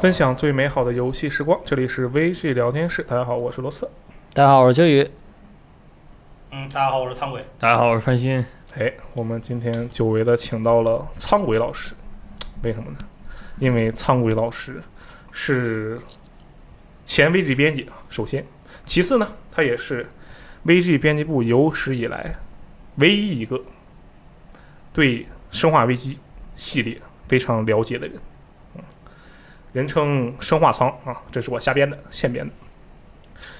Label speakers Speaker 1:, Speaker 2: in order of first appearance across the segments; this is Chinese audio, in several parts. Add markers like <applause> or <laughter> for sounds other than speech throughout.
Speaker 1: 分享最美好的游戏时光。这里是 VG 聊天室，大家好，我是罗斯。
Speaker 2: 大家好，我是秋雨。
Speaker 3: 嗯，大家好，我是苍鬼。
Speaker 4: 大家好，我是范鑫。
Speaker 1: 哎，我们今天久违的请到了苍鬼老师，为什么呢？因为苍鬼老师是前 VG 编辑，首先，其次呢，他也是 VG 编辑部有史以来唯一一个对《生化危机》系列非常了解的人，嗯人称“生化仓”啊，这是我瞎编的，现编的。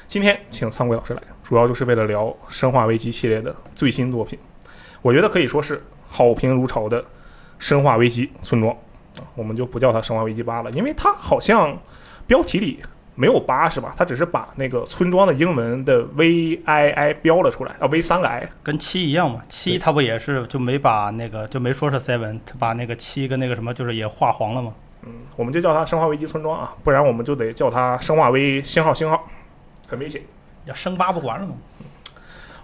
Speaker 1: 今天请苍鬼老师来，主要就是为了聊《生化危机》系列的最新作品，我觉得可以说是好评如潮的《生化危机：村庄》啊，我们就不叫它《生化危机八》了，因为它好像标题里没有八是吧？它只是把那个村庄的英文的 V I I 标了出来啊，V 三个 I
Speaker 3: 跟七一样嘛，七
Speaker 1: 对
Speaker 3: 他不也是就没把那个就没说是 seven，他把那个七跟那个什么就是也画黄了嘛。
Speaker 1: 我们就叫它《生化危机村庄》啊，不然我们就得叫它《生化危星号星号》，很危险。
Speaker 3: 要升八不管了嘛。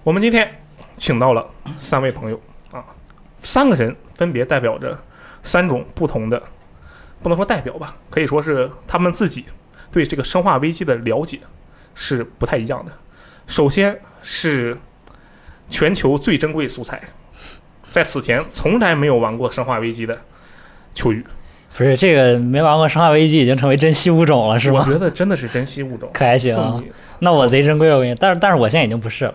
Speaker 1: 我们今天请到了三位朋友啊，三个人分别代表着三种不同的，不能说代表吧，可以说是他们自己对这个生化危机的了解是不太一样的。首先是全球最珍贵素材，在此前从来没有玩过生化危机的秋雨，
Speaker 2: 不是这个没玩过《生化危机》已经成为珍稀物种了，是
Speaker 1: 我
Speaker 2: 吗？
Speaker 1: 觉得真的是珍稀物种。
Speaker 2: 可还行
Speaker 1: 送
Speaker 2: 啊
Speaker 1: 你。
Speaker 2: 那我贼珍贵，我跟你，但是但是我现在已经不是了。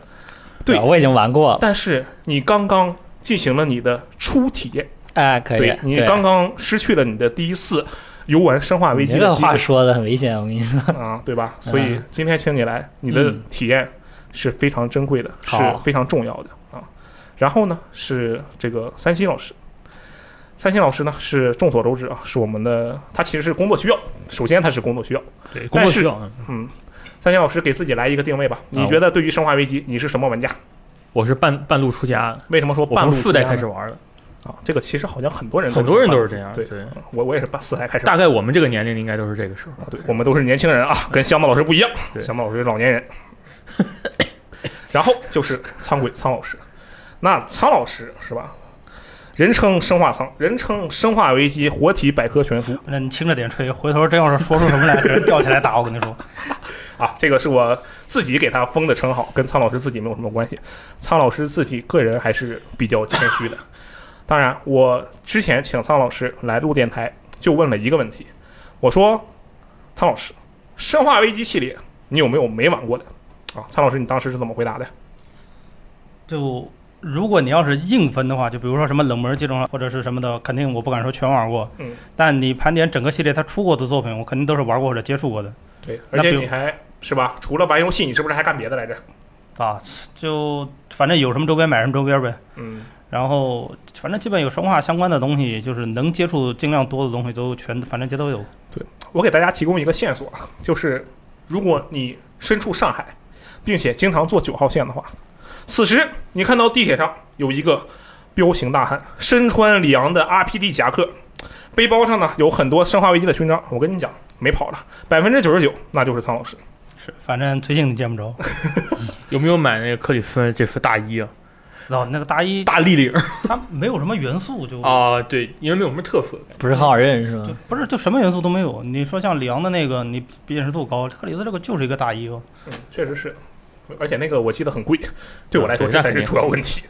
Speaker 1: 对
Speaker 2: 吧我已经玩过了。
Speaker 1: 但是你刚刚进行了你的初体验，
Speaker 2: 哎，可以。
Speaker 1: 对
Speaker 4: 啊
Speaker 2: 对
Speaker 1: 你刚刚失去了你的第一次游玩生化危
Speaker 2: 你
Speaker 1: 机
Speaker 2: 这
Speaker 1: 的
Speaker 2: 个
Speaker 1: 机
Speaker 2: 话
Speaker 1: 会
Speaker 2: 说的很危险，我跟你说。
Speaker 1: 啊，对吧？所以
Speaker 2: 嗯
Speaker 1: 今天请你来，你的
Speaker 2: 嗯
Speaker 1: 体验是非常珍贵的，
Speaker 4: 嗯
Speaker 1: 是
Speaker 2: 好
Speaker 1: 非常重要的啊。然后呢，是这个三星老师。三星老师呢，是众所周知啊，是我们的，他其实是工作需要。首先，他是工作需要。
Speaker 4: 对，
Speaker 1: 但
Speaker 4: 工作啊
Speaker 1: 是
Speaker 4: 需要。
Speaker 1: 嗯，三星老师给自己来一个定位吧。你
Speaker 4: 啊
Speaker 1: 觉得对于《生化危机》，你是什么玩家？
Speaker 4: 我是半半路出家，
Speaker 1: 为什么说
Speaker 4: 我
Speaker 1: 半
Speaker 4: 从
Speaker 1: 路
Speaker 4: 四代
Speaker 1: 出家
Speaker 4: 开
Speaker 1: 呢
Speaker 4: 始玩的，
Speaker 1: 啊？这个其实好像很多人
Speaker 4: 很多人都是
Speaker 1: 半
Speaker 4: 这样。
Speaker 1: 对
Speaker 4: 对，
Speaker 1: 路我我也是半四代开
Speaker 4: <laughs>
Speaker 1: 始玩的
Speaker 4: 大概我们这个年龄应该都是这个时候。
Speaker 1: 啊，对我们都是年轻人啊，跟香子老师不一样，
Speaker 4: 对
Speaker 1: 香子老师是老年人。 <laughs> 然后就是苍鬼苍老师，那苍老师是吧？人称生化苍，人称生化危机活体百科全书
Speaker 3: 那你轻着点吹，回头真要是说出什么来，给人吊起来打。我跟你说，
Speaker 1: 啊，这个是我自己给他封的称号，跟苍老师自己没有什么关系。苍老师自己个人还是比较谦虚的。当然，我之前请苍老师来录电台，就问了一个问题，我说：“苍老师，生化危机系列你有没有没玩过的？”啊，苍老师，你当时是怎么回答的？
Speaker 3: 就如果你要是硬分的话，就比如说什么冷门机种啊或者是什么的，肯定我不敢说全玩过。
Speaker 1: 嗯。
Speaker 3: 但你盘点整个系列，它出过的作品，我肯定都是玩过或者接触过的。
Speaker 1: 对，而
Speaker 3: 那
Speaker 1: 且
Speaker 3: 比如
Speaker 1: 你还是吧？除了玩游戏，你是不是还干别的来着？
Speaker 3: 啊，就反正有什么周边买什么周边呗。
Speaker 1: 嗯，
Speaker 3: 然后反正基本有生化相关的东西，就是能接触尽量多的东西都全，反正这都有。
Speaker 1: 我给大家提供一个线索啊，就是如果你身处上海，并且经常坐九号线的话，此时你看到地铁上有一个彪形大汉，身穿里昂的 RPD 夹克，背包上呢有很多生化危机的勋章。我跟你讲，没跑了，百分之九十九那就是苍老师。
Speaker 3: 是，反正最近你见不着。
Speaker 4: 有没有买那个克里斯这副大衣啊？
Speaker 3: <laughs> 老那个大 <laughs> 一，哦
Speaker 4: 大立领儿
Speaker 3: 它没有什么元素就，
Speaker 4: 啊，对，因为没有什么特色。
Speaker 2: 不是很好认是
Speaker 3: 就
Speaker 2: 吗？
Speaker 3: 不是就什么元素都没有。你说像里昂的那个，你辨识度高，克里斯这个就是一个大衣哦。
Speaker 1: 嗯，确实是，而且那个我记得很贵，对我来说
Speaker 4: 啊对
Speaker 1: 这
Speaker 4: 那
Speaker 1: 才
Speaker 4: 肯
Speaker 1: 是
Speaker 4: 定
Speaker 1: 主要问题。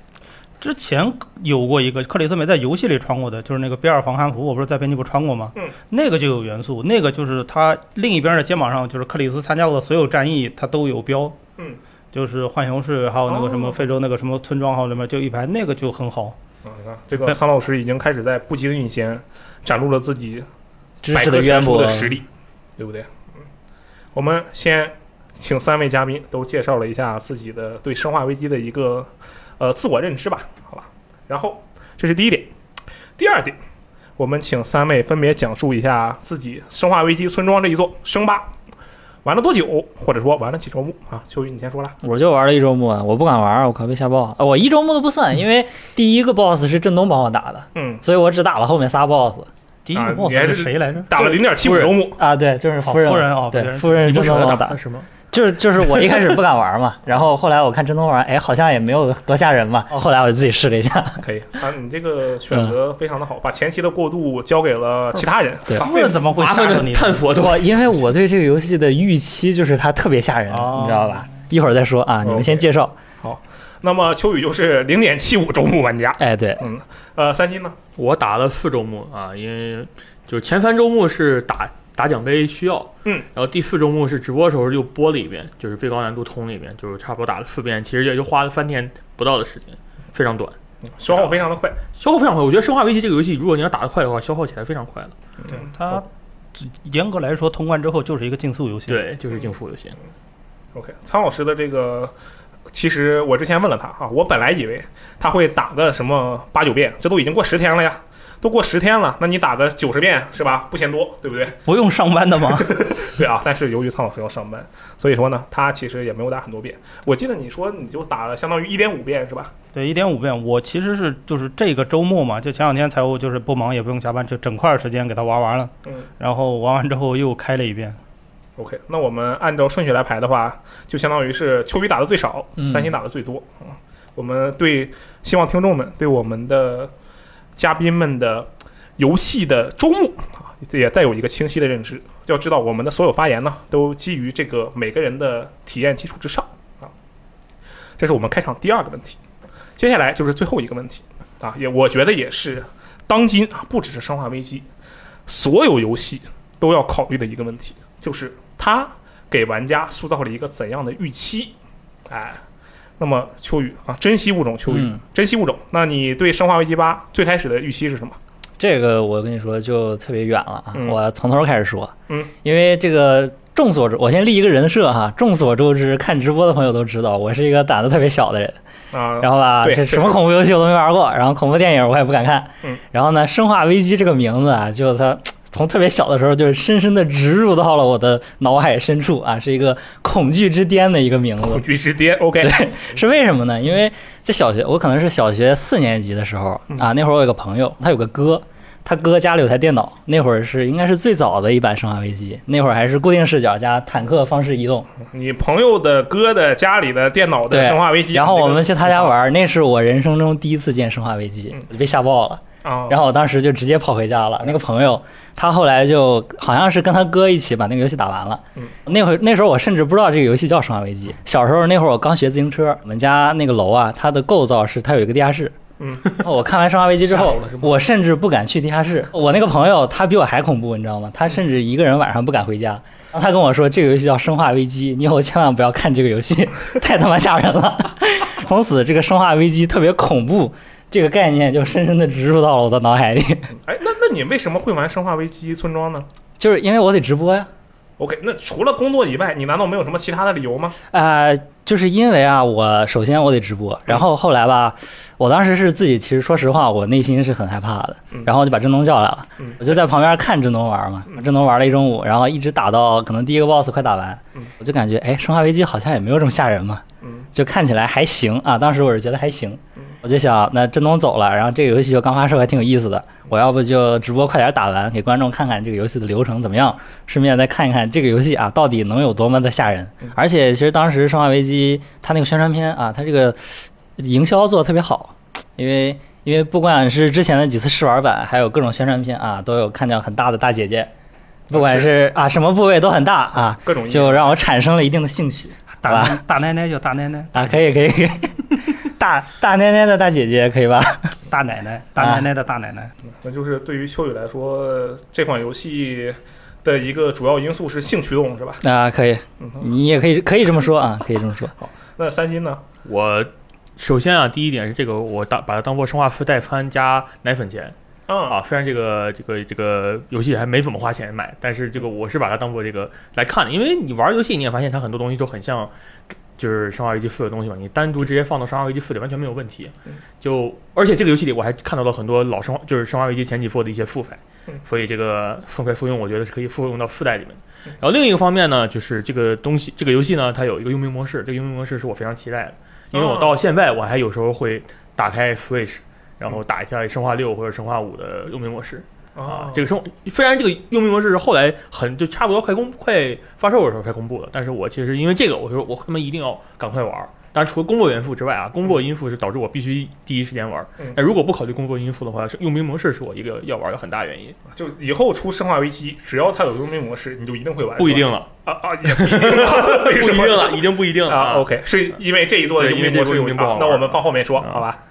Speaker 3: 之前有过一个克里斯没在游戏里穿过的，就是那个 B 二防寒服，我不是在编辑部穿过吗？
Speaker 1: 嗯，
Speaker 3: 那个就有元素，那个就是他另一边的肩膀上，就是克里斯参加过的所有战役，他都有标。
Speaker 1: 嗯，
Speaker 3: 就是浣熊市，还有那个什
Speaker 1: 哦
Speaker 3: 么非洲那个什么村庄，还有里面就一排，那个就很好。
Speaker 1: 啊，你看这个苍老师已经开始在不经意间展露了自己
Speaker 2: 知
Speaker 1: 百
Speaker 2: 识
Speaker 1: 科
Speaker 2: 的
Speaker 1: 全
Speaker 2: 渊
Speaker 1: 书
Speaker 2: 博
Speaker 1: 的，实力，对不对？嗯，我们先请三位嘉宾都介绍了一下自己的对《生化危机》的一个呃自我认知吧，好吧。然后这是第一点，第二点，我们请三位分别讲述一下自己《生化危机：村庄》这一座生八玩了多久，或者说玩了几周目啊？秋雨，你先说啦。
Speaker 2: 我就玩了一周目，啊我不敢玩，我靠被吓爆。啊我一周目都不算，因为第一个 boss 是振东帮我打的，
Speaker 1: 嗯，
Speaker 2: 所以我只打了后面仨 boss
Speaker 3: 第一个
Speaker 1: 啊
Speaker 3: boss
Speaker 1: 你还
Speaker 3: 是
Speaker 1: 是
Speaker 3: 谁来着？
Speaker 1: 打了零点七五五
Speaker 4: 夫人
Speaker 2: <laughs>
Speaker 1: 周目，
Speaker 2: 啊。对，就是
Speaker 3: 哦
Speaker 2: 夫人，
Speaker 3: 夫人哦，别
Speaker 2: 对，
Speaker 3: 人
Speaker 2: 夫人是
Speaker 4: 你不
Speaker 2: 振东
Speaker 4: 舍得
Speaker 2: 帮我
Speaker 4: 打
Speaker 2: 打
Speaker 4: 他。是吗？
Speaker 2: 就是就是我一开始不敢玩嘛，然后后来我看真东玩，哎，好像也没有多吓人嘛。后来我就自己试了一下，
Speaker 1: 可以啊，你这个选择非常的好，把前期的过渡交给了其他人。
Speaker 2: 对
Speaker 3: 那怎么会
Speaker 4: 麻
Speaker 3: 吓
Speaker 4: 烦
Speaker 3: 着
Speaker 4: 的
Speaker 3: 你呢？
Speaker 4: 探
Speaker 1: 哦
Speaker 4: 索都
Speaker 2: 我因为我对这个游戏的预期就是它特别吓人，
Speaker 3: 哦
Speaker 2: 你知道吧？一会儿再说啊，你们先
Speaker 1: 哦 OK
Speaker 2: 介绍。
Speaker 1: 那么秋雨就是零点七五周目玩家，
Speaker 2: 哎，对，
Speaker 1: 嗯，呃，三星呢？
Speaker 4: 我打了四周目啊，因为就是前三周目是打打奖杯需要，
Speaker 1: 嗯，
Speaker 4: 然后第四周目是直播的时候又播了一遍，就是最高难度通了一遍，就是差不多打了四遍，其实也就花了三天不到的时间，非常短，
Speaker 1: 消耗非常的快，
Speaker 4: 消耗非常快。我觉得《生化危机》这个游戏，如果你要打得快的话，消耗起来非常快的。
Speaker 3: 对
Speaker 1: 嗯
Speaker 3: 它严格来说，通关之后就是一个竞速游戏。，
Speaker 4: 对，就是竞速游戏。
Speaker 1: OK，苍老师的这个，其实我之前问了他哈、我本来以为他会打个什么八九遍，这都已经过十天了呀，都过十天了，那你打个九十遍是吧？不嫌多，对不 <laughs> 对？
Speaker 3: 不用上班的吗？
Speaker 1: 对啊，但是由于苍老师要上班，所以说呢，他其实也没有打很多遍。我记得你说你就打了相当于一点五遍是吧？
Speaker 3: 对，一点五遍。我其实是就是这个周末嘛，就前两天财务就是不忙也不用加班，就整块儿时间给它玩完了。
Speaker 1: 嗯。
Speaker 3: 然后玩完之后又开了一遍。
Speaker 1: OK，那我们按照顺序来排的话，就相当于是秋雨打的最少，
Speaker 2: 嗯
Speaker 1: 三星打的最多。嗯，我们对希望听众们对我们的嘉宾们的游戏的周目啊，也带有一个清晰的认知。要知道，我们的所有发言呢，都基于这个每个人的体验基础之上啊。这是我们开场第二个问题，接下来就是最后一个问题啊，也我觉得也是当今啊，不只是《生化危机》，所有游戏都要考虑的一个问题。就是它给玩家塑造了一个怎样的预期？哎，那么秋雨啊，珍惜物种，秋雨、
Speaker 2: 嗯
Speaker 1: 珍惜物种。那你对《生化危机八》最开始的预期是什么？
Speaker 2: 这个我跟你说就特别远了啊，
Speaker 1: 嗯
Speaker 2: 我从头开始说，
Speaker 1: 嗯，
Speaker 2: 因为这个众所周，我先立一个人设哈，众所周知，看直播的朋友都知道，我是一个胆子特别小的人，
Speaker 1: 啊、
Speaker 2: 然后吧，
Speaker 1: 对
Speaker 2: 这
Speaker 1: 是
Speaker 2: 什么恐怖游戏我都没玩过，然后恐怖电影我也不敢看
Speaker 1: 嗯。
Speaker 2: 然后呢，《生化危机》这个名字啊，就它从特别小的时候就是深深的植入到了我的脑海深处啊，是一个恐惧之巅的一个名字
Speaker 1: 恐。惧之巅，OK，
Speaker 2: 对 <laughs> 是为什么呢？因为在小学，我可能是小学四年级的时候
Speaker 1: 嗯
Speaker 2: 啊，那会儿我有个朋友，他有个哥，他哥家里有台电脑，那会儿是应该是最早的一版《生化危机》，那会儿还是固定视角加坦克方式移动。
Speaker 1: 你朋友的哥的家里的电脑的
Speaker 2: 对
Speaker 1: 《生化危机》这个，嗯
Speaker 2: 然后我们去他家玩儿，那是我人生中第一次见《生化危机》，被吓爆了。
Speaker 1: 啊，
Speaker 2: 然后我当时就直接跑回家
Speaker 1: 嗯
Speaker 2: 了。那个朋友，他后来就好像是跟他哥一起把那个游戏打完了。
Speaker 1: 嗯
Speaker 2: 那会儿那时候我甚至不知道这个游戏叫《生化危机》。小时候那会儿我刚学自行车，我们家那个楼啊，它的构造是它有一个地下室。哦
Speaker 1: 嗯，
Speaker 2: 我看完《生化危机》之后，我甚至不敢去地下室。我那个朋友他比我还恐怖，你知道吗？他甚至一个人晚上不敢回家。然后他跟我说，这个游戏叫《生化危机》，你以后千万不要看这个
Speaker 1: <laughs>
Speaker 2: 游戏，太他妈吓人了。从此，这个《生化危机》特别恐怖这个概念就深深的植入到了我的脑海里。
Speaker 1: 哎，那那你为什么会玩《生化危机：村庄》呢
Speaker 2: <laughs> 就是因为我得直播呀，
Speaker 1: ？OK，那除了工作以外，你难道没有什么其他的理由吗？
Speaker 2: 呃，就是因为啊，我首先我得直播，然后后来吧，我当时是自己，其实说实话，我内心是很害怕的
Speaker 1: 嗯，
Speaker 2: 然后我就把振东叫来了
Speaker 1: 嗯，
Speaker 2: 我就在旁边看振东玩嘛，振东玩了一中午，然后一直打到可能第一个 boss 快打完
Speaker 1: 嗯，
Speaker 2: 我就感觉哎，生化危机好像也没有这么吓人嘛，
Speaker 1: 嗯
Speaker 2: 就看起来还行啊，当时我是觉得还行
Speaker 1: 嗯，
Speaker 2: 我就想那振东走了，然后这个游戏就刚发售，还挺有意思的，我要不就直播快点打完，给观众看看这个游戏的流程怎么样，顺便再看一看这个游戏啊到底能有多么的吓人
Speaker 1: 嗯。
Speaker 2: 而且其实当时《生化危机》它那个宣传片啊，它这个营销做的特别好，因为因为不管是之前的几次试玩版，还有各种宣传片啊，都有看到很大的大姐姐，不管是啊什么部位都很大啊，
Speaker 1: 各种意义
Speaker 2: 就让我产生了一定的兴趣。
Speaker 3: 大大奶奶就大奶奶，
Speaker 2: 啊，可以可以
Speaker 1: <laughs>
Speaker 2: 可以，大大奶奶的大姐姐可以吧？
Speaker 3: 大奶奶，大奶奶的大奶奶。
Speaker 1: 那就是对于秋雨来说，这款游戏的一个主要因素是性驱动，是吧？
Speaker 2: 啊，可以，
Speaker 1: 嗯哼，
Speaker 2: 你也可以可以这么说啊，可以这么说。
Speaker 1: 那三星呢？
Speaker 4: 我首先啊，第一点是这个，我当把它当做生化四代餐加奶粉钱
Speaker 1: 啊，
Speaker 4: 啊。虽然这个这个这个游戏还没怎么花钱买，但是这个我是把它当做这个来看的，因为你玩游戏你也发现它很多东西都很像。就是《生化危机四》的东西嘛，你单独直接放到《生化危机四》里完全没有问题
Speaker 1: 嗯。
Speaker 4: 就而且这个游戏里我还看到了很多老生化就是《生化危机》前几做的一些素材
Speaker 1: 嗯，
Speaker 4: 所以这个分块复用我觉得是可以复用到四代里面的。然后另一个方面呢，就是这个东西这个游戏呢，它有一个佣兵模式，这个佣兵模式是我非常期待的，因为我到现在我还有时候会打开 Switch，然后打一下《生化六》或者《生化五》的佣兵模式。啊
Speaker 1: 啊，，
Speaker 4: 这个生虽然这个幽冥模式是后来很就差不多快公快发售的时候才公布的，但是我其实因为这个，我就说我他妈一定要赶快玩儿。当然，除了工作元素之外啊，工作因素是导致我必须第一时间玩儿
Speaker 1: 嗯。
Speaker 4: 但如果不考虑工作因素的话，是幽冥模式是我一个要玩儿的很大原因。
Speaker 1: 就以后出生化危机，只要它有幽冥模式，你就一定会玩。
Speaker 4: 不一
Speaker 1: 是
Speaker 4: 定了，
Speaker 1: 吧啊啊，也
Speaker 4: <laughs>
Speaker 1: 不一定啊，
Speaker 4: 不
Speaker 1: 为
Speaker 4: 一
Speaker 1: 什
Speaker 4: 定
Speaker 1: 么 <laughs>
Speaker 4: 了，已经不一定了
Speaker 1: 啊。OK，是因为这一座的
Speaker 4: 对
Speaker 1: 幽
Speaker 4: 因为
Speaker 1: 冥
Speaker 4: 这
Speaker 1: 模
Speaker 4: 座
Speaker 1: 式有
Speaker 4: 幽冥不
Speaker 1: 差，
Speaker 4: 好玩
Speaker 1: 那我们放后面说，
Speaker 4: 啊
Speaker 1: 好吧？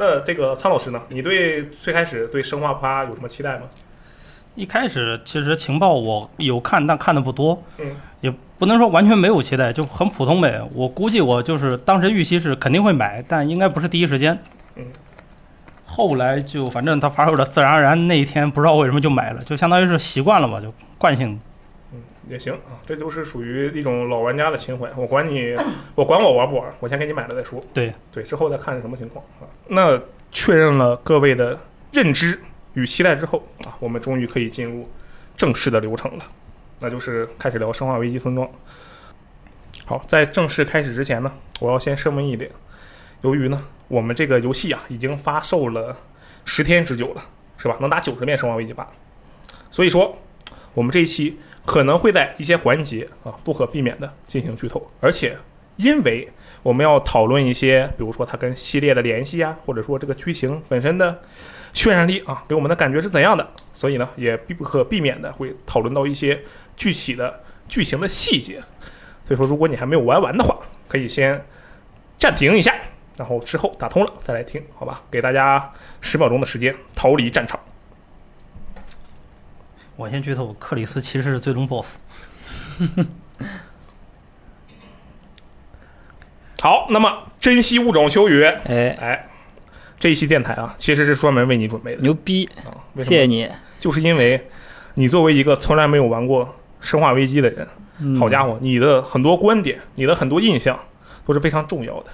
Speaker 1: 那这个苍老师呢？你对最开始对生化趴有什么期待吗？
Speaker 3: 一开始其实情报我有看，但看的不多，
Speaker 1: 嗯，
Speaker 3: 也不能说完全没有期待，就很普通呗。我估计我就是当时预期是肯定会买，但应该不是第一时间，
Speaker 1: 嗯。
Speaker 3: 后来就反正它发售的自然而然那一天不知道为什么就买了，就相当于是习惯了吧，就惯性。
Speaker 1: 嗯，也行啊，这都是属于一种老玩家的情怀。我管你， <coughs> 我管我玩不玩，我先给你买了再说。
Speaker 3: 对
Speaker 1: 对，之后再看是什么情况啊。那确认了各位的认知与期待之后啊，我们终于可以进入正式的流程了，那就是开始聊《生化危机：村庄》。好，在正式开始之前呢，我要先声明一点，由于呢，我们这个游戏啊已经发售了十天之久了，是吧？能打九十遍《生化危机八》，所以说我们这一期可能会在一些环节啊不可避免的进行剧透，而且因为我们要讨论一些，比如说它跟系列的联系啊，或者说这个剧情本身的渲染力啊，给我们的感觉是怎样的，所以呢，也必不可避免的会讨论到一些具体的剧情的细节。所以说，如果你还没有玩完的话，可以先暂停一下，然后之后打通了再来听，好吧？给大家十秒钟的时间逃离战场。
Speaker 3: 我先剧透，克里斯骑士是最终 BOSS。
Speaker 1: 好，那么珍惜物种秋雨，
Speaker 2: 哎，
Speaker 1: 哎，这一期电台啊，其实是专门为你准备的。
Speaker 2: 牛逼，
Speaker 1: 啊！为什么
Speaker 2: 谢
Speaker 1: 呢？
Speaker 2: 谢你。
Speaker 1: 就是因为你作为一个从来没有玩过《生化危机》的人，
Speaker 2: 嗯
Speaker 1: 好家伙，你的很多观点，你的很多印象都是非常重要的。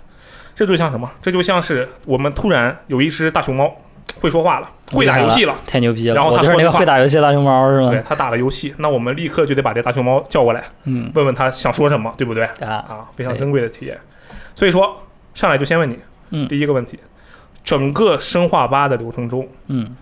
Speaker 1: 这就像什么？这就像是我们突然有一只大熊猫会说话了，会打游戏了，
Speaker 2: 太牛逼了！
Speaker 1: 然后
Speaker 2: 我
Speaker 1: 他
Speaker 2: 就是
Speaker 1: 说
Speaker 2: 那
Speaker 1: 的
Speaker 2: 个
Speaker 1: 话
Speaker 2: 会打游戏的大熊猫是
Speaker 1: 对
Speaker 2: 吗？
Speaker 1: 它打了游戏，那我们立刻就得把这大熊猫叫过来，
Speaker 2: 嗯
Speaker 1: 问问它想说什么，对不对？
Speaker 2: 啊，
Speaker 1: 啊，非常珍贵的体验。所以说，上来就先问你，
Speaker 2: 嗯
Speaker 1: 第一个问题，整个生化八的流程中，
Speaker 2: 嗯，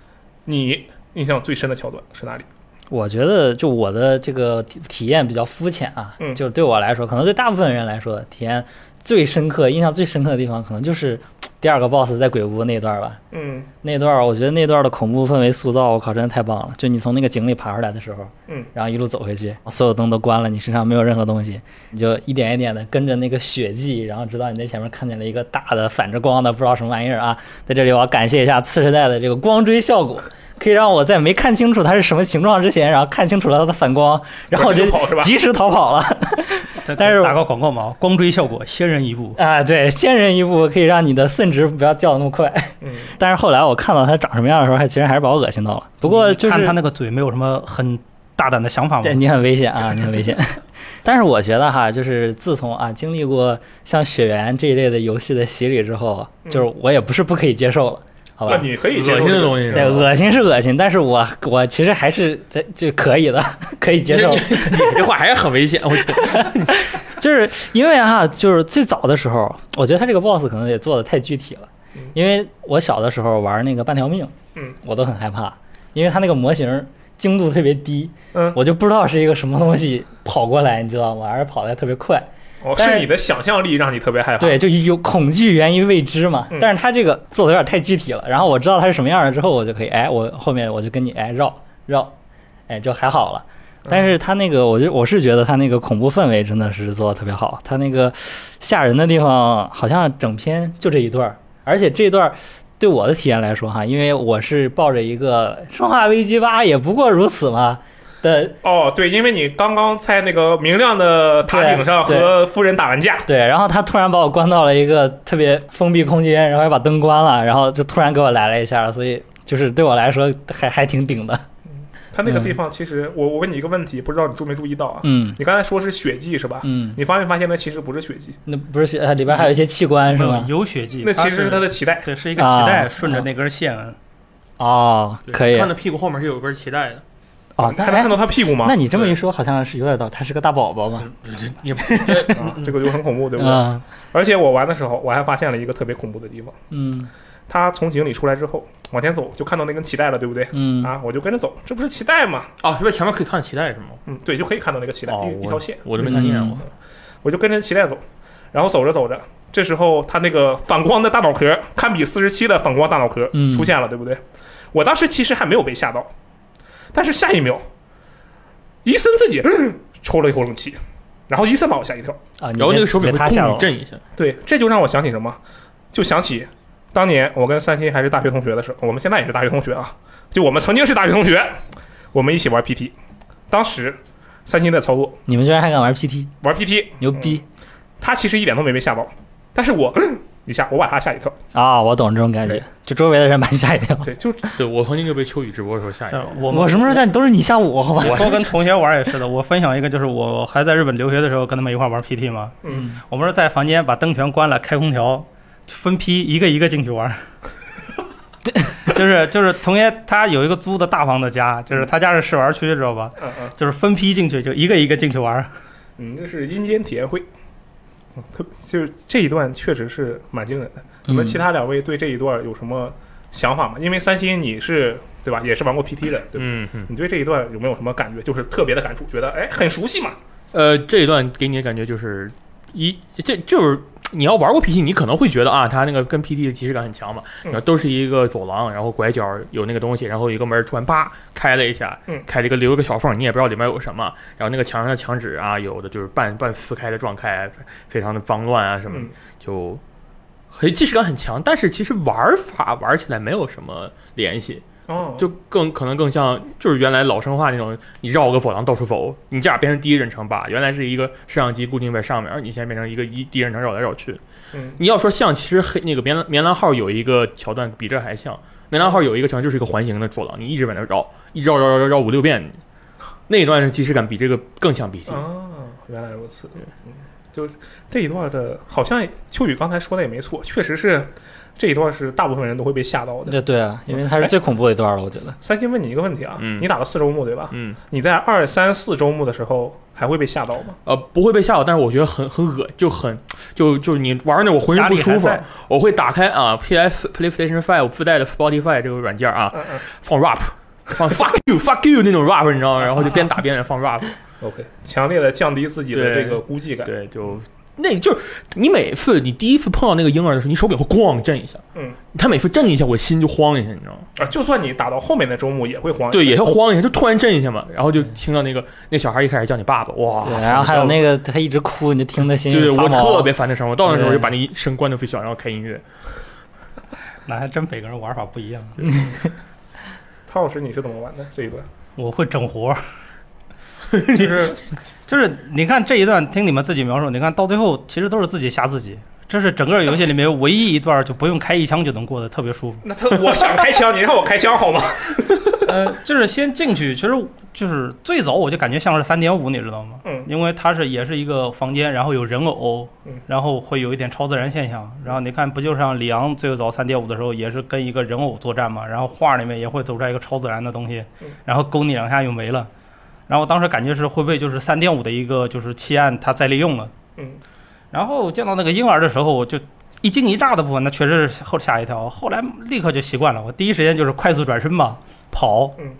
Speaker 1: 你印象最深的桥段是哪里？
Speaker 2: 我觉得就我的这个体体验比较肤浅啊，
Speaker 1: 嗯
Speaker 2: 就是对我来说，可能对大部分人来说，体验最深刻、印象最深刻的地方，可能就是第二个 boss 在鬼屋那段吧。
Speaker 1: 嗯
Speaker 2: 那段儿我觉得那段儿的恐怖氛围塑造，我靠，真的太棒了！就你从那个井里爬出来的时候，
Speaker 1: 嗯，
Speaker 2: 然后一路走回去，所有灯都关了，你身上没有任何东西，你就一点一点的跟着那个血迹，然后直到你在前面看见了一个大的反着光的不知道什么玩意儿啊！在这里我要感谢一下次时代的这个光追效果，可以让我在没看清楚它是什么形状之前，然后看清楚了它的反光，然后我就
Speaker 1: 就跑是吧
Speaker 2: 及时逃跑了。但是我
Speaker 3: 打个广告嘛，光追效果先人一步。
Speaker 2: 啊，对，先人一步可以让你的肾值不要掉的那么快。
Speaker 1: 嗯，
Speaker 2: 但是后来我看到它长什么样的时候，还其实还是把我恶心到了。不过就是
Speaker 3: 看他那个嘴，没有什么很大胆的想法嘛
Speaker 2: 对。你很危险啊，你很危险。 <laughs> 但是我觉得哈，就是自从啊经历过像《血缘》这一类的游戏的洗礼之后，
Speaker 1: 嗯
Speaker 2: 就是我也不是不可以接受了，好
Speaker 1: 那
Speaker 2: 吧？
Speaker 1: 你可以接
Speaker 4: 恶
Speaker 1: 受
Speaker 4: 心
Speaker 1: 这
Speaker 4: 的
Speaker 1: 个
Speaker 4: 东西是吧
Speaker 2: 对，恶心是恶心，但是我我其实还是在就可以的， <laughs> 可以接受。
Speaker 4: 你这话还是很危险，我觉得。
Speaker 2: <laughs> 就是因为哈，就是最早的时候，我觉得他这个 boss 可能也做的太具体了
Speaker 1: 嗯，
Speaker 2: 因为我小的时候玩那个半条命，
Speaker 1: 嗯，
Speaker 2: 我都很害怕，因为他那个模型精度特别低，
Speaker 1: 嗯
Speaker 2: 我就不知道是一个什么东西跑过来，你知道吗？而且跑得特别快，
Speaker 1: 哦，
Speaker 2: 但
Speaker 1: 是
Speaker 2: 是
Speaker 1: 你的想象力让你特别害怕。
Speaker 2: 对，就有恐惧源于未知嘛
Speaker 1: 嗯。
Speaker 2: 但是他这个做的有点太具体了，然后我知道它是什么样了之后，我就可以，哎，我后面我就跟你哎绕绕，哎就还好了。但是他那个，我就我是觉得他那个恐怖氛围真的是做的特别好，他那个吓人的地方好像整篇就这一段儿，而且这段儿对我的体验来说哈，因为我是抱着一个《生化危机八》也不过如此嘛的
Speaker 1: 哦，对，因为你刚刚在那个明亮的塔顶上
Speaker 2: 对对
Speaker 1: 和夫人打完架，
Speaker 2: 对，然后他突然把我关到了一个特别封闭空间，然后还把灯关了，然后就突然给我来了一下，所以就是对我来说还还挺顶的。
Speaker 1: 他那个
Speaker 2: 嗯
Speaker 1: 地方其实，我我问你一个问题，不知道你注没注意到啊？
Speaker 2: 嗯
Speaker 1: 你刚才说是血迹是吧？
Speaker 2: 嗯，
Speaker 1: 你发没发现那其实不是血迹，
Speaker 2: 那不是血，它里边还有一些器官是吗？
Speaker 3: 有血迹，
Speaker 1: 那其实
Speaker 3: 是
Speaker 1: 是他的脐带。
Speaker 3: 对，是一个脐带
Speaker 2: 啊
Speaker 3: 顺着那根线，
Speaker 2: 哦，可以
Speaker 4: 看到屁股后面是有根脐带的，
Speaker 2: 哦，那
Speaker 1: 还能看
Speaker 2: 哎，
Speaker 1: 到他屁股吗
Speaker 2: 那？你这么一说，好像是有点道理，他是个大宝宝
Speaker 4: 嗯
Speaker 2: 嘛。
Speaker 4: 也
Speaker 1: 啊这个就很恐怖，对不对？
Speaker 2: 嗯
Speaker 1: 而且我玩的时候，我还发现了一个特别恐怖的地方，
Speaker 2: 嗯
Speaker 1: 他从井里出来之后，往前走就看到那根脐带了，对不对？
Speaker 2: 嗯，
Speaker 1: 啊，我就跟着走，这不是脐带吗？
Speaker 4: 哦，是不是前面可以看脐带是吗？
Speaker 1: 嗯，对，就可以看到那个脐带、
Speaker 4: 哦，
Speaker 1: 一一
Speaker 4: 我
Speaker 1: 条线，
Speaker 4: 我都没看见啊
Speaker 2: 嗯
Speaker 4: 我。
Speaker 1: 我就跟着脐带走，然后走着走着，这时候他那个反光的大脑壳，堪比四十七的反光大脑壳
Speaker 2: 嗯
Speaker 1: 出现了，对不对？我当时其实还没有被吓到，但是下一秒，伊森自己抽了一口冷气，然后伊森把我吓一跳。
Speaker 2: 啊，你
Speaker 4: 然后那
Speaker 2: 别
Speaker 4: 个手柄
Speaker 2: 别
Speaker 4: 会
Speaker 2: 他吓
Speaker 4: 空
Speaker 2: 我，
Speaker 4: 震一下，
Speaker 1: 对，这就让我想起什么，就想起当年我跟三星还是大学同学的时候，我们现在也是大学同学啊，就我们曾经是大学同学，我们一起玩 PT，当时三星在操作
Speaker 2: 你们居然还敢玩 PT，
Speaker 1: 玩 PT，
Speaker 2: 牛逼
Speaker 1: 他其实一点都没被吓到，但是我 <clears throat> 一下我把他吓一跳，
Speaker 2: 啊！我懂这种感觉
Speaker 1: 对，
Speaker 2: 就周围的人把你吓一跳。
Speaker 1: 对，就
Speaker 4: 对我曾经就被秋雨直播的时候吓一跳。
Speaker 3: 嗯我们
Speaker 2: 哎我什么时候吓你？都是你吓我，好吧？
Speaker 3: <laughs> 我说跟同学玩也是的，我分享一个，就是我还在日本留学的时候，跟他们一块玩 PT 嘛。
Speaker 1: 嗯，
Speaker 3: 我们是在房间把灯全关了，开空调，分批一个一个进
Speaker 2: <laughs>
Speaker 3: 去玩。就是就是同学他有一个租的大房的家，就是他家是试玩区，知道吧？
Speaker 1: 嗯嗯
Speaker 3: 就是分批进去，就一个一个进去玩。
Speaker 1: 嗯，这是阴间体验会。嗯特就是这一段确实是蛮惊人的。你们
Speaker 2: 嗯
Speaker 1: 其他两位对这一段有什么想法吗？因为三星你是对吧，也是玩过 PT 的，对吧？
Speaker 4: 嗯嗯，
Speaker 1: 你对这一段有没有什么感觉？就是特别的感触，觉得哎很熟悉嘛？
Speaker 4: 呃，这一段给你的感觉就是一，这就是你要玩过 PT，你可能会觉得啊，它那个跟 PT 的即视感很强嘛，
Speaker 1: 嗯
Speaker 4: 然后都是一个走廊，然后拐角有那个东西，然后一个门突然啪开了一下
Speaker 1: 嗯，
Speaker 4: 开了一个留了个小缝，你也不知道里面有什么，然后那个墙上的墙纸啊，有的就是半半撕开的状态，非常的脏乱啊什么的
Speaker 1: 嗯，
Speaker 4: 就很即视感很强，但是其实玩法玩起来没有什么联系，
Speaker 1: 哦
Speaker 4: 就更可能更像就是原来老生化那种，你绕个走廊到处走，你这样变成第一人称吧。原来是一个摄像机固定在上面，而你现在变成一个一第一人称绕来绕去。
Speaker 1: 嗯
Speaker 4: 你要说像，其实黑那个棉兰棉兰号有一个桥段比这还像，棉兰号有一个桥段就是一个环形的走廊，你一直往那绕，一直绕绕绕绕绕五六遍，那一段的即视感比这个更像 BT。
Speaker 1: 哦，原来如此。嗯，就这一段的，好像秋雨刚才说的也没错，确实是这一段是大部分人都会被吓到的。
Speaker 2: 对对啊，因为它是最恐怖的一段了，我觉得。
Speaker 1: 三星问你一个问题啊，
Speaker 4: 嗯
Speaker 1: 你打了四周目对吧？
Speaker 4: 嗯，
Speaker 1: 你在二三四周目的时候还会被吓到吗？
Speaker 4: 呃，不会被吓到，但是我觉得很很恶，就很就就是你玩那我浑身不舒服
Speaker 3: 压力还在，
Speaker 4: 我会打开啊 PS PlayStation Five 自带的 Spotify 这个软件啊，
Speaker 1: 嗯嗯
Speaker 4: 放 rap，放 fuck you fuck you 那种 rap，你知道吗？然后就边打边放 rap，
Speaker 1: ，OK，强烈的降低自己的
Speaker 4: 对
Speaker 1: 这个孤寂感。
Speaker 4: 对，就那就是你每次你第一次碰到那个婴儿的时候，你手柄会咣震一下，
Speaker 1: 嗯，
Speaker 4: 他每次震一下，我心就慌一下，你知道吗？
Speaker 1: 啊，就算你打到后面的周目也会慌。
Speaker 4: 对，也是慌一下，就突然震一下嘛，然后就听到那个那小孩一开始叫你爸爸，哇，
Speaker 2: 对，然后还有那个他一直哭，你就听得心
Speaker 4: 对。
Speaker 2: 里
Speaker 4: 啊对，
Speaker 2: 发
Speaker 4: 我
Speaker 2: 毛
Speaker 4: 特别烦那声，我到那时候
Speaker 2: 对
Speaker 4: 就把那声关到最小，然后开音乐。
Speaker 3: 那还真每个人玩法不一样。
Speaker 1: 汤老师你是怎么玩的这一
Speaker 4: <laughs>
Speaker 1: 段？
Speaker 3: 我会整活儿，就是就是， <laughs> 你看这一段，听你们自己描述，你看到最后其实都是自己吓自己。这是整个游戏里面唯一一段就不用开一枪就能过得特别舒服。
Speaker 1: 那他我想开枪，你让我开枪好吗？
Speaker 4: <laughs>
Speaker 3: 呃，就是先进去，其实就是最早我就感觉像是三点五，你知道吗？
Speaker 1: 嗯
Speaker 3: 因为它是也是一个房间，然后有人偶
Speaker 1: 嗯，
Speaker 3: 然后会有一点超自然现象。然后你看，不就像里昂最早三点五的时候，也是跟一个人偶作战嘛，然后画里面也会走出来一个超自然的东西
Speaker 1: 嗯，
Speaker 3: 然后勾你两下又没了。然后我当时感觉是会不会就是三点五的一个就是弃暗它再利用了。
Speaker 1: 嗯，
Speaker 3: 然后见到那个婴儿的时候，我就一惊一乍的部分，那确实是后吓一跳。后来立刻就习惯了，我第一时间就是快速转身嘛，跑。
Speaker 1: 嗯。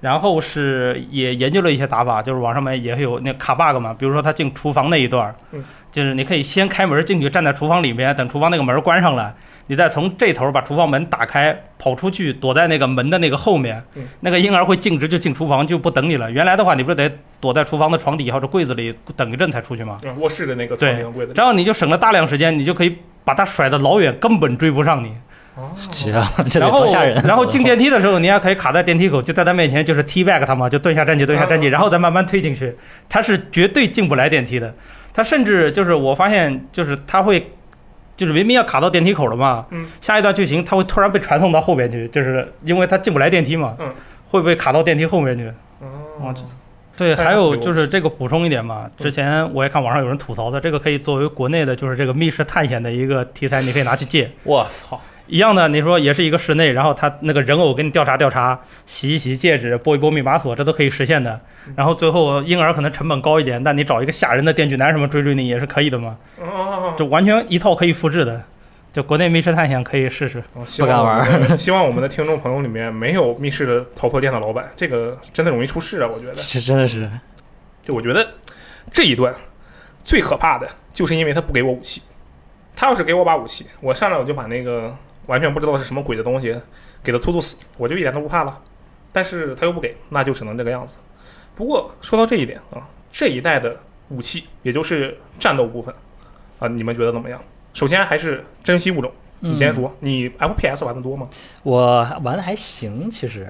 Speaker 3: 然后是也研究了一些打法，就是网上面也有那卡 bug 嘛，比如说他进厨房那一段，
Speaker 1: 嗯，
Speaker 3: 就是你可以先开门进去，站在厨房里面，等厨房那个门关上了，你再从这头把厨房门打开，跑出去，躲在那个门的那个后面，
Speaker 1: 嗯
Speaker 3: 那个婴儿会径直就进厨房，就不等你了。原来的话，你不是得躲在厨房的床底下或者柜子里等一阵才出去吗？
Speaker 1: 啊卧室的那个
Speaker 3: 对
Speaker 1: 床柜子里。
Speaker 3: 这样你就省了大量时间，你就可以把它甩得老远，根本追不上你。
Speaker 1: 哦
Speaker 2: 绝了，这得
Speaker 3: 然后
Speaker 2: 多吓人啊！ <laughs>
Speaker 3: 然后
Speaker 2: 这
Speaker 3: 进
Speaker 2: 个
Speaker 3: 电梯的时候，你也可以卡在电梯口，就在他面前就是 T back 他嘛，就蹲下站起，蹲下站起，
Speaker 1: 嗯
Speaker 3: 然后再慢慢推进去。他是绝对进不来电梯的。他甚至就是我发现，就是他会，就是明明要卡到电梯口了嘛，
Speaker 1: 嗯，
Speaker 3: 下一段剧情他会突然被传送到后边去，就是因为他进不来电梯嘛，
Speaker 1: 嗯，
Speaker 3: 会不会卡到电梯后面去？
Speaker 1: 哦
Speaker 3: 这对，
Speaker 1: 太
Speaker 3: 还
Speaker 1: 好
Speaker 3: 有
Speaker 1: 了
Speaker 3: 就是这个补充一点嘛，
Speaker 1: 嗯
Speaker 3: 之前我也看网上有人吐槽的，这个可以作为国内的就是这个密室探险的一个题材，你可以拿去借。
Speaker 4: 我操！
Speaker 3: 一样的，你说也是一个室内，然后他那个人偶给你调查调查，洗一洗戒指，拨一拨密码锁，这都可以实现的。
Speaker 4: 嗯
Speaker 3: 然后最后婴儿可能成本高一点，
Speaker 4: 嗯
Speaker 3: 但你找一个吓人的电锯男什么追追你也是可以的嘛，
Speaker 1: 哦，
Speaker 3: 就完全一套可以复制的。就国内密室探险可以试试。
Speaker 1: 然后希望
Speaker 2: 不敢玩
Speaker 1: 我们希望我们的 <laughs> 听众朋友里面没有密室的逃脱店的老板，这个真的容易出事啊！我觉得，
Speaker 2: <laughs> 这真的是
Speaker 1: 就我觉得这一段最可怕的就是因为他不给我武器，他要是给我把武器，我上来我就把那个完全不知道是什么鬼的东西给他突突死，我就一点都不怕了。但是他又不给，那就只能这个样子。不过说到这一点啊，这一代的武器，也就是战斗部分啊，你们觉得怎么样？首先还是珍惜物种，你
Speaker 2: 嗯
Speaker 1: 先说，你 FPS 玩的多吗？
Speaker 2: 我玩的还行，其实，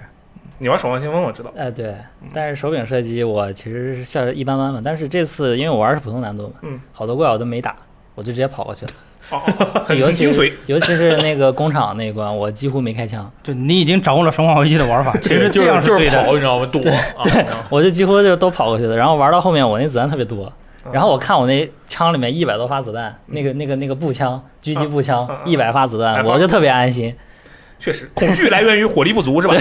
Speaker 1: 你玩《守望先锋》我知
Speaker 2: <laughs>
Speaker 1: 道，
Speaker 2: 哎，对
Speaker 1: 嗯，
Speaker 2: 但是手柄射击我其实是效率一般般嘛。但是这次因为我玩的是普通难度嘛，
Speaker 1: 嗯，
Speaker 2: 好多怪我都没打，我就直接跑过去了。
Speaker 1: 哦，哦很
Speaker 2: 尤
Speaker 1: 很精
Speaker 2: 其
Speaker 1: 髓，
Speaker 2: 尤其是那个工厂那一关，我几乎没开枪，
Speaker 3: 就你已经掌握了《生化危机》的玩法，其实
Speaker 4: 就
Speaker 3: 这样
Speaker 4: 是就是
Speaker 3: 对
Speaker 4: 跑，
Speaker 3: 的。
Speaker 4: 你知道吗？躲啊，你知道吗
Speaker 2: 我就几乎就都跑过去了。然后玩到后面，我那子弹特别多，然后我看我那枪里面一百多发子弹，那个那个那个步枪，狙击步
Speaker 1: 嗯嗯
Speaker 2: 枪
Speaker 1: 嗯
Speaker 2: 一百发子
Speaker 1: 哎
Speaker 2: 弹，
Speaker 1: 发
Speaker 2: 我就特别安心，
Speaker 1: 确实恐惧来源于火力不足，是吧？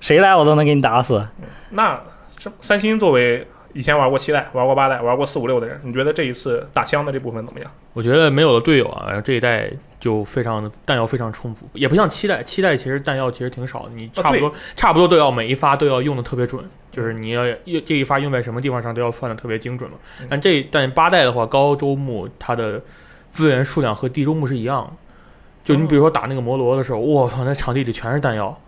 Speaker 2: 谁来我都能给你打死。
Speaker 1: 那这三星作为以前玩过七代、玩过八代、玩过四五六的人，你觉得这一次打枪的这部分怎么样？
Speaker 4: 我觉得没有了队友啊，然后这一代就非常弹药非常充足，也不像七代，七代其实弹药其实挺少的，你差不
Speaker 3: 哦
Speaker 4: 多、差不多都要每一发都要用的特别准，就是你要用这一发用在什么地方上都要算的特别精准嘛
Speaker 1: 嗯。
Speaker 4: 但这但八代的话，高周目它的资源数量和地周目是一样的。就你比如说打那个摩罗的时候，我操，那场地里全是弹药，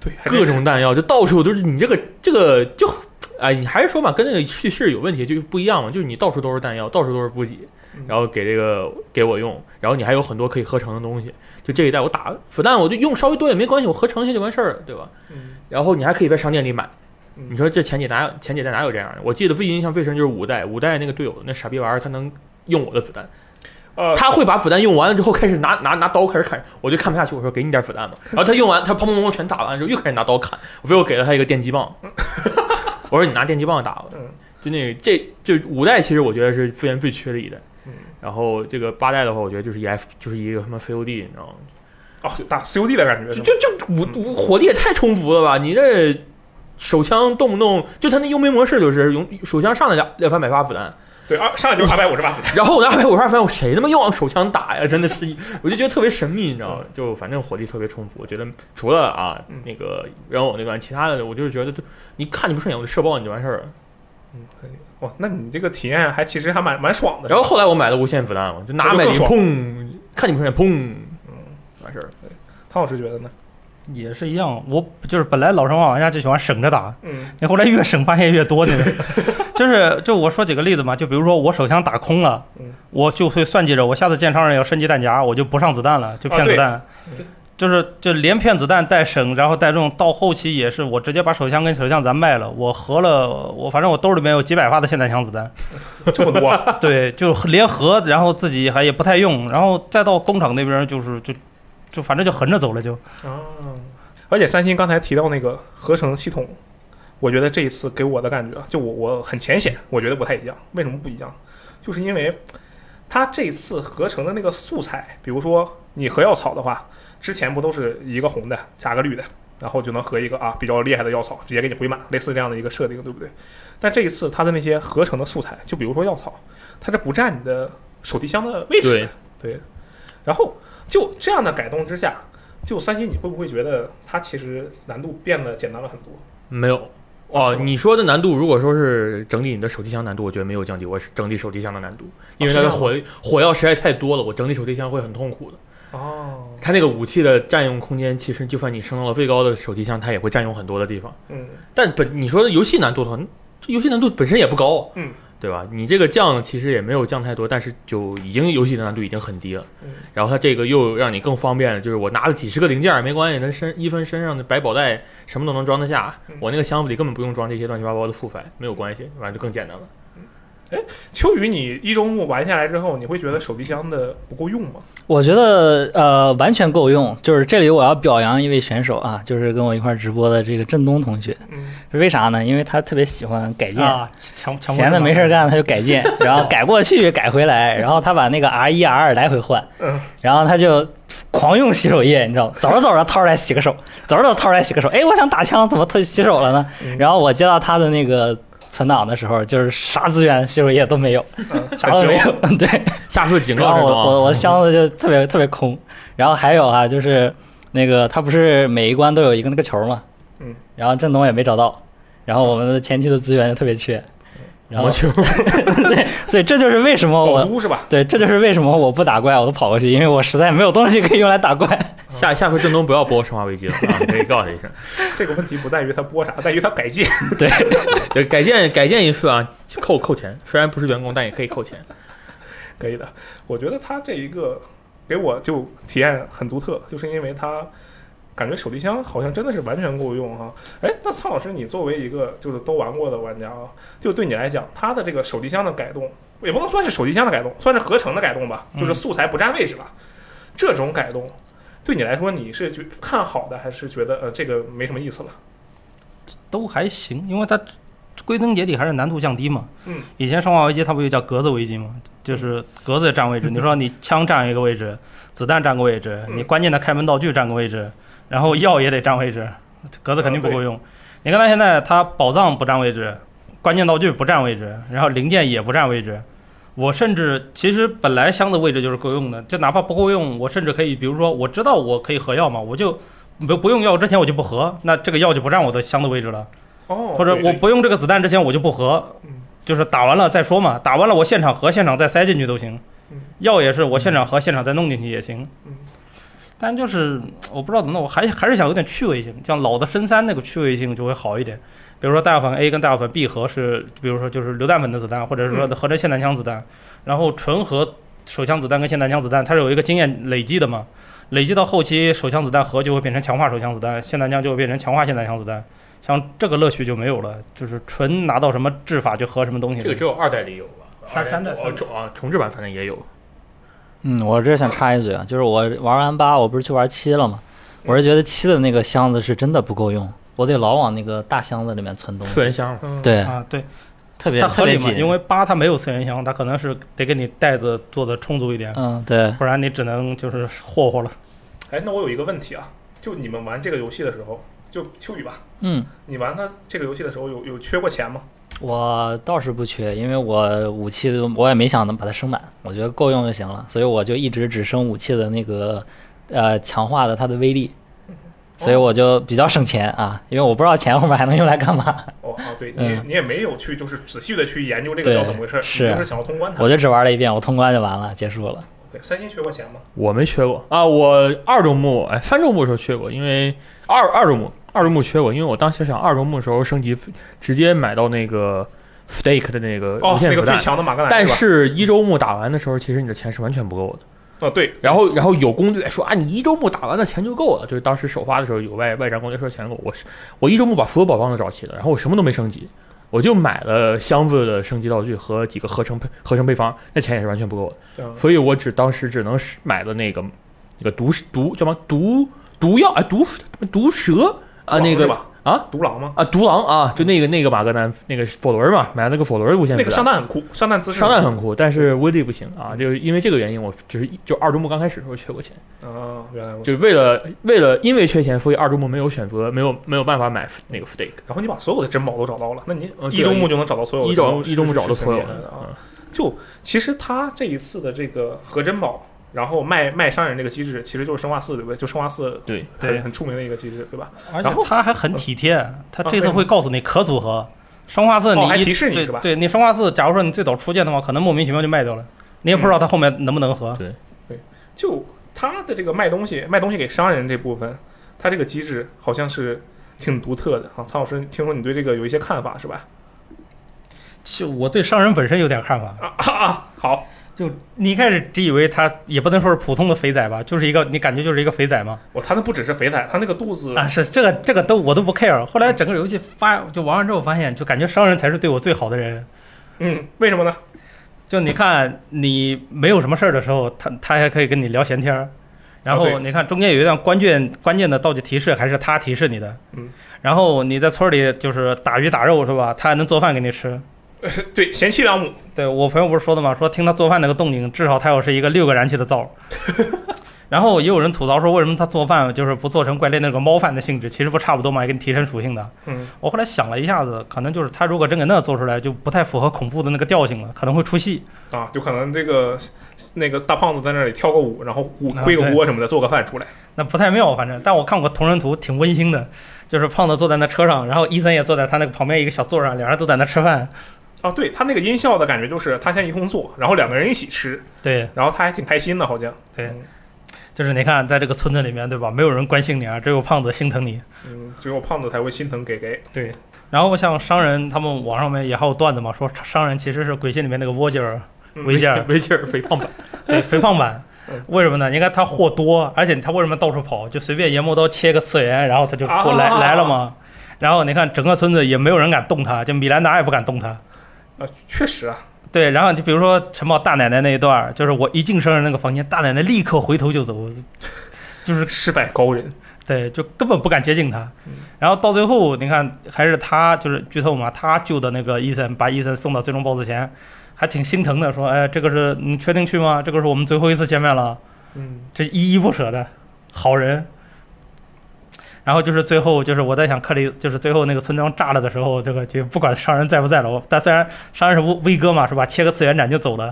Speaker 1: 对，
Speaker 4: 各种弹药，就到处都是。你这个这个就，哎，你还是说嘛，跟那个叙事有问题，就不一样嘛。就是你到处都是弹药，到处都是补给
Speaker 1: 嗯，
Speaker 4: 然后给这个给我用，然后你还有很多可以合成的东西。就这一代我打子弹，我就用稍微多也没关系，我合成一下就完事儿了，对吧？
Speaker 1: 嗯
Speaker 4: 然后你还可以在商店里买。
Speaker 1: 嗯
Speaker 4: 你说这前几代哪前几代哪有这样的？我记得最印象最深就是五代，五代那个队友那傻逼玩意儿，他能用我的子弹，
Speaker 1: 呃，
Speaker 4: 他会把子弹用完了之后，开始拿拿拿刀开始砍，我就看不下去，我说给你点子
Speaker 1: <laughs>
Speaker 4: 弹吧。然后他用完，他砰砰砰全打完之后，又开始拿刀砍，我最后给了他一个电击
Speaker 1: <laughs>
Speaker 4: 棒，我说你拿电击棒打吧。
Speaker 1: 嗯
Speaker 4: 就那个这就五代，其实我觉得是资源最缺的一代。
Speaker 1: 嗯
Speaker 4: 然后这个八代的话，我觉得就是一 F 就是一个他妈 COD，你知道吗？
Speaker 1: 哦，打 COD 的感觉是
Speaker 4: 就
Speaker 1: 吗？嗯
Speaker 4: 就就五五火力也太充足了吧？你这手枪动不动就他那佣兵模式就是用手枪上来两两三百发子弹，
Speaker 1: 对，二上来就二百五十八
Speaker 4: <laughs>
Speaker 1: 子弹，
Speaker 4: 然后我拿拍我发现我谁他妈用手枪打呀？真的是，我就觉得特别神秘，你知道吗？就反正火力特别充足。我觉得除了啊
Speaker 1: 嗯
Speaker 4: 那个人偶那段，其他的我就是觉得，你看你不顺眼我就射爆你就完事儿了。
Speaker 1: 嗯，可以哇，那你这个体验还其实还蛮蛮爽的。
Speaker 4: 然后后来我买了无限子弹嘛，就拿
Speaker 1: 那
Speaker 4: 买
Speaker 1: 就
Speaker 4: 力
Speaker 1: 更爽
Speaker 4: 砰，看你不顺眼砰，完事儿了。
Speaker 1: 嗯汤老师觉得呢？
Speaker 3: 也是一样。我就是本来老生化玩家就喜欢省着打，
Speaker 1: 嗯
Speaker 3: 你后来越省发现越多，现在就是就我说几个例子嘛，就比如说我手枪打空了
Speaker 1: 嗯，
Speaker 3: 我就会算计着我下次见商人要升级弹夹，我就不上子弹了，就骗子弹
Speaker 1: 啊对。嗯
Speaker 3: 就是就连骗子弹带省，然后带用，到后期也是我直接把手枪跟手枪咱卖了，我合了我反正我兜里面有几百发的霰弹枪
Speaker 1: <laughs>
Speaker 3: 子弹，
Speaker 1: 这么多，啊 <laughs>
Speaker 3: 对，就联合，然后自己还也不太用，然后再到工厂那边就是就就反正就横着走了就。
Speaker 1: 啊，而且三星刚才提到那个合成系统，我觉得这一次给我的感觉啊，就我我很浅显，我觉得不太一样。为什么不一样？就是因为它这次合成的那个素材，比如说你合药草的话，之前不都是一个红的加个绿的，然后就能合一个啊比较厉害的药草，直接给你回满，类似这样的一个设定，对不对？但这一次它的那些合成的素材，就比如说药草，它是不占你的手提箱的位置的，
Speaker 4: 对，
Speaker 1: 对，然后就这样的改动之下，就三星你会不会觉得它其实难度变得简单了很多？
Speaker 4: 没有。哦
Speaker 1: 是，吗
Speaker 4: 你说的难度，如果说是整理你的手机箱难度，我觉得没有降低我整理手机箱的难度，因为它的
Speaker 1: 是吗
Speaker 4: 火火药实在太多了，我整理手机箱会很痛苦的。
Speaker 1: 哦，
Speaker 4: 它那个武器的占用空间，其实就算你升到了最高的手机箱，它也会占用很多的地方。
Speaker 1: 嗯，
Speaker 4: 但本你说的游戏难度的话，这游戏难度本身也不高，啊
Speaker 1: 嗯，
Speaker 4: 对吧？你这个降其实也没有降太多，但是就已经游戏的难度已经很低了。
Speaker 1: 嗯
Speaker 4: 然后它这个又让你更方便了，就是我拿了几十个零件儿没关系，它身一分身上的百宝袋什么都能装得下，啊
Speaker 1: 嗯
Speaker 4: 我那个箱子里根本不用装这些乱七八糟的素材，没有关系，反正就更简单了。
Speaker 1: 秋雨，你一周目玩下来之后，你会觉得手提箱的不够用吗？
Speaker 2: 我觉得呃完全够用，就是这里我要表扬一位选手啊，就是跟我一块儿直播的这个振东同学，
Speaker 1: 嗯，
Speaker 2: 为啥呢？因为他特别喜欢改建，
Speaker 3: 啊，强强迫
Speaker 2: 闲的
Speaker 3: 症
Speaker 2: 没
Speaker 3: 嘛
Speaker 2: 事儿干他就改 <laughs> 建，然后改过去改回来，然后他把那个 R 一 R 二来回换
Speaker 1: 嗯，
Speaker 2: 然后他就狂用洗手液，你知道吗？走着走着掏出来洗个手，走着走着掏出来洗个手，哎，我想打枪，怎么他洗手了呢
Speaker 1: 嗯？
Speaker 2: 然后我接到他的那个存档的时候，就是啥资源写手页都没有，
Speaker 1: 嗯
Speaker 2: 啥都没有。 <laughs> 对，
Speaker 4: 下次
Speaker 2: 嗯
Speaker 4: 警
Speaker 2: 然
Speaker 4: 告
Speaker 2: 后
Speaker 4: 这
Speaker 2: 我
Speaker 4: 种
Speaker 2: 我
Speaker 4: 啊，
Speaker 2: 我箱子就特别特别空。然后还有啊，就是那个他不是每一关都有一个那个球嘛，
Speaker 1: 嗯，
Speaker 2: 然后振东也没找到，然后我们的前期的资源就特别缺，
Speaker 3: 嗯
Speaker 2: 然后
Speaker 4: 魔球
Speaker 2: 对，所以这就是为什么
Speaker 3: <laughs>
Speaker 1: 宝
Speaker 2: 我。
Speaker 1: 珠是吧？
Speaker 2: 对，这就是为什么我不打怪，我都跑过去，因为我实在没有东西可以用来打怪。 <laughs>
Speaker 4: 下下回郑东不要播《生化危机》了啊，可以告诉他一声。
Speaker 1: 这个问题不在于它播啥，在于它改进。
Speaker 2: 对，
Speaker 4: 对，改建改建一次啊，扣扣钱，虽然不是员工，但也可以扣钱。
Speaker 1: 可以的。我觉得它这一个给我就体验很独特，就是因为它感觉手提箱好像真的是完全够用哈、哎，那苍老师，你作为一个就是都玩过的玩家啊，就对你来讲，它的这个手提箱的改动，也不能算是手提箱的改动，算是合成的改动吧，就是素材不占位置了。这种改动对你来说，你是觉看好的，还是觉得呃这个没什么意思了？
Speaker 3: 都还行，因为它归根结底还是难度降低嘛。
Speaker 1: 嗯，
Speaker 3: 以前生化危机它不就叫格子危机嘛，就是格子占
Speaker 1: <laughs>
Speaker 3: 位置。你说你枪占一个位置，子弹占个位置，
Speaker 1: 嗯
Speaker 3: 你关键的开门道具占个位置，然后药也得占位置，格子肯
Speaker 1: 啊
Speaker 3: 定不够用。你看它现在它宝藏不占位置，关键道具不占位置，然后零件也不占位置。我甚至其实本来箱的位置就是够用的，就哪怕不够用，我甚至可以，比如说我知道我可以合药嘛，我就不不用药之前我就不合，那这个药就不占我的箱的位置了。
Speaker 1: 哦，
Speaker 3: 或者
Speaker 1: 对
Speaker 3: 我
Speaker 1: 对
Speaker 3: 不用这个子弹之前我就不合
Speaker 1: 嗯，
Speaker 3: 就是打完了再说嘛，打完了我现场合，现场再塞进去都行
Speaker 1: 嗯。
Speaker 3: 药也是我现场合，现场再弄进去也行
Speaker 1: 嗯。
Speaker 3: 但就是我不知道怎么弄，我还还是想有点趣味性，像老的深三那个趣味性就会好一点。比如说大药粉 A 跟大药粉 B 合是，比如说就是榴弹粉的子弹，或者是说
Speaker 1: 嗯
Speaker 3: 合成霰弹枪子弹，然后纯合手枪子弹跟霰弹枪子弹，它是有一个经验累积的嘛。累积到后期，手枪子弹合就会变成强化手枪子弹，霰弹枪就会变成强化霰弹枪子弹，像这个乐趣就没有了，就是纯拿到什么制法就合什么东西了。
Speaker 4: 这个只有二代里有吧？
Speaker 3: 三三代
Speaker 4: 哦，重啊，重置版反正也有。
Speaker 2: 嗯，我这想插一嘴啊，就是我玩完八，我不是去玩七了吗？我是觉得七的那个箱子是真的不够用，我得老往那个大箱子里面存东
Speaker 4: 次
Speaker 2: 西。
Speaker 4: 元箱嘛，
Speaker 1: 嗯
Speaker 2: 对，
Speaker 3: 啊，对，
Speaker 2: 特别
Speaker 3: 它
Speaker 2: 特
Speaker 3: 合
Speaker 2: 别
Speaker 3: 理嘛，
Speaker 2: 紧，
Speaker 3: 因为八它没有次元箱，它可能是得给你袋子做的充足一点，
Speaker 2: 嗯，对，
Speaker 3: 不然你只能就是霍霍了。
Speaker 1: 哎，那我有一个问题啊，就你们玩这个游戏的时候，就秋雨吧，
Speaker 2: 嗯，
Speaker 1: 你玩它这个游戏的时候有有缺过钱吗？
Speaker 2: 我倒是不缺，因为我武器都我也没想能把它升满，我觉得够用就行了，所以我就一直只升武器的那个呃强化的它的威力，所以我就比较省钱啊，因为我不知道钱后面还能用来干嘛，
Speaker 1: 哦哦，对你、
Speaker 2: 嗯
Speaker 1: 你也没有去就是仔细的去研究这个
Speaker 2: 对
Speaker 1: 要怎么回事，
Speaker 2: 是
Speaker 1: 你就是想要通关它
Speaker 2: 我。就只玩了一遍，我通关就完了，结束了。 <laughs>
Speaker 1: 对，三星缺过钱吗？
Speaker 4: 我没缺过啊，我二周目哎，三周目的时候缺过，因为二二周目二周目缺过，因为我当时想二周目的时候升级，直接买到那个 stake 的那个
Speaker 1: 哦
Speaker 4: 无，限
Speaker 1: 那
Speaker 4: 子
Speaker 1: 个
Speaker 4: 弹。
Speaker 1: 最强的马格
Speaker 4: 但
Speaker 1: 南吧？
Speaker 4: 是一周目打完的时候，其实你的钱是完全不够的。
Speaker 1: 哦，对，
Speaker 4: 然后，然后有攻略说啊，你一周目打完了钱就够了。就是当时首发的时候有外外张攻略说钱够，我是我一周目把所有宝藏都找齐了，然后我什么都没升级，我就买了箱子的升级道具和几个合成配合成配方，那钱也是完全不够的。
Speaker 1: 嗯，
Speaker 4: 所以我只当时只能是买了那个那个毒毒叫什么毒毒药啊毒毒蛇啊
Speaker 1: 独狼
Speaker 4: 那
Speaker 1: 是
Speaker 4: 个
Speaker 1: 吧
Speaker 4: 啊
Speaker 1: 独狼吗？
Speaker 4: 啊毒狼啊就那个那个马格南那个佛轮嘛，买了那个佛轮无限
Speaker 1: 那个
Speaker 4: 子
Speaker 1: 上
Speaker 4: 弹
Speaker 1: 弹很酷，上弹姿势
Speaker 4: 上弹很酷，但是威力不行啊，就是因为这个原因，我就是就二周目刚开始的时候缺过钱，
Speaker 1: 啊，原来如此。
Speaker 4: 就为了为了因为缺钱，所以二周目没有选择，没有没有办法买那个 stake。
Speaker 1: 然后你把所有的珍宝都找到了，那你
Speaker 4: 嗯对
Speaker 1: 一周目就能找到所有的
Speaker 4: 一
Speaker 1: 珍宝
Speaker 4: 周
Speaker 1: 是
Speaker 4: 一周目
Speaker 1: 是
Speaker 4: 找到
Speaker 1: 是
Speaker 4: 所有
Speaker 1: 挺厉害的
Speaker 4: 的嗯
Speaker 1: 啊。就其实他这一次的这个和珍宝，然后卖卖商人这个机制，其实就是生化四对不对？就生化四
Speaker 4: 对，
Speaker 1: 很
Speaker 3: 对
Speaker 1: 很出名的一个机制，对吧？
Speaker 3: 而且
Speaker 1: 然后嗯哦
Speaker 3: 它还很体贴，它这
Speaker 1: 为什
Speaker 3: 次
Speaker 1: 么
Speaker 3: 会告诉你可组合。生化四
Speaker 1: 哦
Speaker 3: 你一、
Speaker 1: 还提示你
Speaker 3: 对
Speaker 1: 是吧
Speaker 3: 对你生化四，假如说你最早出现的话，可能莫名其妙就卖掉了，你也不知道
Speaker 1: 嗯
Speaker 3: 它后面能不能合。
Speaker 1: 就他的这个卖东西卖东西给商人这部分，他这个机制好像是挺独特的啊。苍老师，听说你对这个有一些看法是吧？
Speaker 3: 就我对商人本身有点看法，
Speaker 1: 啊啊啊！好，
Speaker 3: 就你一开始只以为他也不能说是普通的肥仔吧，就是一个你感觉就是一个肥仔嘛
Speaker 1: 我他那不只是肥仔，他那个肚子
Speaker 3: 啊，是这个这个都我都不 care。后来整个游戏发就玩完之后发现，就感觉商人才是对我最好的人。
Speaker 1: 嗯，为什么呢？ <laughs>
Speaker 3: 就你看你没有什么事儿的时候，他他还可以跟你聊闲天儿。然
Speaker 1: 啊对
Speaker 3: 后你看中间有一段关键关键的道具提示，还是他提示你的。
Speaker 1: 嗯。
Speaker 3: 然后你在村里就是打鱼打肉是吧？他还能做饭给你吃。
Speaker 1: 对，贤妻良母， <laughs>
Speaker 3: 对我朋友不是说的吗？说听他做饭那个动静，至少他要是一个六个燃气的灶。然后也有人吐槽说，为什么他做饭就是不做成怪类那种猫饭的性质？其实不差不多嘛，也给你提升属性的。
Speaker 1: 嗯，
Speaker 3: 我后来想了一下子，可能就是他如果真给那做出来，就不太符合恐怖的那个调性了，可能会出戏。
Speaker 1: 啊，就可能这个那个大胖子在那里跳个舞，然后舞
Speaker 3: 啊
Speaker 1: 归个
Speaker 3: 对
Speaker 1: 锅什么的，做个饭出来。
Speaker 3: 那不太妙，反正。但我看过同人图，挺温馨的，就是胖子坐在那车上，然后伊森也坐在他那个旁边一个小座上，两人都在那吃饭。
Speaker 1: 啊，对他那个音效的感觉就是他先一通做，然后两个人一起吃，
Speaker 3: 对
Speaker 1: 然后他还挺开心的，好像。
Speaker 3: 对，就是你看，在这个村子里面，对吧？没有人关心你啊，只有胖子心疼你。
Speaker 1: 嗯，只有胖子才会心疼给给。
Speaker 3: 对。然后像商人，他们网上面也还有段子嘛，说商人其实是鬼戏里面那个窝吉儿，
Speaker 1: 嗯
Speaker 3: 维吉
Speaker 1: <laughs>
Speaker 3: 尔，
Speaker 4: 维吉尔肥胖版，
Speaker 3: 对，肥胖版
Speaker 1: 嗯。
Speaker 3: 为什么呢？应该他货多，而且他为什么到处跑？就随便研磨刀切个次元，然后他就过来、
Speaker 1: 啊
Speaker 3: 来了嘛。然后你看整个村子也没有人敢动他，就米兰达也不敢动他。
Speaker 1: 啊，确实啊，
Speaker 3: 对，然后就比如说陈宝大奶奶那一段儿，就是我一进生日那个房间，大奶奶立刻回头就走，就是
Speaker 1: 世外高人。
Speaker 3: 对，就根本不敢接近他
Speaker 1: 嗯。
Speaker 3: 然后到最后，你看还是他就是剧透嘛，他救的那个伊森，把伊森送到最终 BOSS 前，还挺心疼的，说：“哎，这个是你确定去吗？这个是我们最后一次见面了。”
Speaker 1: 嗯，
Speaker 3: 这依依不舍的好人。然后就是最后，就是我在想克里，就是最后那个村庄炸了的时候，这个就不管商人在不在了，我但虽然商人是威威哥嘛，是吧？切个次元斩就走的，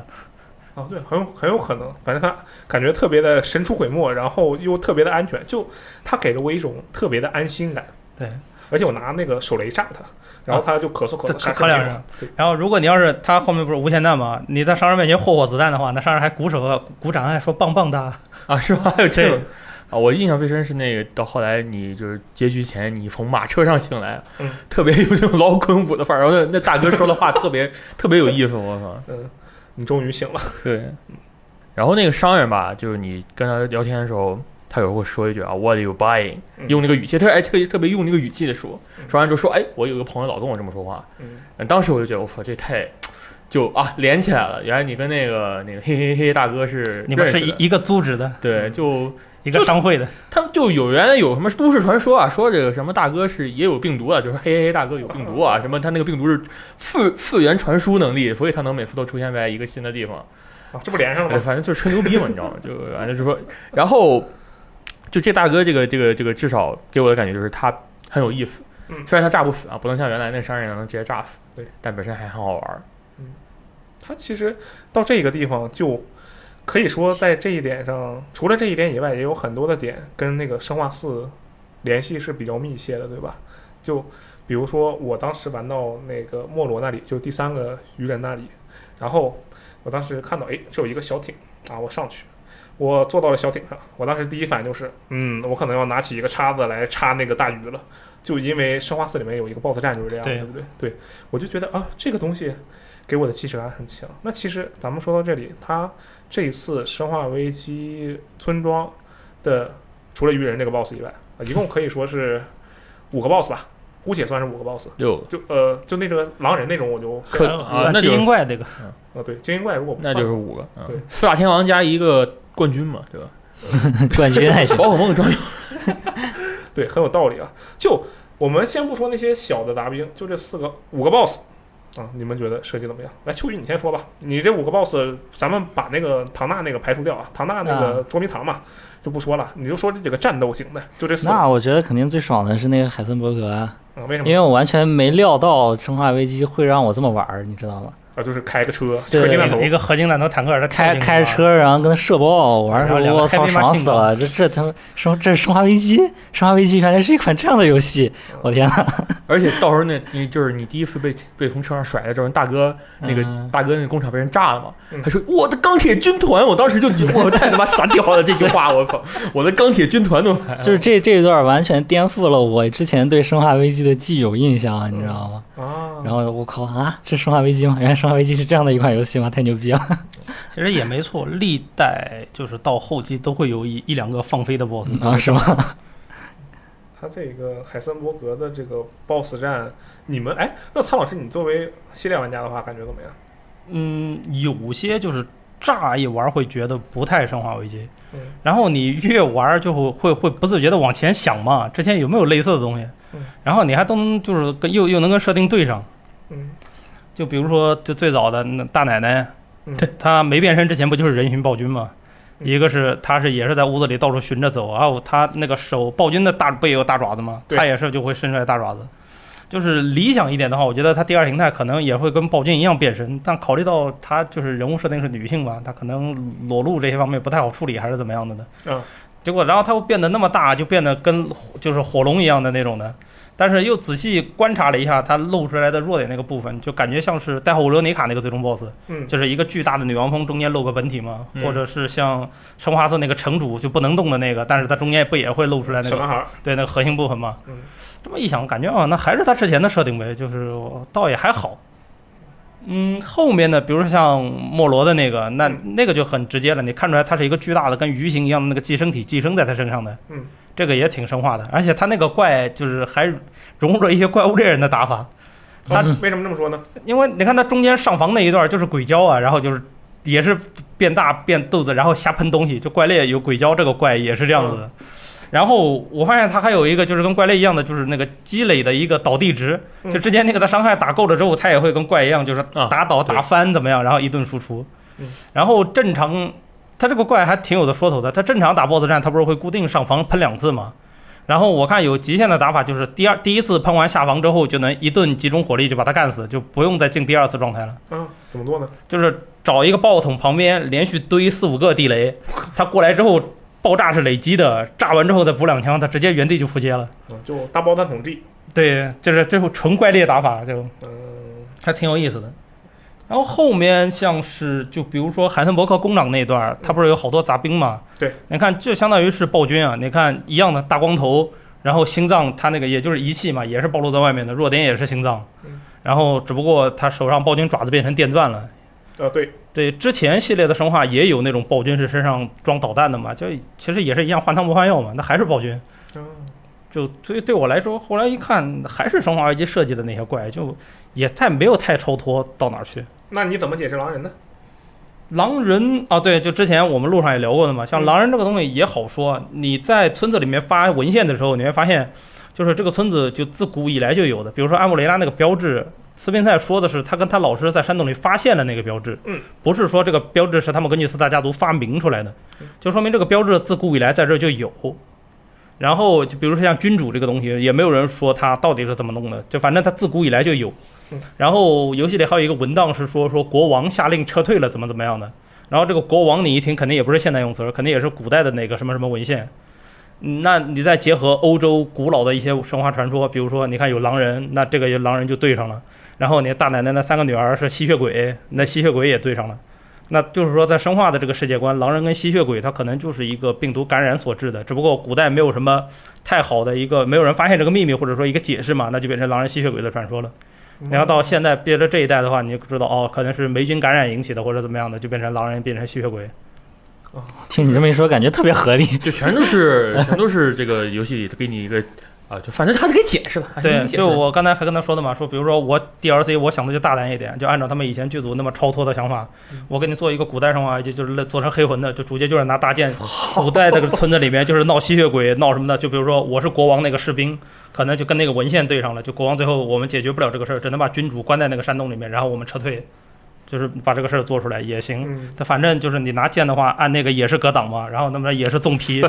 Speaker 1: 啊，对，很有很有可能，反正他感觉特别的神出鬼没，然后又特别的安全，就他给了我一种特别的安心感。
Speaker 3: 对，啊
Speaker 1: 而且我拿那个手雷炸他，然后他就咳嗽咳
Speaker 3: 这
Speaker 1: 嗽，啥
Speaker 3: 可
Speaker 1: 事儿
Speaker 3: 两
Speaker 1: 没有
Speaker 3: 人
Speaker 1: 对，
Speaker 3: 然后如果你要是他后面不是无限弹嘛，你在商人面前霍霍子弹的话，那商人还鼓手鼓掌，还说棒棒哒。
Speaker 4: <laughs> 啊，是 <laughs> 吧？还有这
Speaker 3: 对
Speaker 4: 种啊！我印象最深是那个，到后来你就是结局前，你从马车上醒来，
Speaker 1: 嗯
Speaker 4: 特别有那种 <laughs> 老滚舞的范儿。然后那那大哥说的话特别特别有意思，我操！
Speaker 1: 嗯，你终于醒了。
Speaker 4: 对。然后那个商人吧，就是你跟他聊天的时候，他有时候会说一句啊，What are you buying？
Speaker 1: 嗯
Speaker 4: 用那个语气，特别哎特别特别用那个语气的说，
Speaker 1: 嗯
Speaker 4: 说完之后说，哎，我有个朋友老跟我这么说话，
Speaker 1: 嗯，
Speaker 4: 嗯，当时我就觉得，我操，这太就啊连起来了。原来你跟那个那个嘿嘿嘿大哥是
Speaker 3: 你们
Speaker 4: 认
Speaker 3: 是
Speaker 4: 识
Speaker 3: 一
Speaker 4: 的
Speaker 3: 一个组织的，
Speaker 4: 对，
Speaker 1: 嗯
Speaker 4: 就
Speaker 3: 一个
Speaker 4: 就
Speaker 3: 商会的，
Speaker 4: 他们就有原来有什么都市传说啊，说这个什么大哥是也有病毒啊，就是嘿嘿嘿大哥有病毒
Speaker 1: 哦
Speaker 4: 啊，什么他那个病毒是次次元传输能力，所以他能每次都出现在一个新的地方。
Speaker 1: 啊，这不连上了
Speaker 4: 哎
Speaker 1: 吗？
Speaker 4: 反正就是吹牛逼嘛，你知道吗？就反正就是说，然后就这大哥这个这个这个，至少给我的感觉就是他很有意思。
Speaker 1: 嗯
Speaker 4: 虽然他炸不死啊，不能像原来那商人一样能直接炸死，
Speaker 1: 对，
Speaker 4: 但本身还很好玩儿。
Speaker 1: 他其实到这个地方就可以说在这一点上，除了这一点以外，也有很多的点跟那个生化四联系是比较密切的，对吧？就比如说我当时玩到那个莫罗那里，就第三个鱼人那里，然后我当时看到诶，这有一个小艇啊，我上去。我坐到了小艇上，我当时第一反应就是，嗯，我可能要拿起一个叉子来插那个大鱼了，就因为《生化四》里面有一个 BOSS 战就是这样，
Speaker 3: 对
Speaker 1: 对不对？对，我就觉得啊，这个东西给我的既视感很强。那其实咱们说到这里，它这一次《生化危机》村庄的除了鱼人这个 BOSS 以外，啊一共可以说是五个 BOSS 吧，姑且算是五个 BOSS。
Speaker 4: 六
Speaker 1: 就呃，就那个狼人那种，我就
Speaker 4: 克啊
Speaker 3: 算，
Speaker 4: 那
Speaker 3: 精
Speaker 4: 就是
Speaker 3: 英怪这个。
Speaker 1: 啊，对，精英怪如果不
Speaker 4: 那
Speaker 1: 算，
Speaker 4: 就是五个，嗯
Speaker 1: 对，
Speaker 4: 四大天王加一个冠军嘛，对吧？
Speaker 2: 冠军
Speaker 4: <laughs>
Speaker 2: 还行。
Speaker 4: 宝可梦专用，
Speaker 1: 对，很有道理啊。就我们先不说那些小的杂兵，就这四个五个 boss 啊，你们觉得设计怎么样？来，秋雨你先说吧。你这五个 boss，咱们把那个唐娜那个排除掉啊，唐娜那个捉迷藏嘛，就不说了，你就说这几个战斗型的，就这四个
Speaker 2: 那我觉得肯定最爽的是那个海森伯格啊，
Speaker 1: 啊，为什
Speaker 2: 因
Speaker 1: 么
Speaker 2: 为我完全没料到《生化危机》会让我这么玩儿，你知道吗？
Speaker 1: 啊？就是开个车，
Speaker 2: 对
Speaker 1: 车
Speaker 2: 对
Speaker 1: 间弹
Speaker 2: 对
Speaker 1: 头
Speaker 3: 一，个合金弹头坦克，他
Speaker 2: 开开着，车，然后跟他射爆，玩
Speaker 3: 然后
Speaker 2: 儿
Speaker 3: 两
Speaker 2: 候
Speaker 3: 个
Speaker 2: 我操，
Speaker 3: heavy
Speaker 2: 爽死
Speaker 3: machine
Speaker 2: 了！这这他妈生这是《生化危机》，《生化危机》原来是一款这样的游戏，我天 <laughs> 呐！
Speaker 4: 而且到时候那你就是你第一次被被从车上甩下之后，大哥那个、
Speaker 2: 嗯
Speaker 4: 大哥那个工厂被人炸了嘛，
Speaker 1: 嗯
Speaker 4: 他说我的钢铁军团，我当时就觉得我太他妈傻屌了，这句话我操，我的钢铁军团都来了
Speaker 2: 就是这这一段完全颠覆了我之前对《生化危机》的既有印象，你知道吗？
Speaker 1: 啊，
Speaker 2: 然后我靠啊，这《生化危机》吗？原来《生化危机》是这样的一款游戏吗？太牛逼了！
Speaker 3: 其实也没错。历代就是到后期都会有一一两个放飞的
Speaker 2: <laughs>
Speaker 3: BOSS，、
Speaker 2: 啊，是吗？
Speaker 1: 他这个海森伯格的这个 boss 战，你们哎，那苍老师，你作为系列玩家的话，感觉怎么样？
Speaker 3: 嗯，有些就是乍一玩会觉得不太生化危机，
Speaker 1: 嗯
Speaker 3: 然后你越玩就会会会不自觉的往前想嘛，之前有没有类似的东西？
Speaker 1: 嗯
Speaker 3: 然后你还都能就是跟又又能跟设定对上，
Speaker 1: 嗯
Speaker 3: 就比如说就最早的那大奶奶，
Speaker 1: 嗯
Speaker 3: 她没变身之前不就是人形暴君嘛？一个是他是也是在屋子里到处寻着走，然后他那个手暴君的大不也有大爪子吗？
Speaker 1: 对
Speaker 3: 他也是就会伸出来大爪子。就是理想一点的话，我觉得他第二形态可能也会跟暴君一样变身，但考虑到他就是人物设定是女性吧，他可能裸露这些方面不太好处理，还是怎么样的呢？
Speaker 1: 嗯。
Speaker 3: 结果，然后他又变得那么大，就变得跟火就是火龙一样的那种的。但是又仔细观察了一下他露出来的弱点那个部分，就感觉像是代号五六尼卡那个最终 BOSS，
Speaker 1: 嗯，
Speaker 3: 就是一个巨大的女王峰中间露个本体吗？
Speaker 4: 嗯
Speaker 3: 或者是像生化四那个城主就不能动的那个，但是它中间不也会露出来那
Speaker 1: 小
Speaker 3: 个
Speaker 1: 男孩儿，
Speaker 3: 对那个核心部分吗？
Speaker 1: 嗯
Speaker 3: 这么一想，感觉啊，那还是他之前的设定呗，就是我倒也还好。嗯，后面的比如说像莫罗的那个，那
Speaker 1: 嗯
Speaker 3: 那个就很直接了，你看出来它是一个巨大的跟鱼形一样的那个寄生体寄生在它身上的，
Speaker 1: 嗯，
Speaker 3: 这个也挺生化的，而且它那个怪就是还融入了一些怪物猎人的打法，他
Speaker 1: 嗯为什么这么说呢？
Speaker 3: 因为你看他中间上房那一段就是鬼鲛啊，然后就是也是变大变肚子，然后瞎喷东西，就怪猎有鬼鲛这个怪也是这样子
Speaker 1: 嗯
Speaker 3: 的。然后我发现他还有一个就是跟怪猎一样的，就是那个积累的一个倒地值，
Speaker 1: 嗯
Speaker 3: 就之前那个他伤害打够了之后，他也会跟怪一样，就是
Speaker 4: 啊
Speaker 3: 打倒
Speaker 4: 对
Speaker 3: 打翻怎么样，然后一顿输出
Speaker 1: 嗯。
Speaker 3: 然后正常，他这个怪还挺有的说头的，他正常打 BOSS 战，他不是会固定上房喷两次吗？然后我看有极限的打法，就是第二第一次喷完下防之后，就能一顿集中火力就把他干死，就不用再进第二次状态了。
Speaker 1: 啊，怎么做呢？
Speaker 3: 就是找一个爆桶旁边连续堆四五个地雷，他过来之后爆炸是累积的，炸完之后再补两枪，他直接原地就扑街了。
Speaker 1: 啊，就大爆弹统计，
Speaker 3: 对，就是这种纯怪猎打法，就
Speaker 1: 嗯，
Speaker 3: 还挺有意思的。然后后面像是就比如说海森伯克工长那段儿，他不是有好多杂兵嘛？
Speaker 1: 嗯对，
Speaker 3: 你看就相当于是暴君啊，你看一样的大光头，然后心脏他那个也就是仪器嘛，也是暴露在外面的，弱点也是心脏
Speaker 1: 嗯，
Speaker 3: 然后只不过他手上暴君爪子变成电钻了。
Speaker 1: 啊，对，
Speaker 3: 对，之前系列的生化也有那种暴君是身上装导弹的嘛，就其实也是一样换汤不换药嘛，那还是暴君。
Speaker 1: 嗯
Speaker 3: 就所以对我来说，后来一看还是《生化危机》设计的那些怪，就也太没有太超脱到哪儿去。
Speaker 1: 那你怎么解释狼人呢？
Speaker 3: 狼人啊，对，就之前我们路上也聊过的嘛，像
Speaker 1: 嗯
Speaker 3: 狼人这个东西也好说，你在村子里面发文献的时候，你会发现，就是这个村子就自古以来就有的，比如说安布雷拉那个标志。斯宾塞说的是，他跟他老师在山洞里发现了那个标志，
Speaker 1: 嗯，
Speaker 3: 不是说这个标志是他们根据四大家族发明出来的
Speaker 1: 嗯，
Speaker 3: 就说明这个标志自古以来在这儿就有。然后就比如说像君主这个东西，也没有人说他到底是怎么弄的，就反正他自古以来就有
Speaker 1: 嗯。
Speaker 3: 然后游戏里还有一个文档是说说国王下令撤退了，怎么怎么样的。然后这个国王你一听肯定也不是现代用词儿，肯定也是古代的那个什么什么文献。嗯那你再结合欧洲古老的一些神话传说，比如说你看有狼人，那这个有狼人就对上了。然后你大奶奶那三个女儿是吸血鬼，那吸血鬼也对上了。那就是说，在生化的这个世界观，狼人跟吸血鬼它可能就是一个病毒感染所致的，只不过古代没有什么太好的一个没有人发现这个秘密或者说一个解释嘛，那就变成狼人吸血鬼的传说了。你要到现在憋着这一代的话，你就知道哦，可能是霉菌感染引起的或者怎么样的，就变成狼人变成吸血鬼。
Speaker 2: 听你这么一说，感觉特别合理。
Speaker 4: 就全都是
Speaker 3: <laughs>
Speaker 4: 全都是这个游戏里给你一个啊，就反正他给解释了，还是给
Speaker 3: 对，
Speaker 4: 你解释
Speaker 3: 就我刚才还跟他说的嘛，说比如说我 DLC 我想的就大胆一点，就按照他们以前剧组那么超脱的想法
Speaker 1: 嗯，
Speaker 3: 我给你做一个古代生化危机，就是做成黑魂的，就主角就是拿大剑，古代这个村子里面就是闹吸血鬼，闹什么的，就比如说我是国王那个士兵，可能就跟那个文献对上了，就国王最后我们解决不了这个事儿，只能把君主关在那个山洞里面，然后我们撤退，就是把这个事儿做出来也行。
Speaker 1: 嗯，
Speaker 3: 他反正就是你拿剑的话，按那个也是格挡嘛，然后那么也是纵
Speaker 4: <laughs>
Speaker 3: 劈，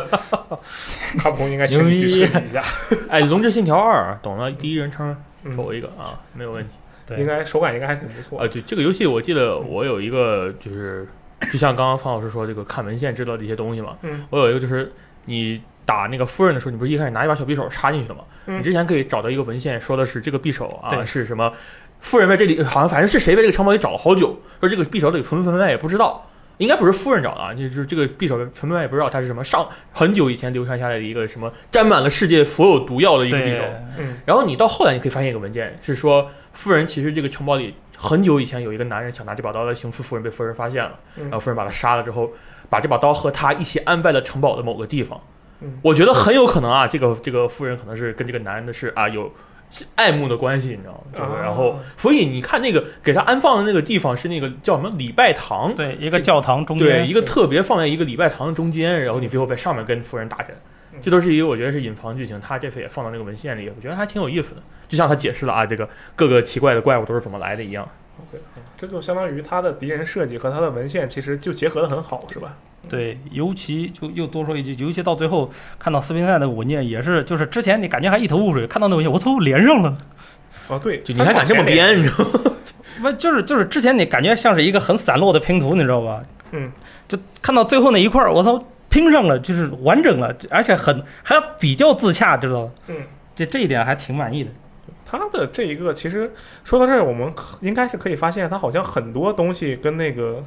Speaker 1: 卡普空应该先去
Speaker 2: 牛逼
Speaker 1: 设计一下，
Speaker 4: 哎，《龙之信条二》懂了，第一人称
Speaker 1: 嗯
Speaker 4: 瞅一个啊，没有问题。
Speaker 3: 对
Speaker 1: 应该手感应该还挺不错嗯
Speaker 4: 啊，对这个游戏，我记得我有一个就是，就像刚刚方老师说这个看文献知道的一些东西嘛，
Speaker 1: 嗯，
Speaker 4: 我有一个就是你打那个夫人的时候，你不是一开始拿一把小匕首插进去的吗？
Speaker 1: 嗯
Speaker 4: 你之前可以找到一个文献说的是这个匕首啊
Speaker 3: 对
Speaker 4: 是什么，夫人在这里好像反正是谁在这个城堡里找了好久，说这个匕首里存不存在也不知道。应该不是夫人找的啊，就是这个匕首存不存在也不知道，它是什么上很久以前流传下来的一个什么沾满了世界所有毒药的一个匕首，
Speaker 3: 对。
Speaker 1: 嗯
Speaker 4: 然后你到后来，你可以发现一个文件是说，夫人其实这个城堡里很久以前有一个男人想拿这把刀来行刺夫人，被夫人发现了，
Speaker 1: 嗯
Speaker 4: 然后夫人把他杀了之后，把这把刀和他一起安在了城堡的某个地方
Speaker 1: 嗯。
Speaker 4: 我觉得很有可能啊，这个这个夫人可能是跟这个男人的是啊有是爱慕的关系，你知道吗？就是
Speaker 1: 啊
Speaker 4: 然后，所以你看那个给他安放的那个地方是那个叫什么礼拜堂，
Speaker 3: 对，一个教堂中
Speaker 4: 对，
Speaker 3: 间
Speaker 4: 一个特别放在一个礼拜堂的中间，然后你最后在上面跟夫人打人，
Speaker 3: 嗯
Speaker 4: 这都是一个我觉得是隐藏剧情，他这次也放到那个文献里，我觉得还挺有意思的。就像他解释了啊，这个各个奇怪的怪物都是怎么来的一样。
Speaker 1: OK，这就相当于它的敌人设计和它的文献其实就结合的很好，是吧？
Speaker 3: 对，尤其就又多说一句，尤其到最后看到斯宾塞的文件，也是就是之前你感觉还一头雾水，看到那文件，我都连上了。
Speaker 1: 啊，对，
Speaker 4: 就你还敢这么编，你知道吗？
Speaker 3: 不就是就是之前你感觉像是一个很散落的拼图，你知道吧？
Speaker 1: 嗯，
Speaker 3: 就看到最后那一块儿，我操，拼上了，就是完整了，而且很还比较自洽，知道吧？
Speaker 1: 嗯，
Speaker 3: 这这一点还挺满意的。
Speaker 1: 他的这一个其实说到这儿，我们可应该是可以发现，他好像很多东西跟那个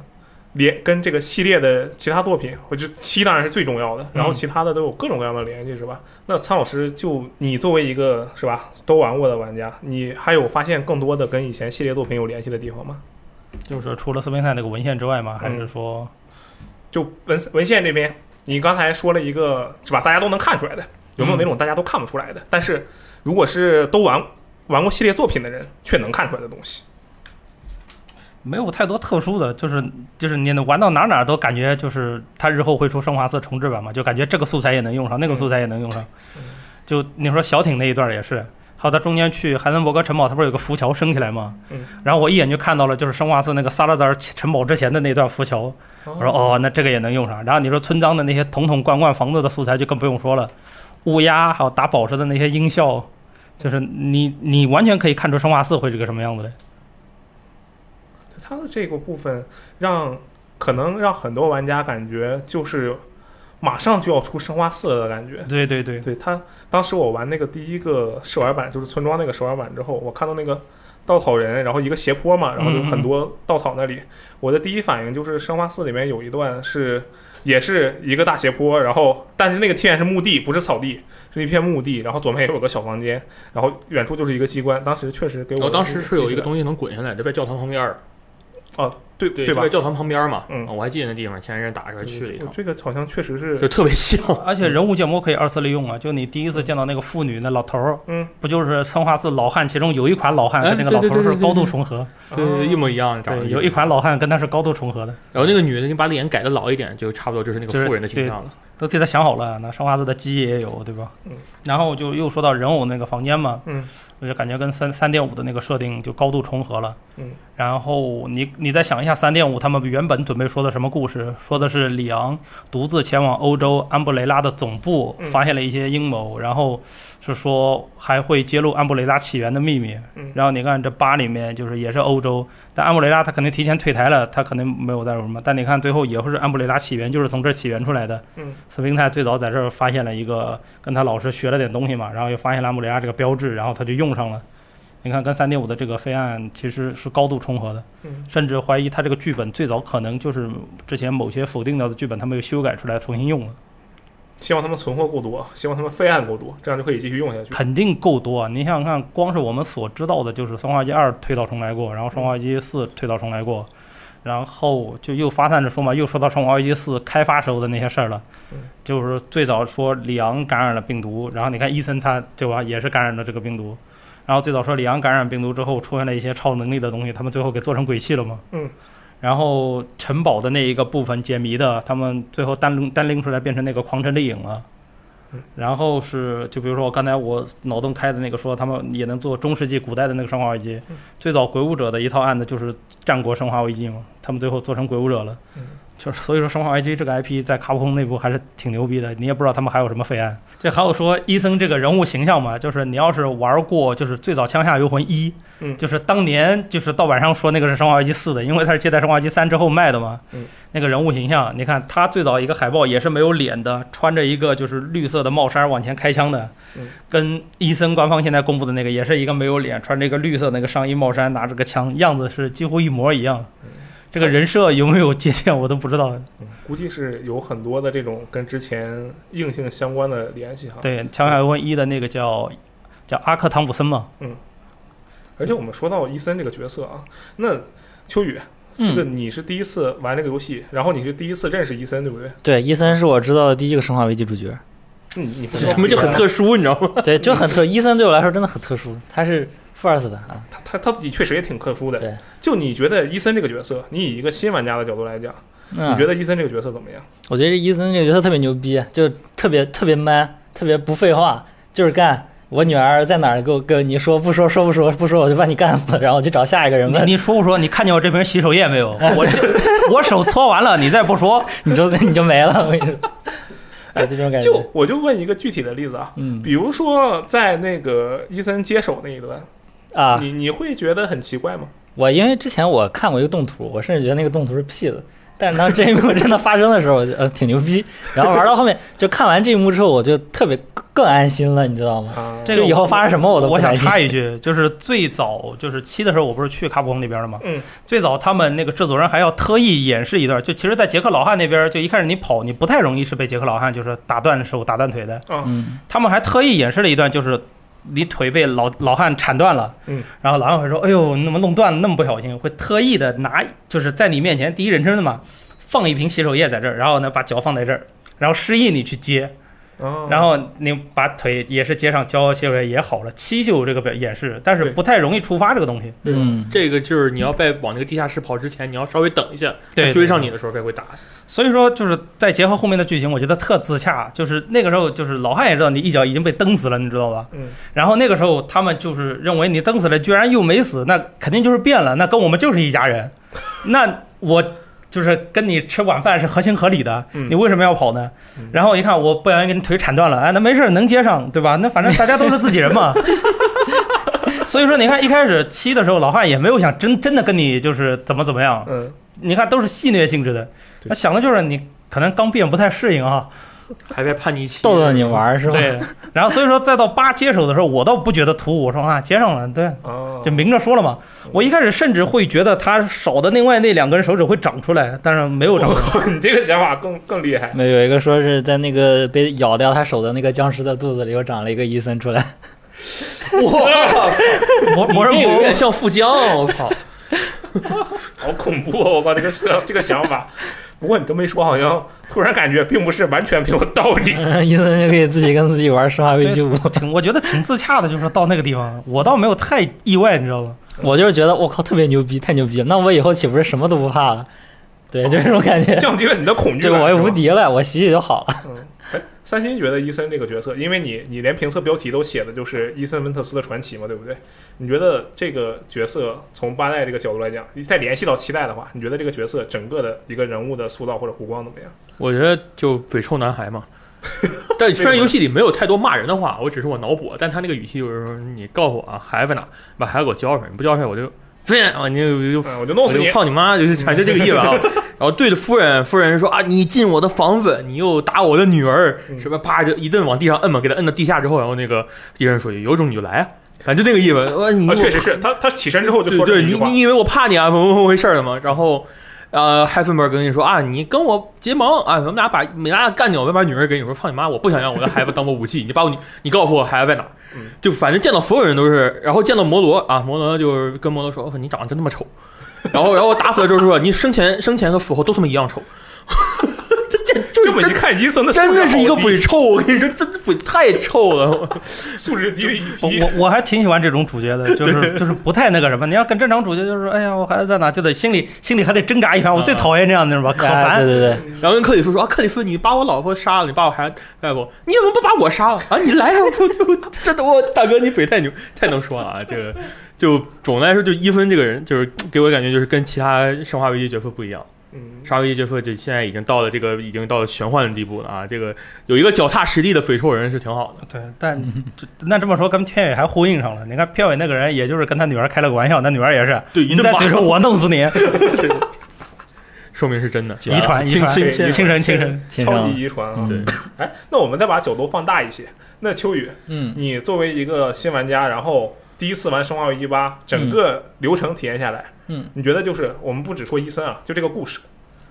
Speaker 1: 连跟这个系列的其他作品，我就七当然是最重要的，然后其他的都有各种各样的联系，是吧？那苍老师，就你作为一个是吧都玩过的玩家，你还有发现更多的跟以前系列作品有联系的地方吗？
Speaker 3: 就是说除了斯宾塞那个文献之外嘛，还
Speaker 4: 嗯
Speaker 3: 是说，
Speaker 1: 就文文献这边，你刚才说了一个是吧？大家都能看出来的，有没有那种大家都看不出来的？但是如果是都玩玩过系列作品的人，却能看出来的东西，
Speaker 3: 没有太多特殊的，就是就是你玩到哪哪儿都感觉就是它日后会出生化四重置版嘛，就感觉这个素材也能用上，那个素材也能用上。就你说小艇那一段也是，还有他中间去海森伯格城堡，他不是有个浮桥升起来吗？
Speaker 1: 嗯。
Speaker 3: 然后我一眼就看到了，就是生化四那个萨拉扎尔城堡之前的那段浮桥，我说哦，那这个也能用上。然后你说村庄的那些桶桶罐罐房子的素材就更不用说了，乌鸦还有打宝石的那些音效，就是你你完全可以看出生化四会是个什么样子的。
Speaker 1: 它的这个部分让可能让很多玩家感觉就是马上就要出生化四了的感觉。
Speaker 3: 对对对，
Speaker 1: 对它，当时我玩那个第一个试玩版，就是村庄那个试玩版之后，我看到那个稻草人，然后一个斜坡嘛，然后有很多稻草那里，我的第一反应就是《生化四》里面有一段是也是一个大斜坡，然后但是那个天然是墓地，不是草地，是一片墓地，然后左边也有个小房间，然后远处就是一个机关，当时确实给我、
Speaker 4: 我哦当时是有一个东西能滚下来，就在教堂旁边儿，
Speaker 1: 哦，对
Speaker 4: 对，
Speaker 1: 对
Speaker 4: 就
Speaker 1: 吧
Speaker 4: 在？教堂旁边儿嘛。
Speaker 1: 嗯
Speaker 4: 啊我还记得那地方，前一阵打出来去了一趟，
Speaker 1: 这个好像确实是
Speaker 4: 就特别像。
Speaker 3: 而且人物建模可以二次利用啊，就你第一次见到那个妇女那老头儿，
Speaker 1: 嗯，哎
Speaker 3: 不就是生化四老汉，其中有一款老汉跟那个老头儿是高度重合，
Speaker 4: 对，一模一样，长得
Speaker 3: 对，
Speaker 4: 就
Speaker 3: 有一款老汉跟他是高度重合的，
Speaker 4: 然后那个女的，你把脸改的老一点，就差不多就是那
Speaker 3: 就
Speaker 4: 个
Speaker 3: 是
Speaker 4: 妇人的形象了。
Speaker 3: 都替他想好了。那生化四的鸡也有，对吧？
Speaker 1: 嗯。
Speaker 3: 然后就又说到人偶那个房间嘛，
Speaker 1: 嗯，
Speaker 3: 我就感觉跟三三点五的那个设定就高度重合了。
Speaker 1: 嗯。
Speaker 3: 然后你你再想一下三点五他们原本准备说的什么故事，说的是里昂独自前往欧洲安布雷拉的总部，
Speaker 1: 嗯
Speaker 3: 发现了一些阴谋，然后是说还会揭露安布雷拉起源的秘密。
Speaker 1: 嗯
Speaker 3: 然后你看这八里面就是也是欧洲，但安布雷拉他肯定提前退台了，他肯定没有在什么。但你看最后也会是安布雷拉起源就是从这儿起源出来的。
Speaker 1: 嗯，
Speaker 3: 斯宾泰最早在这儿发现了一个跟他老师学了点东西嘛，然后又发现了安布雷拉这个标志，然后他就用上了。你看，跟三点五的这个飞案其实是高度重合的，
Speaker 1: 嗯
Speaker 3: 甚至怀疑他这个剧本最早可能就是之前某些否定掉的剧本，他们又修改出来重新用了，
Speaker 1: 希望他们存货够多，希望他们备案够多，这样就可以继续用下去。
Speaker 3: 肯定够多啊！你想想看，光是我们所知道的，就是《生化危机二》推倒重来过，然后《生化危机四》推倒重来过，然后就又发散着说嘛，又说到《生化危机四》开发时候的那些事儿了
Speaker 1: 嗯。
Speaker 3: 就是最早说里昂感染了病毒，然后你看伊森他对吧，也是感染了这个病毒，然后最早说里昂感染病毒之后出现了一些超能力的东西，他们最后给做成鬼泣了嘛。
Speaker 1: 嗯。
Speaker 3: 然后城堡的那一个部分解谜的，他们最后单拎单拎出来变成那个狂尘丽影了
Speaker 1: 嗯。
Speaker 3: 然后是，就比如说我刚才我脑洞开的那个说，他们也能做中世纪古代的那个生化危机。
Speaker 1: 嗯
Speaker 3: 最早鬼武者的一套案子就是战国生化危机嘛，他们最后做成鬼武者了。
Speaker 1: 嗯
Speaker 3: 就是所以说生化危机这个 IP 在卡普空内部还是挺牛逼的，你也不知道他们还有什么备案。这还有说伊森这个人物形象嘛，就是你要是玩过就是最早《枪下游魂一》，
Speaker 1: 嗯
Speaker 3: 就是当年就是盗版上说那个是《生化危机四》的，因为它是接在《生化危机三》之后卖的嘛。
Speaker 1: 嗯
Speaker 3: 那个人物形象，你看他最早一个海报也是没有脸的，穿着一个就是绿色的帽衫往前开枪的，
Speaker 1: 嗯
Speaker 3: 跟伊森官方现在公布的那个也是一个没有脸，穿着一个绿色那个上衣帽衫，拿着个枪，样子是几乎一模一样。这个人设有没有借鉴我都不知道。
Speaker 1: 嗯估计是有很多的这种跟之前硬性相关的联系哈。
Speaker 3: 对，《枪下游魂一》的那个叫叫阿克唐普森嘛，
Speaker 1: 而且我们说到伊森这个角色啊，那秋雨，
Speaker 2: 嗯
Speaker 1: 这
Speaker 4: 嗯
Speaker 1: 个你是第一次玩这个游戏，然后你是第一次认识伊森，对不对？
Speaker 2: 对，伊森是我知道的第一个生化危机主角，
Speaker 1: 你你不知道
Speaker 4: 我们就很特殊，你知道吗？
Speaker 2: 对，就很特。伊森对我来说真的很特殊，他是 first 的啊，
Speaker 1: 他他他自己确实也挺特殊的。
Speaker 2: 对，
Speaker 1: 就你觉得伊森这个角色，你以一个新玩家的角度来讲，
Speaker 2: 嗯
Speaker 1: 你觉，得伊森这个角色怎么样？
Speaker 2: 我觉得这伊森这个角色特别牛逼，就特别特别 man，特别不废话，就是干。我女儿在哪儿？给我跟你说，不说说不说不说，我就把你干死，然后我就找下一个人
Speaker 3: 你
Speaker 2: 问。
Speaker 3: 你说不说？你看见我这瓶洗手液没有？
Speaker 4: <laughs>
Speaker 3: 我这我手搓完了，你再不说，
Speaker 2: 你就你就没了，我跟你说，哎，就这种
Speaker 4: 呃
Speaker 2: 感觉。
Speaker 1: 就我就问一个具体的例子啊，
Speaker 2: 嗯
Speaker 1: 比如说在那个伊森接手那一段，
Speaker 2: 啊，
Speaker 1: 你你会觉得很奇怪吗？
Speaker 2: 我因为之前我看过一个动图，我甚至觉得那个动图是 P 的。但是当这一幕真的发生的时候，我就呃挺牛逼。然后玩到后面，就看完这一幕之后，我就特别更安心了，你知道吗？
Speaker 1: 啊，
Speaker 3: 这
Speaker 2: 就
Speaker 3: 个
Speaker 2: 以后发生什么我都不
Speaker 3: 我想
Speaker 2: 担心。
Speaker 3: 插一句，就是最早就是七的时候，我不是去卡普空那边了吗？
Speaker 1: 嗯，
Speaker 3: 最早他们那个制作人还要特意演示一段，就其实，在杰克老汉那边，就一开始你跑，你不太容易是被杰克老汉就是打断手、打断腿的。
Speaker 2: 嗯，
Speaker 3: 他们还特意演示了一段，就是你腿被老老汉铲断了，
Speaker 1: 嗯，
Speaker 3: 然后老汉会说：“哎呦，那么弄断了，那么不小心。”会特意的拿，就是在你面前第一人称的嘛，放一瓶洗手液在这儿，然后呢把脚放在这儿，然后示意你去接。
Speaker 1: 哦
Speaker 3: 然后你把腿也是接上，交接回来也好了。七就有这个表演示，但是
Speaker 1: 对
Speaker 3: 不太容易触发这个东西。
Speaker 2: 嗯，
Speaker 4: 这个就是你要在往那个地下室跑之前，你要稍微等一下，
Speaker 3: 对
Speaker 4: 追上你的时候才会打。
Speaker 3: 所以说，就是再结合后面的剧情，我觉得特自洽。就是那个时候，就是老汉也知道你一脚已经被蹬死了，你知道吧？
Speaker 1: 嗯。
Speaker 3: 然后那个时候，他们就是认为你蹬死了，居然又没死，那肯定就是变了，那跟我们就是一
Speaker 1: <laughs>
Speaker 3: 家人。那我就是跟你吃晚饭是合情合理的，
Speaker 1: 嗯
Speaker 3: 你为什么要跑呢？
Speaker 1: 嗯
Speaker 3: 然后一看，我不小心给你腿铲断了，哎，那没事儿，能接上，对吧？那反正大家都是自己人
Speaker 1: <laughs>
Speaker 3: 嘛。所以说，你看一开始七的时候，老汉也没有想真真的跟你就是怎么怎么样，
Speaker 1: 嗯，
Speaker 3: 你看都是戏谑性质的，
Speaker 1: 对
Speaker 3: 他想的就是你可能刚变不太适应啊，
Speaker 4: 还在叛逆期，
Speaker 2: 逗逗你玩儿是吧？
Speaker 3: 对，然后所以说再到八接手的时候，我倒不觉得突兀，我说啊接上了，对，
Speaker 1: 哦，
Speaker 3: 就明着说了嘛
Speaker 1: 嗯。
Speaker 3: 我一开始甚至会觉得他手的另外那两根手指会长出来，但是没
Speaker 1: <laughs>
Speaker 3: 有长出来。
Speaker 1: 你这个想法更更厉害。
Speaker 2: 没有有一个说是在那个被咬掉他手的那个僵尸的肚子里又长了一个伊森出来， <laughs>
Speaker 4: 哇，
Speaker 3: <laughs> 我
Speaker 4: 你
Speaker 3: 我
Speaker 4: 这有点
Speaker 3: 是
Speaker 4: 像富江，我操！
Speaker 1: 好恐怖、哦！我把这个设这个想法，不过你这么一说，好像突然感觉并不是完全没有道
Speaker 3: <laughs>
Speaker 1: 理。
Speaker 2: 伊森就可以自己跟自己玩《生化危机五》。
Speaker 3: 我挺我觉得挺自洽的，就是到那个地方，我倒没有太意外，你知道 <laughs> 吗？
Speaker 2: 我就是觉得我靠，特别牛逼，太牛逼了！那我以后岂不是什么都不怕了？对，就是这种感觉。
Speaker 1: 降低了你的恐惧
Speaker 2: 对，
Speaker 1: 感，
Speaker 2: 我也
Speaker 1: 是吧
Speaker 2: 无。敌了，我洗洗就好了。
Speaker 1: 嗯，哎，三星觉得伊森这个角色，因为你你连评测标题都写的就是伊森温特斯的传奇嘛，对不对？你觉得这个角色从八代这个角度来讲，再联系到七代的话，你觉得这个角色整个的一个人物的塑造或者弧光怎么样？
Speaker 4: 我觉得就嘴臭男孩
Speaker 1: <laughs>
Speaker 4: 嘛。但虽然游戏里没有太多骂人的话，我只是我脑补，但他那个语气就是说：“你告诉我啊，孩子在哪？把孩子给我交出来，你不交出来我就 <laughs> 飞啊，你就就
Speaker 1: 嗯，我就弄死
Speaker 4: 我
Speaker 1: 你
Speaker 4: 就！操你妈！就是反正这个意
Speaker 1: <laughs>
Speaker 4: 思啊。然后对着夫人，夫人说啊，你进我的房子，你又打我的女儿，
Speaker 1: 嗯
Speaker 4: 什么啪就一顿往地上摁嘛，给他摁到地下之后，然后那个敌人说有种你就来啊，反正就那个意思。我你
Speaker 1: 啊，确实是他，他起身之后就
Speaker 4: <laughs> 对
Speaker 1: 说这
Speaker 4: 对，
Speaker 1: 一句
Speaker 4: 你
Speaker 1: 话
Speaker 4: 你，以为我怕你啊？怎么怎么回事了吗？然后。呃，海芬伯格跟你说啊，你跟我结盟啊，我们俩把美拉干掉，我要把女儿给你。我说操你妈，我不想让我的孩子当我武器，你把我你你告诉我孩子在哪儿
Speaker 1: 嗯？
Speaker 4: 就反正见到所有人都是，然后见到摩罗啊，摩罗就是跟摩罗说，我、操哦你长得真他妈丑，然后然后我打死了之后说你生前生前和死后都他妈一样丑， <laughs> 这这就
Speaker 1: 这
Speaker 4: 是
Speaker 1: 么
Speaker 4: 真
Speaker 1: 一看，伊森的
Speaker 4: 真的是一个
Speaker 1: 素质
Speaker 4: 鬼臭，我跟你说，这鬼太臭了。
Speaker 1: 好低素质低于一
Speaker 3: 我
Speaker 1: 批。
Speaker 3: 我我还挺喜欢这种主角 <laughs> 的，就是就是不太那个什么。你要跟正常主角，就是哎呀，我孩子在哪，就得心里心里还得挣扎一番。我最讨厌这样的人吧，可
Speaker 2: 哎
Speaker 3: 烦
Speaker 2: 对。对对，
Speaker 4: 然后跟克里夫说啊，克里夫，你把我老婆杀了，你把我孩子带走，你怎么不把我杀了啊？你来啊！我就真的，我大哥，你嘴太牛，太能说了啊！这个就总的来说，就伊芬这个人，就是给我感觉就是跟其他生化危机角色不一样。
Speaker 1: 嗯，
Speaker 4: 生化危机角色就现在已经到了这个已经到了玄幻的地步了啊！这个有一个脚踏实地的嘴臭人是挺好的。
Speaker 3: 对，但这那这么说跟片尾还呼应上了。你看片尾那个人，也就是跟他女儿开了个玩笑，那女儿也是，
Speaker 4: 对，一
Speaker 3: 你
Speaker 4: 顿
Speaker 3: 再
Speaker 4: 骂
Speaker 3: 嘴，说我弄死你， <laughs>
Speaker 4: 说明是真的，
Speaker 3: 遗传遗
Speaker 4: 亲
Speaker 3: 传
Speaker 4: 亲
Speaker 1: 对
Speaker 4: 亲
Speaker 3: 亲神亲神。
Speaker 2: 亲
Speaker 1: 超
Speaker 2: 生
Speaker 1: 级。遗传啊。
Speaker 4: 对
Speaker 2: 嗯，
Speaker 1: 哎，那我们再把角度放大一些。那秋雨，
Speaker 2: 嗯，
Speaker 1: 你作为一个新玩家，然后第一次玩《生化危机八》，整个流程体验下来，
Speaker 2: 嗯，
Speaker 1: 你觉得就是我们不只说伊森啊，就这个故事，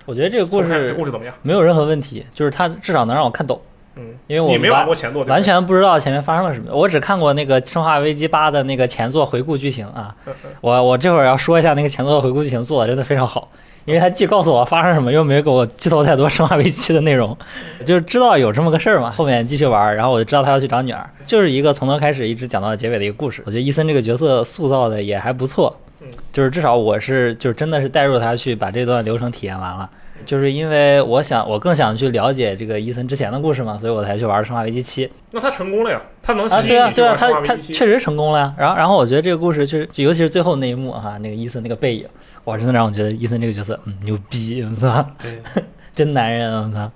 Speaker 2: 我觉得这个故
Speaker 1: 从开始这
Speaker 2: 事
Speaker 1: 故事怎么样？
Speaker 2: 没有任何问题，就是它至少能让我看懂，
Speaker 1: 嗯，
Speaker 2: 因为我
Speaker 1: 你没玩
Speaker 2: 完
Speaker 1: 过前作，对吧
Speaker 2: 完全不知道前面发生了什么。我只看过那个《生化危机八》的那个前作回顾剧情啊
Speaker 1: 嗯。
Speaker 2: 我我这会儿要说一下那个前作回顾剧情做的真的非常好，
Speaker 1: 嗯
Speaker 2: 因为它既告诉我发生什么，又没给我剧透太多《生化危机》的
Speaker 1: <laughs>
Speaker 2: 内容，就是知道有这么个事儿嘛。后面继续玩儿，然后我就知道他要去找女儿，就是一个从头开始一直讲到结尾的一个故事。我觉得伊森这个角色塑造的也还不错
Speaker 1: 嗯，嗯
Speaker 2: 就是至少我是就是真的是带入他去把这段流程体验完了。就是因为我想，我更想去了解这个伊森之前的故事嘛，所以我才去玩《生化危机七》
Speaker 1: 那他成功了呀，他能吸
Speaker 2: 啊。
Speaker 1: 引
Speaker 2: 对啊，
Speaker 1: 你去
Speaker 2: 对啊，
Speaker 1: 玩
Speaker 2: 他
Speaker 1: 生化
Speaker 2: 他
Speaker 1: 危机七
Speaker 2: 确实成功了呀。然后，然后我觉得这个故事确实，尤其是最后那一幕哈、那个伊森那个背影，哇，真的让我觉得伊森这个角色，嗯，牛逼，我操，
Speaker 3: 对，
Speaker 2: 真男人，我操。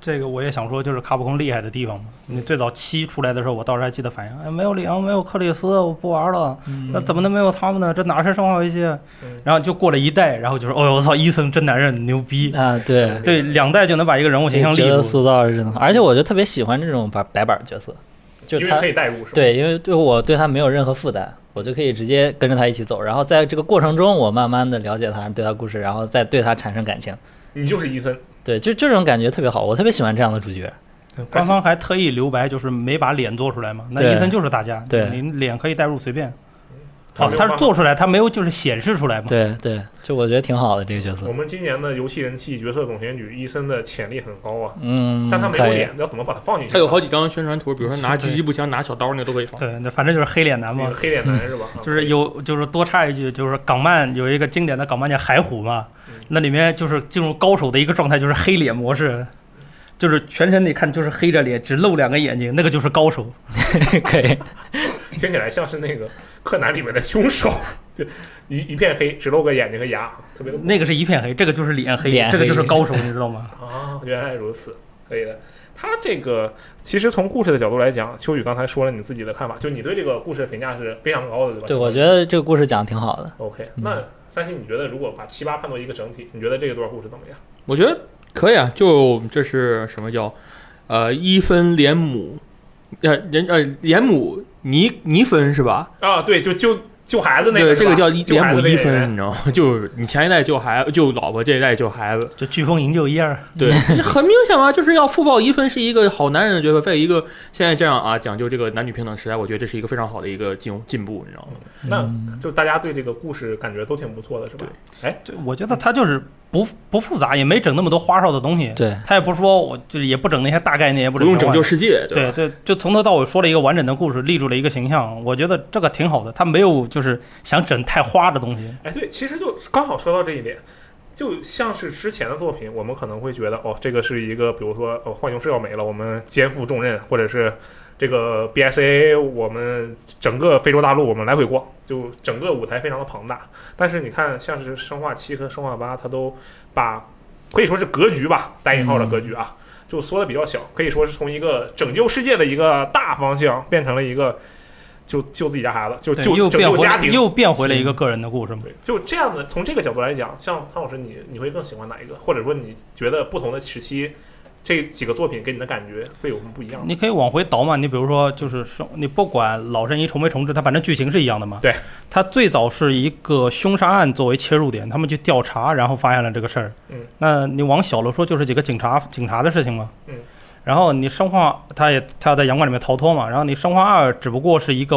Speaker 3: 这个我也想说，就是卡普空厉害的地方嘛。你最早七出来的时候，我当时还记得反应，哎，没有里昂，没有克里斯，我不玩了。
Speaker 4: 嗯
Speaker 3: 那怎么能没有他们呢？这哪是生化危机啊
Speaker 1: 嗯？
Speaker 3: 然后就过了一代，然后就说，哦呦，我操，伊森真男人，牛逼。
Speaker 2: 啊，对，
Speaker 3: 对，两代就能把一个人物形象立
Speaker 2: 角色
Speaker 3: 住。
Speaker 2: 塑造是真的好，而且我就特别喜欢这种白白板角色，就
Speaker 1: 因
Speaker 2: 是
Speaker 1: 为
Speaker 2: 他
Speaker 1: 可以代入是吧？
Speaker 2: 对，因为对我对他没有任何负担，我就可以直接跟着他一起走，然后在这个过程中，我慢慢的了解他，对他故事，然后再对他产生感情。
Speaker 1: 你就是医生，
Speaker 2: 对，就这种感觉特别好，我特别喜欢这样的主角。
Speaker 3: 对嗯官
Speaker 1: 哎
Speaker 3: 方还特意留白，就是没把脸做出来嘛。那
Speaker 2: 对
Speaker 3: 伊森就是大家，
Speaker 2: 对
Speaker 3: 你脸可以代入随便。
Speaker 1: 好
Speaker 3: 哦，他是
Speaker 1: 刘
Speaker 3: 做出来，他没有就是显示出来嘛。
Speaker 2: 对对，就我觉得挺好的这个角
Speaker 1: 邦我
Speaker 2: 色。
Speaker 1: 们今年的游戏人气角色总选举，医生的潜力很高啊，
Speaker 2: 嗯，
Speaker 1: 但他没有
Speaker 2: 可以
Speaker 1: 脸，要怎么把他放进去？
Speaker 4: 他有好几张宣传图，比如说拿狙
Speaker 3: 对
Speaker 4: 击步枪、拿小刀那都可以放。
Speaker 3: 对，那反正就是黑脸男
Speaker 1: 那
Speaker 3: 嘛
Speaker 1: 个。黑脸男是吧？啊
Speaker 3: 嗯 <laughs> 就是有，就是多插一句，就是港漫有一个经典的港漫叫《海虎》嘛
Speaker 1: 嗯，
Speaker 3: 那里面就是进入高手的一个状态，就是黑脸模式，就是全身你看就是黑着脸，只露两个眼睛，那个就是高手。
Speaker 2: 可以，
Speaker 1: 听起来像是那个柯南里面的凶手， <laughs> 就一一片黑，只露个眼睛和牙，特别的
Speaker 3: 那个是一片黑，这个就是脸黑，
Speaker 2: 脸黑
Speaker 3: 这个就是高手，你知道吗？
Speaker 1: 啊，原来如此，可以的。他这个其实从故事的角度来讲，秋雨刚才说了你自己的看法，就你对这个故事的评价是非常高的，对吧？
Speaker 2: <laughs> 对我觉得这个故事讲得挺好的。
Speaker 1: OK。
Speaker 2: 嗯
Speaker 1: 那三星，你觉得如果把七八看作一个整体，你觉得这一段故事怎么样？
Speaker 4: 我觉得可以啊，就这是什么叫呃伊芬连姆，呃连呃连姆尼尼芬是吧？
Speaker 1: 啊，对，就救救孩子那
Speaker 4: 对，
Speaker 1: 个，
Speaker 4: 这个叫
Speaker 1: 救
Speaker 4: 连
Speaker 1: 孩
Speaker 4: 姆
Speaker 1: 子
Speaker 4: 伊
Speaker 1: 那个
Speaker 4: 芬，
Speaker 1: 人
Speaker 4: 你知道吗？ <laughs> 就是你前一代救孩救老婆，这一代救孩子，
Speaker 3: 就飓风营救一二，
Speaker 4: <laughs> 对，很明显啊，就是要复报伊芬是一个好男人的角色，在一个现在这样啊讲究这个男女平等时代，我觉得这是一个非常好的一个进进步，你知道吗？
Speaker 1: 那
Speaker 2: 嗯
Speaker 1: 就大家对这个故事感觉都挺不错的，是吧？
Speaker 3: 对，我觉得他就是不不复杂，也没整那么多花哨的东西，
Speaker 2: 对，
Speaker 3: 他也不说我就是也不整那些大概念，也不
Speaker 4: 不用
Speaker 3: 整
Speaker 4: 拯
Speaker 3: 那
Speaker 4: 救
Speaker 3: 些
Speaker 4: 世界，
Speaker 3: 对
Speaker 4: 吧？
Speaker 3: 对，就从头到尾说了一个完整的故事，立住了一个形象，我觉得这个挺好的。他没有就是想整太花的东西，
Speaker 1: 哎，对，其实就刚好说到这一点，就像是之前的作品，我们可能会觉得，哦，这个是一个，比如说，哦，浣熊市要没了，我们肩负重任，或者是这个 BSA，我们整个非洲大陆我们来回逛，就整个舞台非常的庞大。但是你看，像是生化七和生化八，它都把可以说是格局吧，带引号的格局啊。
Speaker 3: 嗯
Speaker 1: 就缩的比较小，可以说是从一个拯救世界的一个大方向，变成了一个就救自己家孩子，就
Speaker 3: 对
Speaker 1: 救
Speaker 3: 又
Speaker 1: 拯
Speaker 3: 变
Speaker 1: 救
Speaker 3: 回
Speaker 1: 家
Speaker 3: 了
Speaker 1: 庭，
Speaker 3: 又变回了一个个人的故事嘛。
Speaker 1: 对，就这样的。从这个角度来讲，像苍老师你，你会更喜欢哪一个？或者说，你觉得不同的时期，这几个作品给你的感觉会有什么不一样的？
Speaker 3: 你可以往回倒嘛，你比如说就是说，你不管老神医重没重置，它反正剧情是一样的嘛。
Speaker 1: 对，
Speaker 3: 它最早是一个凶杀案作为切入点，他们去调查，然后发现了这个事儿。
Speaker 1: 嗯，
Speaker 3: 那你往小了说，就是几个警察警察的事情嘛。
Speaker 1: 嗯。
Speaker 3: 然后你生化，他也他在洋馆里面逃脱嘛。然后你生化二只不过是一个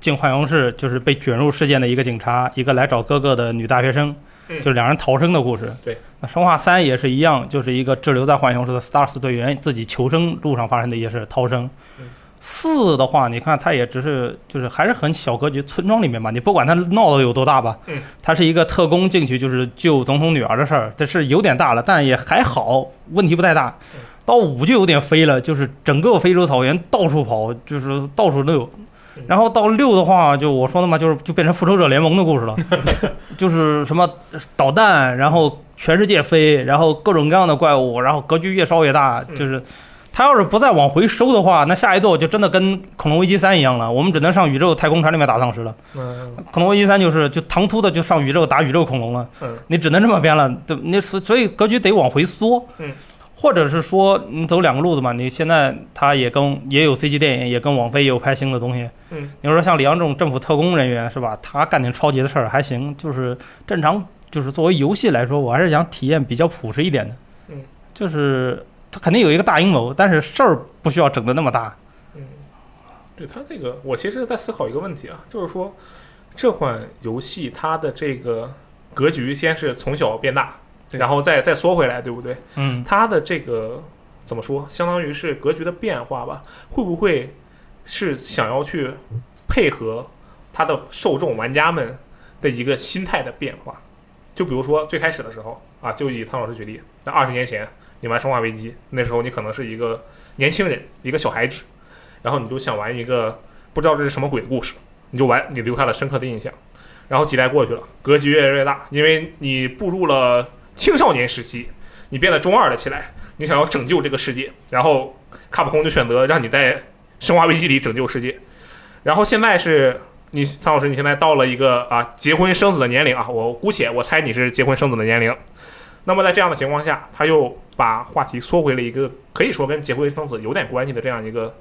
Speaker 3: 进浣熊市，就是被卷入事件的一个警察，一个来找哥哥的女大学生，
Speaker 1: 嗯
Speaker 3: 就是两人逃生的故事。
Speaker 1: 对，
Speaker 3: 那生化三也是一样，就是一个滞留在浣熊市的 Stars 队员自己求生路上发生的一些事，逃生
Speaker 1: 嗯。
Speaker 3: 四的话，你看它也只是就是还是很小格局，村庄里面吧，你不管它闹得有多大吧，
Speaker 1: 嗯，
Speaker 3: 它是一个特工进去就是救总统女儿的事儿，这是有点大了，但也还好，问题不太大
Speaker 1: 嗯。
Speaker 3: 到五就有点飞了，就是整个非洲草原到处跑，就是到处都有
Speaker 1: 嗯。
Speaker 3: 然后到六的话，就我说的嘛，就是就变成复仇者联盟的故
Speaker 1: <laughs>
Speaker 3: 事了，就是什么导弹，然后全世界飞，然后各种各样的怪物，然后格局越烧越大，
Speaker 1: 嗯
Speaker 3: 就是。他要是不再往回收的话，那下一座就真的跟《恐龙危机三》一样了，我们只能上宇宙太空船里面打丧尸了。
Speaker 1: 嗯，
Speaker 3: 《恐龙危机三》就是就唐突的就上宇宙打宇宙恐龙了，
Speaker 1: 嗯
Speaker 3: 你只能这么编了，对，你所所以格局得往回缩，
Speaker 1: 嗯，
Speaker 3: 或者是说你走两个路子嘛，你现在他也跟也有 CG 电影，也跟网飞也有拍新的东西，
Speaker 1: 嗯，
Speaker 3: 你说像李阳这种政府特工人员是吧，他干点超级的事儿还行，就是正常，就是作为游戏来说，我还是想体验比较朴实一点的，
Speaker 1: 嗯，
Speaker 3: 就是他肯定有一个大阴谋，但是事儿不需要整的那么大，
Speaker 1: 嗯，对他这个，我其实在思考一个问题啊，就是说这款游戏它的这个格局先是从小变大，
Speaker 3: 对
Speaker 1: 然后再再缩回来，对不对？
Speaker 3: 嗯，
Speaker 1: 它的这个怎么说，相当于是格局的变化吧？会不会是想要去配合它的受众玩家们的一个心态的变化？就比如说最开始的时候啊，就以汤老师举例，那二十年前你玩《生化危机》，那时候你可能是一个年轻人，一个小孩子，然后你就想玩一个不知道这是什么鬼的故事，你就玩，你留下了深刻的印象。然后几代过去了，格局越来越大，因为你步入了青少年时期，你变得中二了起来，你想要拯救这个世界，然后卡普空就选择让你在《生化危机》里拯救世界。然后现在是你苍老师，你现在到了一个啊结婚生子的年龄啊，我姑且我猜你是结婚生子的年龄。那么在这样的情况下，他又把话题缩回了一个可以说跟结婚生子有点关系的这样一个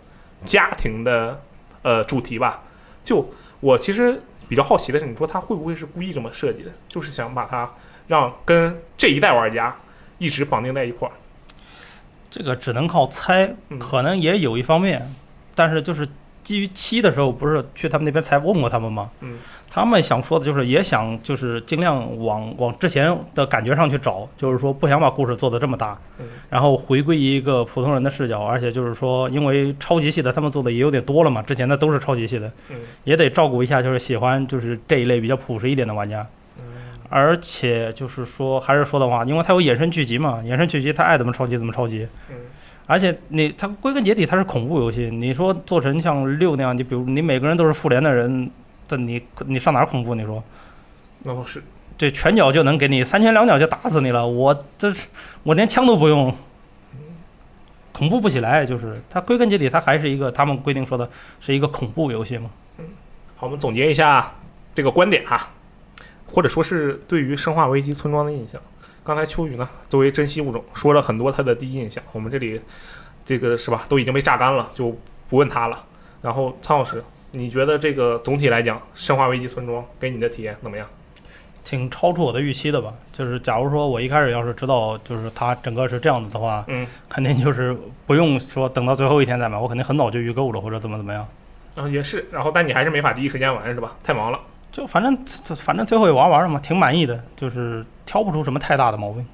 Speaker 1: 家庭的呃主题吧。就我其实比较好奇的是，你说他会不会是故意这么设计的，就是想把它让跟这一代玩家一直绑定在一块儿？
Speaker 3: 这个只能靠猜
Speaker 1: 嗯，
Speaker 3: 可能也有一方面，但是就是基于七的时候，不是去他们那边采问过他们吗？
Speaker 1: 嗯，
Speaker 3: 他们想说的就是也想就是尽量往往之前的感觉上去找，就是说不想把故事做得这么大，
Speaker 1: 嗯
Speaker 3: 然后回归一个普通人的视角，而且就是说，因为超级系的他们做的也有点多了嘛，之前的都是超级系的，
Speaker 1: 嗯
Speaker 3: 也得照顾一下就是喜欢就是这一类比较朴实一点的玩家。
Speaker 1: 嗯
Speaker 3: 而且就是说，还是说的话，因为它有衍生剧集嘛，衍生剧集它爱怎么超级怎么超级。
Speaker 1: 嗯。
Speaker 3: 而且你它归根结底它是恐怖游戏，你说做成像六那样，你比如你每个人都是复联的人，这你你上哪儿恐怖？你说
Speaker 1: 那倒是，
Speaker 3: 这拳脚就能给你三拳两脚就打死你了，我这是我连枪都不用，恐怖不起来。就是它归根结底它还是一个他们规定说的是一个恐怖游戏嘛。
Speaker 1: 好，我们总结一下这个观点哈，或者说是对于《生化危机》村庄的印象。刚才秋雨呢，作为珍稀物种，说了很多他的第一印象。我们这里这个是吧，都已经被榨干了，就不问他了。然后苍老师，你觉得这个总体来讲，《生化危机》村庄给你的体验怎么样？
Speaker 3: 挺超出我的预期的吧。就是假如说我一开始要是知道，就是它整个是这样子的话，
Speaker 1: 嗯，
Speaker 3: 肯定就是不用说等到最后一天再买，我肯定很早就预购了或者怎么怎么样。
Speaker 1: 然啊后也是，然后但你还是没法第一时间玩是吧？太忙了。
Speaker 3: 就反正反正最后也玩玩了嘛，挺满意的，就是挑不出什么太大的毛病。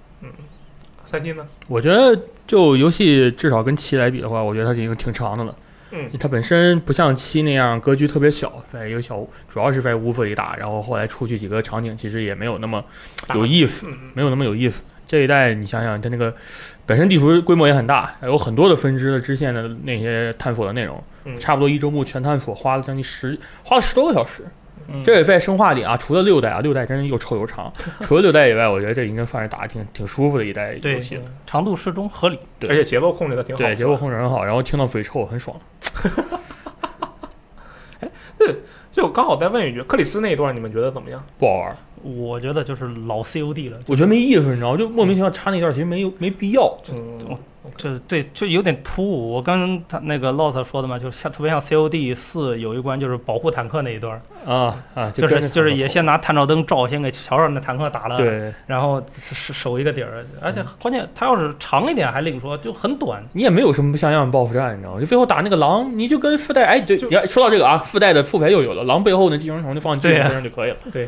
Speaker 1: 三星呢？
Speaker 4: 我觉得就游戏至少跟七来比的话，我觉得它已经挺长的了。
Speaker 1: 嗯，
Speaker 4: 它本身不像七那样格局特别小，在一个小屋，主要是在屋子里打，然后后来出去几个场景，其实也没有那么有意思，
Speaker 1: 嗯嗯
Speaker 4: 没有那么有意思。这一代你想想，它那个本身地图规模也很大，有很多的分支的支线的那些探索的内容，
Speaker 1: 嗯
Speaker 4: 差不多一周目全探索花了将近十，花了十多个小时。
Speaker 3: 嗯
Speaker 4: 这也在生化里啊，除了六代啊，六代真是又臭
Speaker 1: <laughs>
Speaker 4: 又长。除了六代以外，我觉得这应该算是打的挺挺舒服的一代
Speaker 3: 对
Speaker 4: 游戏了。
Speaker 3: 长度适中合理，
Speaker 4: 对
Speaker 1: 而且节奏控制的挺好。
Speaker 4: 对，
Speaker 1: 是
Speaker 4: 结果
Speaker 1: 吧
Speaker 4: 控制很好，然后听到嘴臭很爽。
Speaker 1: 就刚好再问一句，克里斯那一段你们觉得怎么样？
Speaker 4: 不好玩儿，
Speaker 3: 我觉得就是老 COD 了，
Speaker 4: 我觉得没意思，你知道吗？就莫名其妙插那段，其实没有没必要。
Speaker 1: 嗯，
Speaker 3: 这对就有点突兀。我跟他那个 Lost 说的嘛，就是像特别像 COD 四有一关就是保护坦克那一段儿，
Speaker 4: 啊啊，
Speaker 3: 就
Speaker 4: 跟
Speaker 3: 是
Speaker 4: 着
Speaker 3: 就是也
Speaker 4: 看
Speaker 3: 先拿探照灯照，先给瞧瞧那坦克打了，
Speaker 4: 对
Speaker 3: 然后是守一个底儿，而且关键它要是长一点还另说，就很短。
Speaker 4: 你也没有什么不像样的报复战，你知道吗？就最后打那个狼，你就跟附带哎，对，
Speaker 1: 就
Speaker 4: 你要说到这个啊，附带的副牌又有了，狼背后那寄生虫就放寄
Speaker 3: 对
Speaker 4: 生
Speaker 3: 啊
Speaker 4: 身上就可以了。
Speaker 1: 哎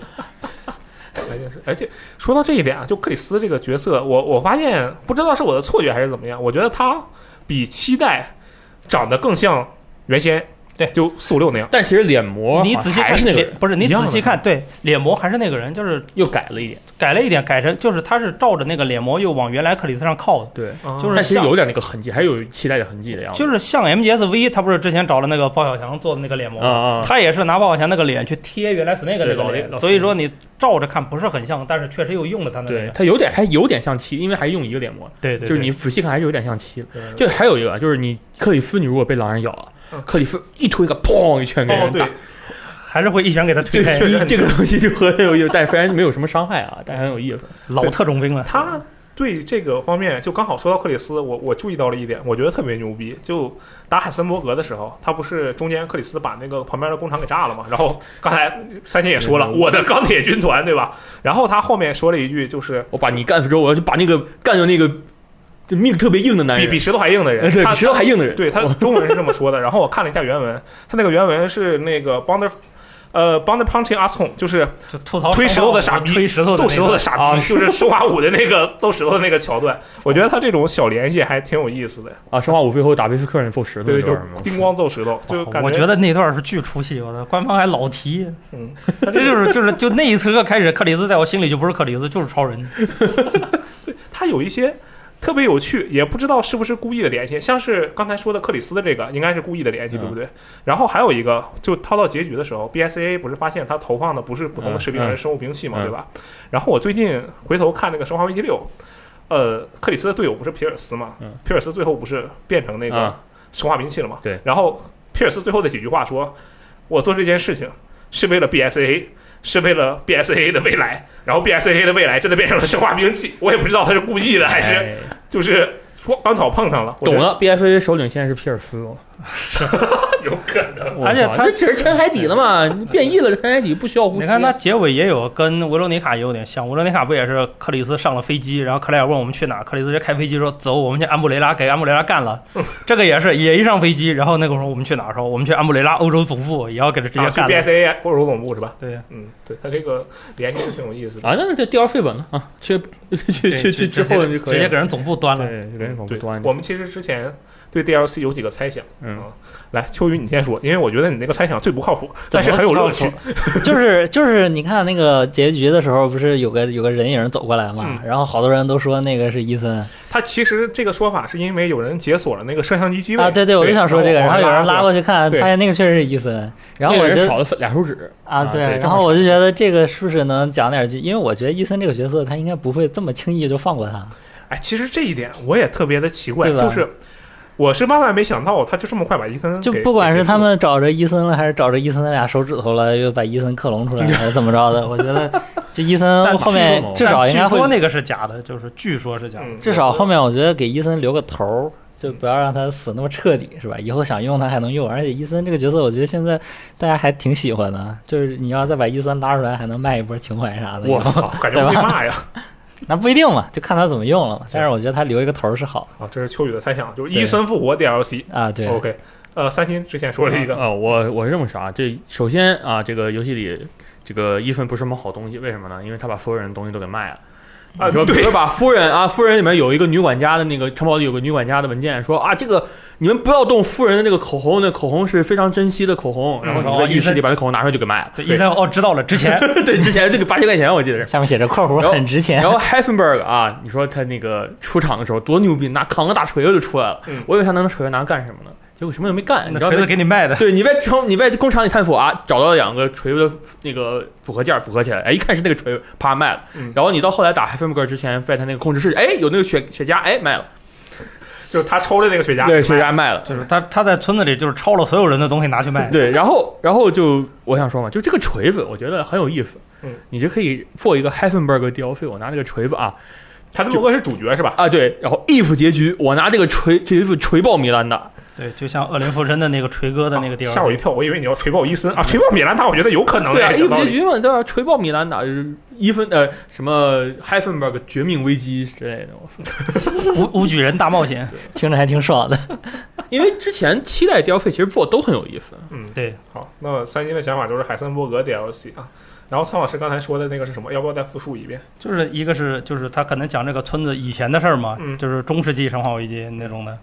Speaker 1: 也是，而且说到这一点啊，就克里斯这个角色，我我发现不知道是我的错觉还是怎么样，我觉得他比七代长得更像原先
Speaker 3: 对
Speaker 1: 就四五六那样。
Speaker 4: 但其实脸模
Speaker 3: 你
Speaker 4: 好像
Speaker 3: 仔细
Speaker 4: 还
Speaker 3: 看
Speaker 4: 是那个
Speaker 3: 脸
Speaker 4: 人，
Speaker 3: 不是你
Speaker 1: 一样的
Speaker 3: 仔细看，对，脸模还是那个人，就是
Speaker 4: 又改了一点，
Speaker 3: 改了一点，改成就是他是照着那个脸模又往原来克里斯上靠的，
Speaker 4: 对。
Speaker 1: 啊
Speaker 3: 就是
Speaker 4: 但其实
Speaker 3: 像
Speaker 4: 有点那个痕迹，还有期待的痕迹的
Speaker 1: 哦
Speaker 4: 样子。
Speaker 3: 就是像 MGSV 他不是之前找了那个鲍小强做的那个脸模
Speaker 4: 啊
Speaker 1: 哦
Speaker 3: 吗，
Speaker 4: 啊，
Speaker 3: 他也是拿鲍小强那个脸去贴原来 Snake
Speaker 4: 对
Speaker 3: 那
Speaker 4: 老
Speaker 3: 个
Speaker 4: 老
Speaker 3: 脸，所以说你照着看不是很像，但是确实又用了他的那
Speaker 4: 对
Speaker 3: 个，
Speaker 4: 他有点还有点像七，因为还用一个脸模，
Speaker 3: 对对，
Speaker 4: 就是你
Speaker 3: 对
Speaker 4: 仔细看还是有点像七的。
Speaker 1: 嗯
Speaker 4: 就还有一个，就是你克里斯，你如果被狼人咬了
Speaker 1: 嗯，
Speaker 4: 克里斯一推个，砰一拳给
Speaker 1: 哦
Speaker 4: 人打
Speaker 1: 对，，
Speaker 3: 还是会一拳给他
Speaker 1: <laughs>
Speaker 3: 推开
Speaker 1: 确，实
Speaker 4: 这
Speaker 1: 很
Speaker 4: 这个东西就 <laughs> 很有意思，但虽然没有什么伤害啊，但很有意思。
Speaker 3: 老特种兵了。
Speaker 1: 他对这个方面就刚好说到克里斯，我我注意到了一点，我觉得特别牛逼。就打海森伯格的时候，他不是中间克里斯把那个旁边的工厂给炸了嘛？然后刚才三千也说了，
Speaker 4: 嗯
Speaker 1: 我的钢铁军团，对吧？然后他后面说了一句，就是
Speaker 4: 我把你干死之后，我要去把那个干掉那个就命特别硬的男
Speaker 1: 比
Speaker 4: 人，
Speaker 1: 比石头还硬的人，
Speaker 4: 呃哎对
Speaker 1: 他
Speaker 4: 比石头还硬的人，
Speaker 1: 对他
Speaker 4: 我
Speaker 1: 中文是这么说的，然后我看了一下原文，他那个原文是那个 Bonder 呃，Bound Punching Asshole 就是
Speaker 3: 就吐槽
Speaker 1: 推石头的傻逼
Speaker 3: 推石头
Speaker 1: 揍石头的
Speaker 3: 傻
Speaker 4: 啊
Speaker 1: 傻逼，就是生化五的那个揍石头的那个桥段。我觉得他这种小联系还挺有意思的，
Speaker 4: 啊，生化五最后打维斯克人揍石头
Speaker 1: 对，
Speaker 4: 那
Speaker 1: 就
Speaker 4: 段
Speaker 1: 是
Speaker 4: 儿吗，
Speaker 1: 叮咣揍石头，就感
Speaker 3: 我觉得那段是巨出戏，我的官方还老提，
Speaker 1: 嗯，
Speaker 3: 这就是就是就那一次刻开始，克里斯在我心里就不是克里斯，就是超人。
Speaker 1: 他有一些特别有趣，也不知道是不是故意的联系，像是刚才说的克里斯的这个，应该是故意的联系，
Speaker 4: 嗯
Speaker 1: 对不对？然后还有一个，就掏到结局的时候，BSA 不是发现他投放的不是普通的士兵，
Speaker 4: 嗯嗯
Speaker 1: 而是生物兵器嘛，
Speaker 4: 嗯
Speaker 1: 对吧？然后我最近回头看那个《生化危机六》，呃，克里斯的队友不是皮尔斯嘛？
Speaker 4: 嗯
Speaker 1: 皮尔斯最后不是变成那个
Speaker 4: 啊
Speaker 1: 生化兵器了嘛？
Speaker 4: 对
Speaker 1: 然后皮尔斯最后的几句话说：“我做这件事情是为了 BSA，是为了 BSA 的未来。”然后 BSA 的未来真的变成了生化兵器，我也不知道他是故意的还是
Speaker 4: 哎
Speaker 1: 就是刚巧碰上了。我觉
Speaker 4: 懂
Speaker 1: 得
Speaker 4: 了，BFA 首领现在是皮尔斯了，
Speaker 1: <laughs> 有可能。
Speaker 3: <laughs>
Speaker 4: 我
Speaker 3: 而且
Speaker 4: 操
Speaker 3: 他哎
Speaker 4: 那只是沉海底了嘛，你变异了，沉海底不需要呼吸。
Speaker 3: 你看他结尾也有跟维罗妮卡也有点像，维罗妮卡不也是克里斯上了飞机，然后克莱尔问我们去哪儿，克里斯直接开飞机说走，我们去安布雷拉，给安布雷拉干了。这个也是，也一上飞机，然后那个时候我们去哪儿说我们去安布雷拉欧洲总部，也要给他直接
Speaker 1: 啊，去
Speaker 3: 干了。
Speaker 1: BSA 欧洲总部是吧？
Speaker 3: 对，
Speaker 1: 嗯，对他这个联系挺有意思的。
Speaker 4: 啊，那那这 DLC 稳了啊， <laughs> 去去去去之后
Speaker 3: 直接
Speaker 4: 就可以
Speaker 3: 直接给人总部端了。
Speaker 4: 对，人防不
Speaker 1: 对，
Speaker 4: 端着
Speaker 1: 我，们其实之前对 DLC 有几个猜想，
Speaker 4: 嗯，
Speaker 1: 来，秋雨你先说，因为我觉得你那个猜想最不靠谱，但是很有乐趣
Speaker 2: 怎。就是就是，你看那个结局的时候，不是有个有个人影走过来嘛？然后好多人都说那个是伊森
Speaker 1: 他其实这个说法是因为有人解锁了那个摄像机机位
Speaker 2: 啊，对对，我就想说这个。然后有人拉
Speaker 1: 过，
Speaker 2: 过去看，
Speaker 1: 对
Speaker 2: 发现那个确实是伊森。然后
Speaker 4: 那
Speaker 2: 我
Speaker 4: 个
Speaker 2: 觉
Speaker 4: 人
Speaker 2: 得
Speaker 4: 少了分俩手指
Speaker 2: 啊，对，
Speaker 4: 对，
Speaker 2: 然后我就觉得这个是不是能讲点剧？因为我觉得伊森这个角色他应该不会这么轻易就放过他。
Speaker 1: 哎，其实这一点我也特别的奇怪，
Speaker 2: 对吧
Speaker 1: 就是我是万万没想到，他就这么快把伊森
Speaker 2: 就
Speaker 1: 给
Speaker 2: 不管
Speaker 1: 给
Speaker 2: 是他。
Speaker 1: 结束了
Speaker 2: 们找着伊森了，还是找着伊森那俩手指头了，又把伊森克隆出来，还是怎么着的？我觉得就伊森
Speaker 4: 但
Speaker 2: 后面
Speaker 4: 据说
Speaker 2: 至少应该
Speaker 3: 但据
Speaker 2: 会
Speaker 3: 说那个是假的，就是据说是假的。
Speaker 1: 嗯
Speaker 2: 至少后面我觉得给伊森留个头儿，就不要让他死那么彻底，是吧？以后想用他还能用，而且伊森这个角色，我觉得现在大家还挺喜欢的，就是你要再把伊森拉出来，还能卖一波情怀啥的。
Speaker 1: 我操，感觉被
Speaker 2: 对吧
Speaker 1: 骂呀！
Speaker 2: 那不一定嘛，就看他怎么用了嘛。但是我觉得他留一个头儿是好
Speaker 1: 啊，这是秋雨的猜想，就是
Speaker 2: 对
Speaker 1: 伊森复活 DLC。
Speaker 2: 的啊，对。
Speaker 1: OK，呃，三星之前说了一个，
Speaker 4: 啊，我我认为啥？这首先啊，这个游戏里这个伊森不是什么好东西，为什么呢？因为他把所有人的东西都给卖了。
Speaker 1: 啊
Speaker 4: 你说，比
Speaker 1: 对
Speaker 4: 如把夫人啊，夫人里面有一个女管家的那个城堡里有个女管家的文件，说啊，这个你们不要动夫人的那个口红，那口红是非常珍惜的口红。嗯然后你在浴室里把那口红拿出来就给卖了。
Speaker 3: 对，伊森哦，知道了，值钱。
Speaker 4: <laughs> 对，之前这个八千块钱我记得是。
Speaker 2: 下面写着括弧
Speaker 4: 然后
Speaker 2: 很值钱
Speaker 4: <laughs> 然，后 Heisenberg 啊，你说他那个出场的时候多牛逼，拿扛个大锤子就出来了。
Speaker 1: 嗯
Speaker 4: 我以为他能拿锤子拿干什么呢？结果什么也没干。你
Speaker 3: 那
Speaker 4: 知道
Speaker 3: 锤
Speaker 4: 被
Speaker 3: 子给你卖
Speaker 4: <laughs>
Speaker 3: 的，
Speaker 4: 对，你在城，你在工厂里探索啊，找到两个锤子的那个复合件，复合起来，哎，一看是那个锤，啪卖了。
Speaker 1: 嗯
Speaker 4: 然后你到后来打 Heisenberg 之前，在他那个控制室，哎，有那个雪雪茄，哎，卖了，
Speaker 1: 就是他抽的那个雪茄，
Speaker 4: 对，雪茄卖了。
Speaker 3: 就是他他在村子里就是抄了所有人的东西拿去卖。
Speaker 4: 对，然后，然后就我想说嘛，就这个锤子，我觉得很有意思。
Speaker 1: 嗯，
Speaker 4: 你就可以做一个 Heisenberg DLC，我拿这个锤子啊
Speaker 1: 他的莫哥是主角是吧？
Speaker 4: 啊对，然后 if 结局，我拿这个锤锤子锤爆米兰达，
Speaker 3: 对，就像恶灵附身的那个锤哥的那个地方。
Speaker 1: 吓我一跳，我以为你要锤爆伊森啊！锤爆米兰达，我觉得有可能
Speaker 4: 对啊
Speaker 1: 哎有道
Speaker 4: ，if 结
Speaker 1: 理
Speaker 4: 局嘛，对吧？锤爆米兰达，一分呃什么 Heisenberg 绝命危机之类的，我说。
Speaker 3: 无无举人大冒险。
Speaker 2: 听着还挺爽的。
Speaker 4: 因为之前七代 DLC 其实做都很有意思，
Speaker 1: 嗯，
Speaker 3: 对，
Speaker 1: 好，那么三星的想法就是海森伯格 DLC 啊。然后苍老师刚才说的那个是什么？要不要再复述一遍？
Speaker 3: 就是一个是就是他可能讲这个村子以前的事儿嘛，
Speaker 1: 嗯
Speaker 3: 就是中世纪生化危机那种的，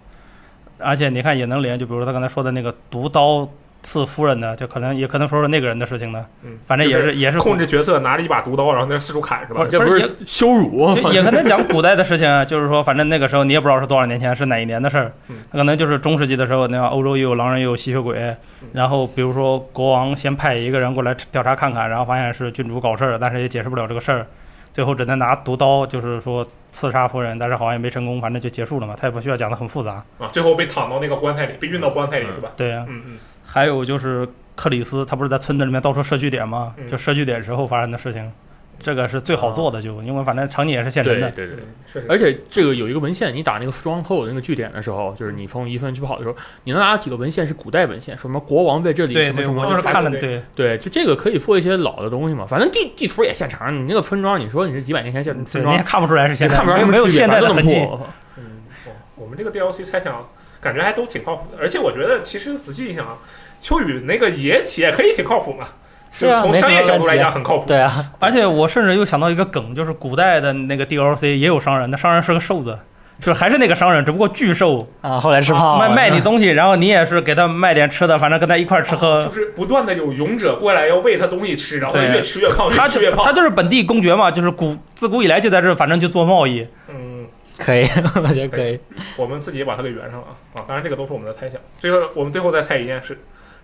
Speaker 3: 而且你看也能连，就比如说他刚才说的那个毒刀刺夫人的，就可能也可能说说那个人的事情呢，
Speaker 1: 嗯，
Speaker 3: 反正也
Speaker 1: 就是
Speaker 3: 也是古
Speaker 1: 控制角色拿着一把毒刀，然后在那四处砍是吧
Speaker 3: 哦？
Speaker 4: 这不是羞辱
Speaker 3: 就 <laughs> 也可能
Speaker 1: <laughs>
Speaker 3: 讲古代的事情啊，就是说，反正那个时候你也不知道是多少年前，是哪一年的事儿
Speaker 1: 嗯。
Speaker 3: 那可能就是中世纪的时候，那样欧洲又有狼人又有吸血鬼，然后比如说国王先派一个人过来调查看看，然后发现是君主搞事儿，但是也解释不了这个事儿，最后只能拿毒刀，就是说刺杀夫人，但是好像也没成功，反正就结束了嘛。他也不需要讲的很复杂。
Speaker 1: 啊，最后被躺到那个棺材里，被运到棺材里是吧？
Speaker 3: 对啊，
Speaker 1: 嗯嗯，
Speaker 3: 还有就是克里斯，他不是在村子里面到处设据点吗
Speaker 1: 嗯？
Speaker 3: 就设据点时候发生的事情，这个是最好做的，就因为反正场景也是现
Speaker 4: 对
Speaker 3: 成的
Speaker 4: 对。对。
Speaker 1: 嗯确实。
Speaker 4: 而且这个有一个文献，你打那个 stronghold 那个据点的时候，就是你从一分去跑的时候，你能拿几个文献是古代文献，什么国王在这里，
Speaker 3: 对
Speaker 4: 什么
Speaker 3: 对，
Speaker 4: 什
Speaker 3: 我
Speaker 4: 么，
Speaker 3: 就是看了
Speaker 1: 对
Speaker 3: 对。
Speaker 4: 对，就这个可以做一些老的东西嘛。反正地地图也现成，你那个村庄，你说你是几百年前现
Speaker 3: 对，
Speaker 4: 村
Speaker 3: 你
Speaker 4: 庄
Speaker 3: 也，看不出来是
Speaker 4: 你
Speaker 3: 现代，
Speaker 4: 看不出来
Speaker 3: 没有现代的痕迹。
Speaker 4: 破。
Speaker 1: 嗯，哦我们这个 DLC 猜想感觉还都挺靠谱的，而且我觉得其实仔细一想，秋雨那个野企也可以挺靠谱嘛。
Speaker 2: 是啊
Speaker 1: 就从
Speaker 2: 没什
Speaker 1: 商业
Speaker 2: 么
Speaker 1: 角
Speaker 2: 问
Speaker 1: 度来
Speaker 2: 题啊
Speaker 1: 讲很靠谱。
Speaker 2: 对啊，
Speaker 3: 而且我甚至又想到一个梗，就是古代的那个 DLC 也有商人，那商人是个瘦子，就是还是那个商人，只不过巨瘦，
Speaker 2: 啊，后来吃胖了，
Speaker 3: 卖卖你东西，然后你也是给他卖点吃的，反正跟他一块儿吃喝
Speaker 4: 哦
Speaker 1: 就。是不断的有勇者过来要喂他东西吃，然后他
Speaker 3: 对
Speaker 1: 越吃越胖，
Speaker 3: 他
Speaker 1: 越
Speaker 3: 就
Speaker 1: 吃越
Speaker 3: 他
Speaker 1: 胖。
Speaker 3: 就是本地公爵嘛，就是古自古以来就在这儿，反正就做贸易。
Speaker 1: 嗯，
Speaker 2: 可以， <laughs> 我觉得可以。
Speaker 1: 我们自己也把它给圆上了啊啊！当然，这个都是我们的猜想。最后，我们最后再猜一件事，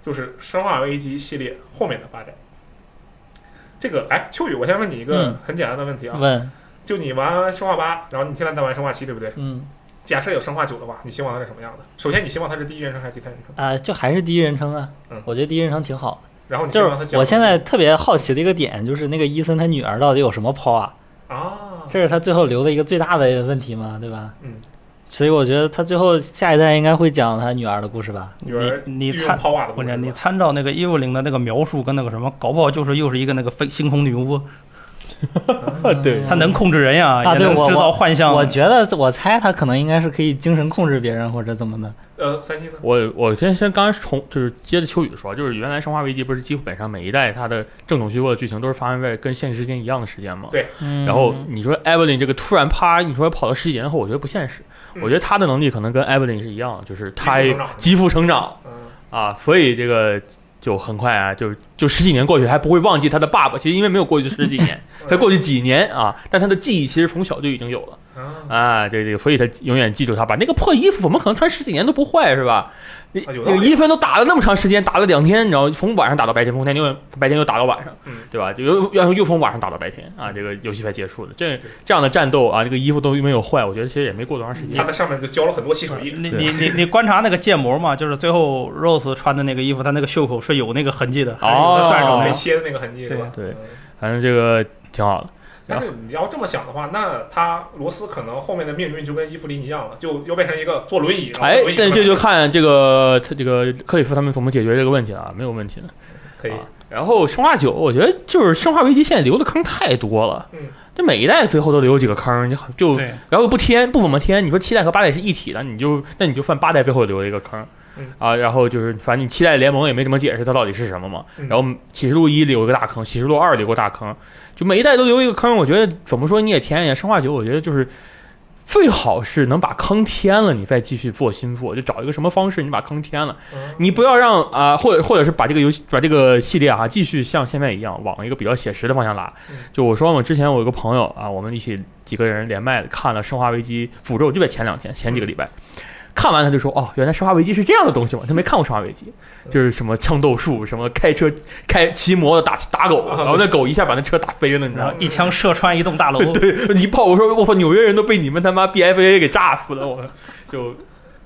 Speaker 1: 就是《生化危机》系列后面的发展。这个，哎，秋雨，我先问你一个
Speaker 2: 嗯
Speaker 1: 很简单的问题啊，
Speaker 2: 问，
Speaker 1: 就你玩《生化八》，然后你现在在玩《生化七》，对不对？
Speaker 2: 嗯
Speaker 1: 假设有《生化九》的话，你希望它是什么样的？首先，你希望它是第一人称还是第三人称？
Speaker 2: 啊、就还是第一人称啊
Speaker 1: 嗯，
Speaker 2: 我觉得第一人称挺好的。
Speaker 1: 然后你希望它
Speaker 2: 就是
Speaker 1: 讲
Speaker 2: 我现在特别好奇的一个点，就是那个伊森他女儿到底有什么抛啊？
Speaker 3: 嗯
Speaker 1: 啊，
Speaker 2: 这是他最后留的一个最大的问题嘛，对吧？
Speaker 1: 嗯。
Speaker 2: 所以我觉得他最后下一代应该会讲他女儿的故事吧？
Speaker 1: 女儿
Speaker 3: 你你
Speaker 1: 利用
Speaker 3: 参
Speaker 1: 抛瓦的故
Speaker 3: 我
Speaker 1: 事
Speaker 3: 者
Speaker 1: 是吧
Speaker 3: 你参照那个一五零的那个描述跟那个什么，搞不好就是又是一个那个飞星空女巫，
Speaker 4: 对
Speaker 3: 她啊能控制人呀，
Speaker 2: 啊
Speaker 3: 也
Speaker 2: 对
Speaker 3: 能
Speaker 2: 我
Speaker 3: 制造幻象。啊
Speaker 2: 我觉得我猜他可能应该是可以精神控制别人或者怎么的。
Speaker 1: 呃，三星呢？
Speaker 4: 我我先先刚刚重就是接着秋雨说，就是原来《生化危机》不是基本上每一代它的正统虚构的剧情都是发生在跟现实时间一样的时间吗？
Speaker 1: 对
Speaker 2: 嗯、
Speaker 4: 然后你说 Evelyn 这个突然啪，你说跑到十几年后，我觉得不现实。
Speaker 1: 嗯
Speaker 4: 我觉得他的能力可能跟 Evelyn 是一样，就是他
Speaker 1: 急速成长
Speaker 4: 急速成长
Speaker 1: 嗯，
Speaker 4: 啊，所以这个就很快啊，就就十几年过去还不会忘记他的爸爸。其实因为没有过去十
Speaker 1: <laughs>
Speaker 4: 几年，才过去几年啊，但他的记忆其实从小就已经有了。
Speaker 1: 啊，
Speaker 4: 啊，对对，所以他永远记住他，把那个破衣服，怎么可能穿十几年都不坏是吧？那
Speaker 1: 啊有道
Speaker 4: 那
Speaker 1: 理
Speaker 4: 个一分都打了那么长时间，打了两天，你知道，从晚上打到白天，从天又白天又打到晚上
Speaker 1: 嗯，
Speaker 4: 对吧？就又然后又从晚上打到白天啊，这个游戏才结束的。这这样的战斗啊，这个衣服都没有坏，我觉得其实也没过多长时
Speaker 1: 他
Speaker 4: 间。哦
Speaker 1: 在上面就浇了很多洗手
Speaker 3: 你
Speaker 1: 液。
Speaker 3: 你你你你观察那个建模嘛，就是最后 Rose 穿的那个衣服，她那个袖口是有那个痕迹的，还是有的断手
Speaker 1: 没
Speaker 3: 那个。
Speaker 4: 哦
Speaker 1: 切的那个痕迹是吧？
Speaker 4: 对对
Speaker 1: 嗯
Speaker 4: 反正这个挺好的。
Speaker 1: 但是你要这么想的话，那他罗斯可能后面的命运就跟伊芙琳一样了，就又变成一个坐轮椅。然后
Speaker 4: 哎
Speaker 1: 轮，椅
Speaker 4: 但
Speaker 1: 上
Speaker 4: 这就
Speaker 1: 面
Speaker 4: 看这个他这个克里夫他们怎么解决这个问题了啊，没有问题的。
Speaker 1: 可以
Speaker 4: 啊然后生化九，我觉得就是生化危机现在留的坑太多了，
Speaker 1: 嗯，
Speaker 4: 这每一代最后都留几个坑，你好就
Speaker 3: 对，
Speaker 4: 然后又不添，不怎么添。你说七代和八代是一体的，你就那你就算八代最后留了一个坑，
Speaker 1: 嗯
Speaker 4: 啊，然后就是反正你七代联盟也没怎么解释它到底是什么嘛。
Speaker 1: 嗯
Speaker 4: 然后启示录一留一个大坑，启示录二留个大坑，就每一代都留一个坑。我觉得怎么说你也填一填。生化九，我觉得就是。最好是能把坑填了，你再继续做新作，就找一个什么方式，你把坑填了，
Speaker 1: 嗯
Speaker 4: 你不要让啊、或者或者是把这个游戏把这个系列啊，继续像现在一样往一个比较写实的方向拉
Speaker 1: 嗯。
Speaker 4: 就我说嘛，之前我有个朋友啊，我们一起几个人连麦看了《生化危机：诅咒》，就在前两天，前几个礼拜。看完他就说：“哦，原来《生化危机》是这样的东西嘛！他没看过《生化危机》，就是什么枪斗术，什么开车开骑摩托打打狗，然后那狗一下把那车打飞了，你知道
Speaker 3: 然
Speaker 4: 吗
Speaker 3: 后？一枪射穿一栋大楼。
Speaker 4: <laughs> 一炮，我说我操，纽约人都被你们他妈 BFA 给炸死了，我就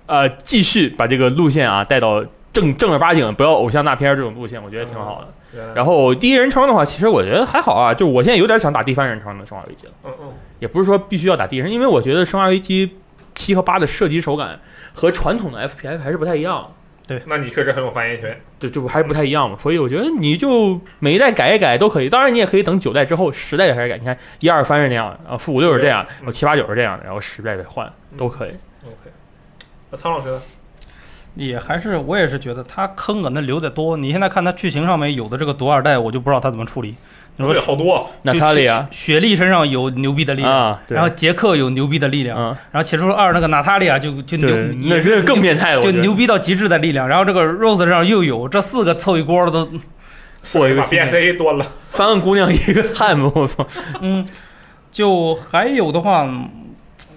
Speaker 4: 呃继续把这个路线啊带到正正儿八经，不要偶像大片儿这种路线，我觉得挺好的。
Speaker 1: 原来
Speaker 4: 然后第一人称的话，其实我觉得还好啊，就我现在有点想打第三人称的《生化危机》了，
Speaker 1: 嗯嗯
Speaker 4: 也不是说必须要打第一人，因为我觉得《生化危机》七和八的射击手感和传统的 FPS 还是不太一样。
Speaker 1: 那你确实很有发言权。
Speaker 4: 对，就还是不太一样嘛，所以我觉得你就每一代改一改都可以。当然，你也可以等九代之后，十代再改。你看一二三是那样的，啊，负五六是这样，然后七八九是这样的，然后十代再换
Speaker 3: 嗯
Speaker 4: 都可以。
Speaker 1: OK，那苍老师呢？
Speaker 3: 也还是我也是觉得他坑搁那留的多。你现在看他剧情上面有的这个毒二代，我就不知道他怎么处理。你说
Speaker 1: 对，好多啊
Speaker 4: 娜塔莉亚
Speaker 3: 雪莉身上有牛逼的力量，
Speaker 4: 啊，对，
Speaker 3: 然后杰克有牛逼的力量，
Speaker 4: 嗯，
Speaker 3: 然后起初二那个娜塔莉亚就就牛
Speaker 4: 对，，那真的更变态了，
Speaker 3: 就
Speaker 4: 我觉得
Speaker 3: 牛逼到极致的力量。然后这个 Rose 身上又有，这四个凑一锅了都，
Speaker 4: 破一个
Speaker 1: 把
Speaker 4: 新的
Speaker 1: BSA 端了。
Speaker 4: 三个姑娘一个汉子，我操，
Speaker 3: 嗯，就还有的话。嗯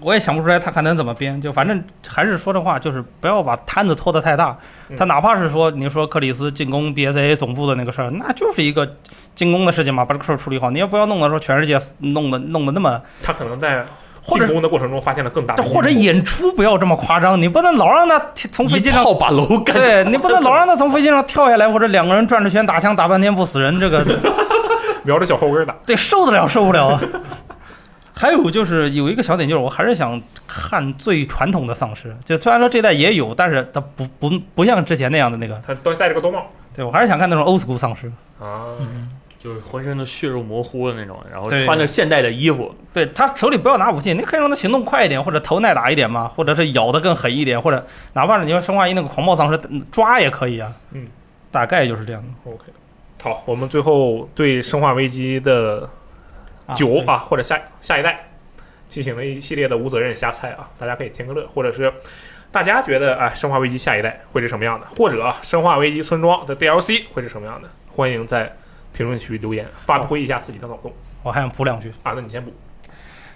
Speaker 3: 我也想不出来他还能怎么编，就反正还是说的话，就是不要把摊子拖得太大。
Speaker 1: 嗯
Speaker 3: 他哪怕是说你说克里斯进攻 BSA 总部的那个事儿，那就是一个进攻的事情嘛，把这个事儿处理好。你也不要弄得说全世界弄得弄得那么，
Speaker 1: 他可能在
Speaker 3: 或
Speaker 1: 进
Speaker 3: 者
Speaker 1: 攻的过程中发现了更大的阴谋，
Speaker 3: 或者演出不要这么夸张，你不能老让他从飞
Speaker 4: 一
Speaker 3: 机上
Speaker 4: 炮把楼干。
Speaker 3: 对你不能老让他从飞机上跳下来，或者两个人转着圈打枪打半天不死人，这个
Speaker 1: 瞄着小后跟儿打。
Speaker 3: 对受得了受不了啊。 <laughs> 还有就是有一个小点，就是我还是想看最传统的丧尸，就虽然说这代也有，但是它不不不像之前那样的那个，
Speaker 1: 他都戴着个兜帽
Speaker 3: 对我还是想看那种 old school 丧尸。
Speaker 1: 啊，
Speaker 2: 嗯
Speaker 4: 就是浑身的血肉模糊的那种，然后
Speaker 3: 对
Speaker 4: 穿着现代的衣服，
Speaker 3: 对他手里不要拿武器，你可以让他行动快一点，或者头耐打一点嘛，或者是咬得更狠一点，或者哪怕是你说生化一那个狂暴丧尸嗯抓也可以啊。
Speaker 1: 嗯，
Speaker 3: 大概就是这样的。
Speaker 1: OK，好，我们最后对《生化危机》的
Speaker 3: 啊
Speaker 1: 九
Speaker 3: 对
Speaker 1: 啊或者下下一代进行了一系列的无责任瞎猜啊，大家可以听个乐，或者是大家觉得啊，《生化危机》下一代会是什么样的，或者啊，《生化危机：村庄》的 DLC 会是什么样的，欢迎在评论区留言，发挥一下自己的脑洞
Speaker 3: 我还想补两句，
Speaker 1: 啊。那你先补，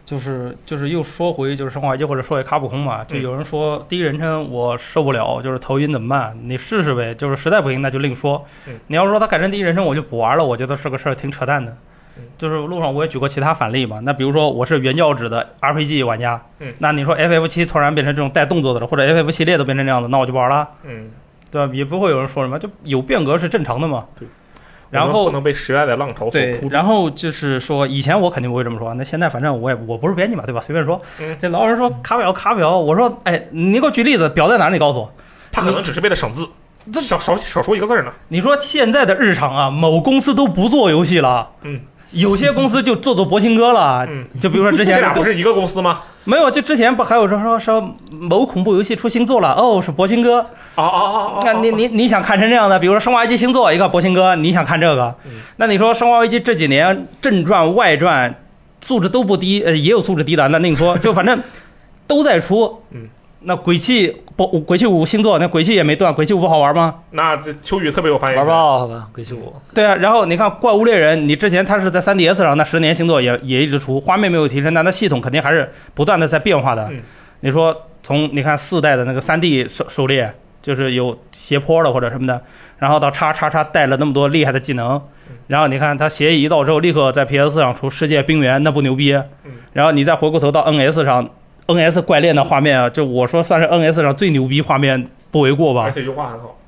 Speaker 3: 就是就是又说回就是《生化危机》或者说回卡普空嘛，就
Speaker 1: 嗯
Speaker 3: 有人说第一人称我受不了，就是头晕怎么办？你试试呗，就是实在不行那就另说
Speaker 1: 嗯。
Speaker 3: 你要说他改成第一人称我就不玩了，我觉得是个事儿挺扯淡的
Speaker 1: 嗯。
Speaker 3: 就是路上我也举过其他反例嘛，那比如说我是原教旨的 RPG 玩家，
Speaker 1: 嗯
Speaker 3: 那你说 FF 七突然变成这种带动作的了，或者 FF 系列都变成这样的，那我就不玩了，
Speaker 1: 嗯，
Speaker 3: 对吧？也不会有人说什么，就有变革是正常的嘛。
Speaker 1: 对。
Speaker 3: 然
Speaker 1: 我们
Speaker 3: 后
Speaker 1: 不能被时代的浪潮所
Speaker 3: 对
Speaker 1: 扑，
Speaker 3: 然后就是说，以前我肯定不会这么说，那现在反正我也我不是编辑嘛，对吧？随便说
Speaker 1: 嗯。
Speaker 3: 这老有人说卡表卡表，我说哎，你给我举例子，表在哪儿？你告诉我。
Speaker 1: 他可能只是为了省字，
Speaker 3: 这
Speaker 1: 少少少说一个字儿呢。
Speaker 3: 你说现在的日常啊，某公司都不做游戏了，
Speaker 1: 嗯，
Speaker 3: 有些公司就做做博兴哥了，
Speaker 1: 嗯，
Speaker 3: 就比如说啊之
Speaker 1: <laughs> 这
Speaker 3: 前
Speaker 1: 俩不是一个公司吗？
Speaker 3: 没有，就之前不还有人说说某恐怖游戏出新作了，哦，是博兴哥，
Speaker 1: 哦哦哦哦，
Speaker 3: 那你你你想看成这样的，比如说《生化危机》星座一个博兴哥，你想看这个
Speaker 1: 嗯？
Speaker 3: 那你说《生化危机》这几年正传、外传素质都不低，呃，也有素质低的。那另说，就反正都在出。
Speaker 1: 嗯，
Speaker 3: 那鬼泣不，鬼泣五星座，那鬼泣也没断，鬼泣五不好玩吗？
Speaker 1: 那这秋雨特别有发言
Speaker 2: 玩
Speaker 1: 权，
Speaker 2: 爆好吧，鬼泣五。
Speaker 3: 对啊，然后你看《怪物猎人》，你之前它是在 3DS 上，那十年星座也也一直出，画面没有提升，但它系统肯定还是不断的在变化的。
Speaker 1: 嗯
Speaker 3: 你说从你看四代的那个3 D 狩狩猎，就是有斜坡的或者什么的，然后到叉叉叉带了那么多厉害的技能
Speaker 1: 嗯，
Speaker 3: 然后你看它斜移到之后，立刻在 PS 上出《世界冰原》，那不牛逼
Speaker 1: 嗯？
Speaker 3: 然后你再回过头到 NS 上，NS 怪猎那画面啊，就我说算是 NS 上最牛逼画面不为过吧？
Speaker 1: 而且优化很好。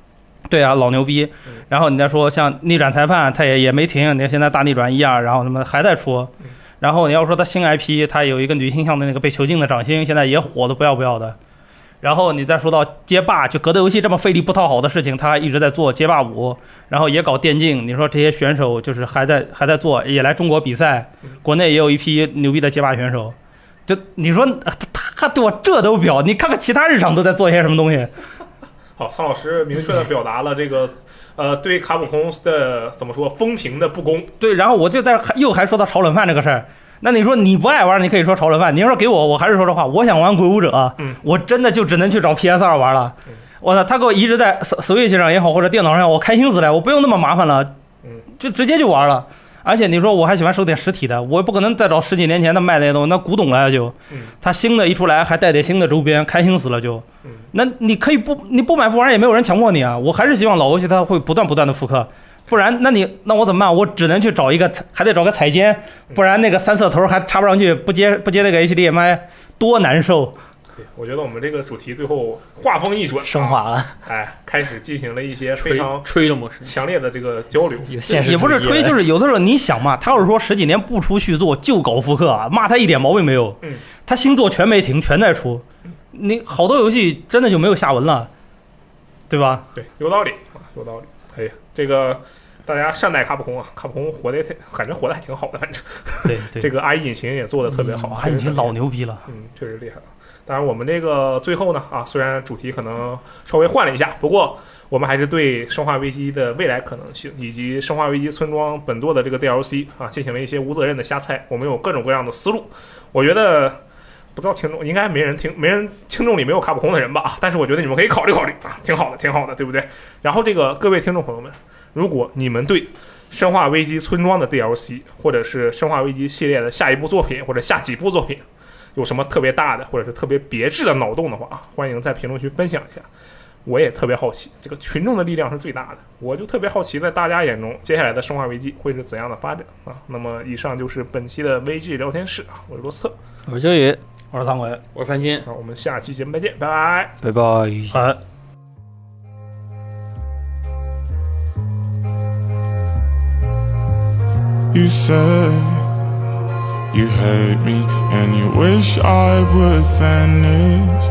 Speaker 3: 对啊，老牛逼
Speaker 1: 嗯。
Speaker 3: 然后你再说像逆转裁判，他也也没停，你看现在大逆转一啊，然后他们还在出
Speaker 1: 嗯。
Speaker 3: 然后你要说他新 IP，他有一个女性向的那个被囚禁的掌心，现在也火的不要不要的。然后你再说到街霸，就格斗游戏这么费力不讨好的事情，他一直在做街霸五，然后也搞电竞。你说这些选手就是还在还在做，也来中国比赛
Speaker 1: 嗯，
Speaker 3: 国内也有一批牛逼的街霸选手。就你说呃他他对我这都表，你看看其他日常都在做些什么东西？
Speaker 1: 好，苍老师明确的表达了这个， <laughs> 呃，对卡普空的怎么说风评的不公。
Speaker 3: 对，然后我就在还又还说到炒冷饭这个事儿。那你说你不爱玩，你可以说炒冷饭。你要说给我，我还是说这话，我想玩鬼武者，
Speaker 1: 嗯
Speaker 3: 我真的就只能去找 PS 二玩了
Speaker 1: 嗯。
Speaker 3: 我操，他给我移植在 Switch 上也好，或者电脑上也好，我开心死了，我不用那么麻烦了
Speaker 1: 嗯，
Speaker 3: 就直接就玩了。而且你说我还喜欢收点实体的，我也不可能再找十几年前的卖那些东西，那古董了就
Speaker 1: 嗯。
Speaker 3: 他新的一出来还带点新的周边，开心死了就
Speaker 1: 嗯。
Speaker 3: 那你可以不你不买不玩也没有人强迫你啊，我还是希望老游戏它会不断不断的复刻。不然，那你那我怎么办？我只能去找一个，还得找个彩监，
Speaker 2: 嗯
Speaker 3: 不然那个三色头还插不上去，不接不 <laughs> 接那个 HDMI，多难受！
Speaker 1: 对，我觉得我们这个主题最后话锋一
Speaker 3: 嗯
Speaker 1: 转，啊
Speaker 2: 升，华了，
Speaker 1: 哎，开始进行了一些非
Speaker 4: 吹
Speaker 1: 常
Speaker 4: 吹的模式，
Speaker 1: 强烈的这个交流。
Speaker 2: 有现实
Speaker 3: 也不是
Speaker 2: 主义
Speaker 3: 吹，
Speaker 2: 了
Speaker 3: 就是有的时候你想嘛，他要是说十几年不出续作就搞复刻啊，骂他一点毛病没有。
Speaker 1: 嗯，
Speaker 3: 他新作全没停，全在出，
Speaker 2: 嗯
Speaker 3: 你好多游戏真的就没有下文了，对吧？
Speaker 1: 对，有道理，啊有道理。可以，这个大家善待卡普空啊，卡普空活的也挺，感觉活的还挺好的，反正
Speaker 3: 对 <laughs> 嗯
Speaker 1: 这，个 IE 引擎也做的特
Speaker 2: 嗯
Speaker 1: 别好，
Speaker 3: 哇，已经哎老牛逼了。
Speaker 1: 嗯，确实厉害了。当然，我们这个最后呢，啊，虽然主题可能稍微换了一下，不过我们还是对《生化危机》的未来可能性以及《生化危机：村庄》本作的这个 DLC 啊，进行了一些无责任的瞎猜。我们有各种各样的思路，我觉得不知道听众应该没人听，没人听众里没有卡普空的人吧？啊但是我觉得你们可以考虑考虑，啊挺好的，挺好的，对不对？然后这个各位听众朋友们，如果你们对《生化危机：村庄》的 DLC 或者是《生化危机》系列的下一部作品或者下几部作品，有什么特别大的或者是特别别致的脑洞的话，啊，欢迎在评论区分享一下。我也特别好奇，这个群众的力量是最大的，我就特别好奇，在大家眼中，接下来的生化危机会是怎样的发展啊？那么，以上就是本期的 VG 聊天室啊，我是罗斯特
Speaker 2: 我是秋雨，
Speaker 3: 我说唐伟，
Speaker 4: 我是翻新。
Speaker 1: 啊，我们下期节目再见，拜拜。
Speaker 2: 拜拜。
Speaker 3: 呃，
Speaker 5: You said you hate me and you wish I would vanish.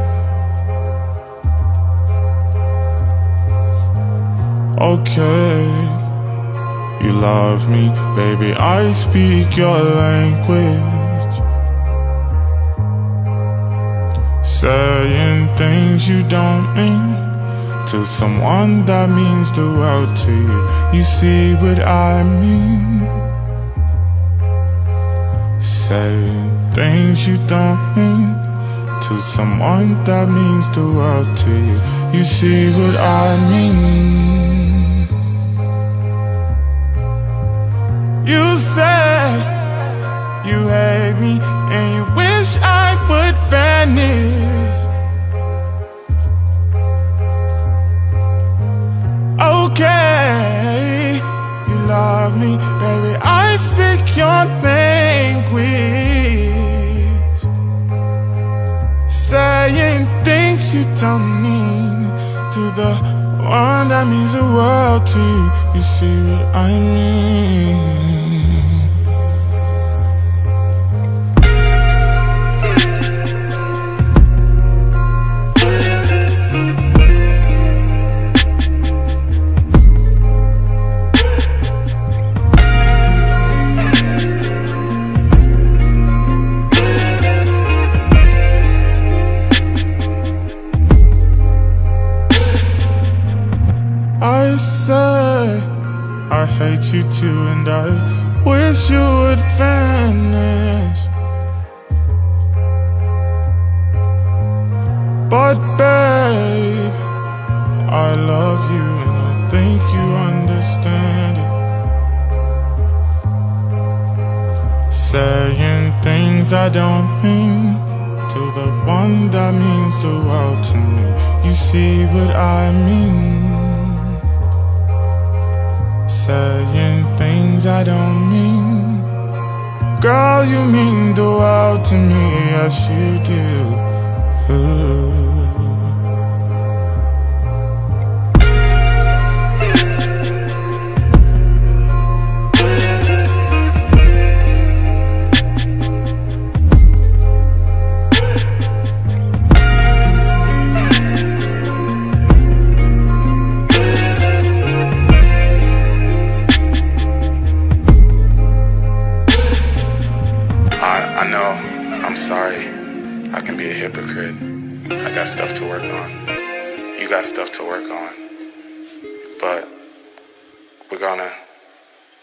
Speaker 5: Okay, you love me, baby. I speak your language. Saying things you don't mean to someone that means the world to you. You see what I mean? Saying things you don't mean to someone that means the world to you. You see what I mean? You said you hate me and you wish I would vanish. Okay, you love me, baby. I speak your language, saying things you don't mean to the one that means the world to you. You see what I mean? I say I hate you too and I wish you would vanish But babe I love you and I think you understand it Saying things I don't mean To the one that means the world to me You see what I mean saying things I don't mean. Girl, you mean the world to me, yes you do. Ooh. I, I know. I'm sorry. I can be a hypocrite. I got stuff to work on. You got stuff to work on. But we're gonna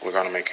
Speaker 5: we're gonna make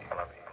Speaker 5: you. I love you.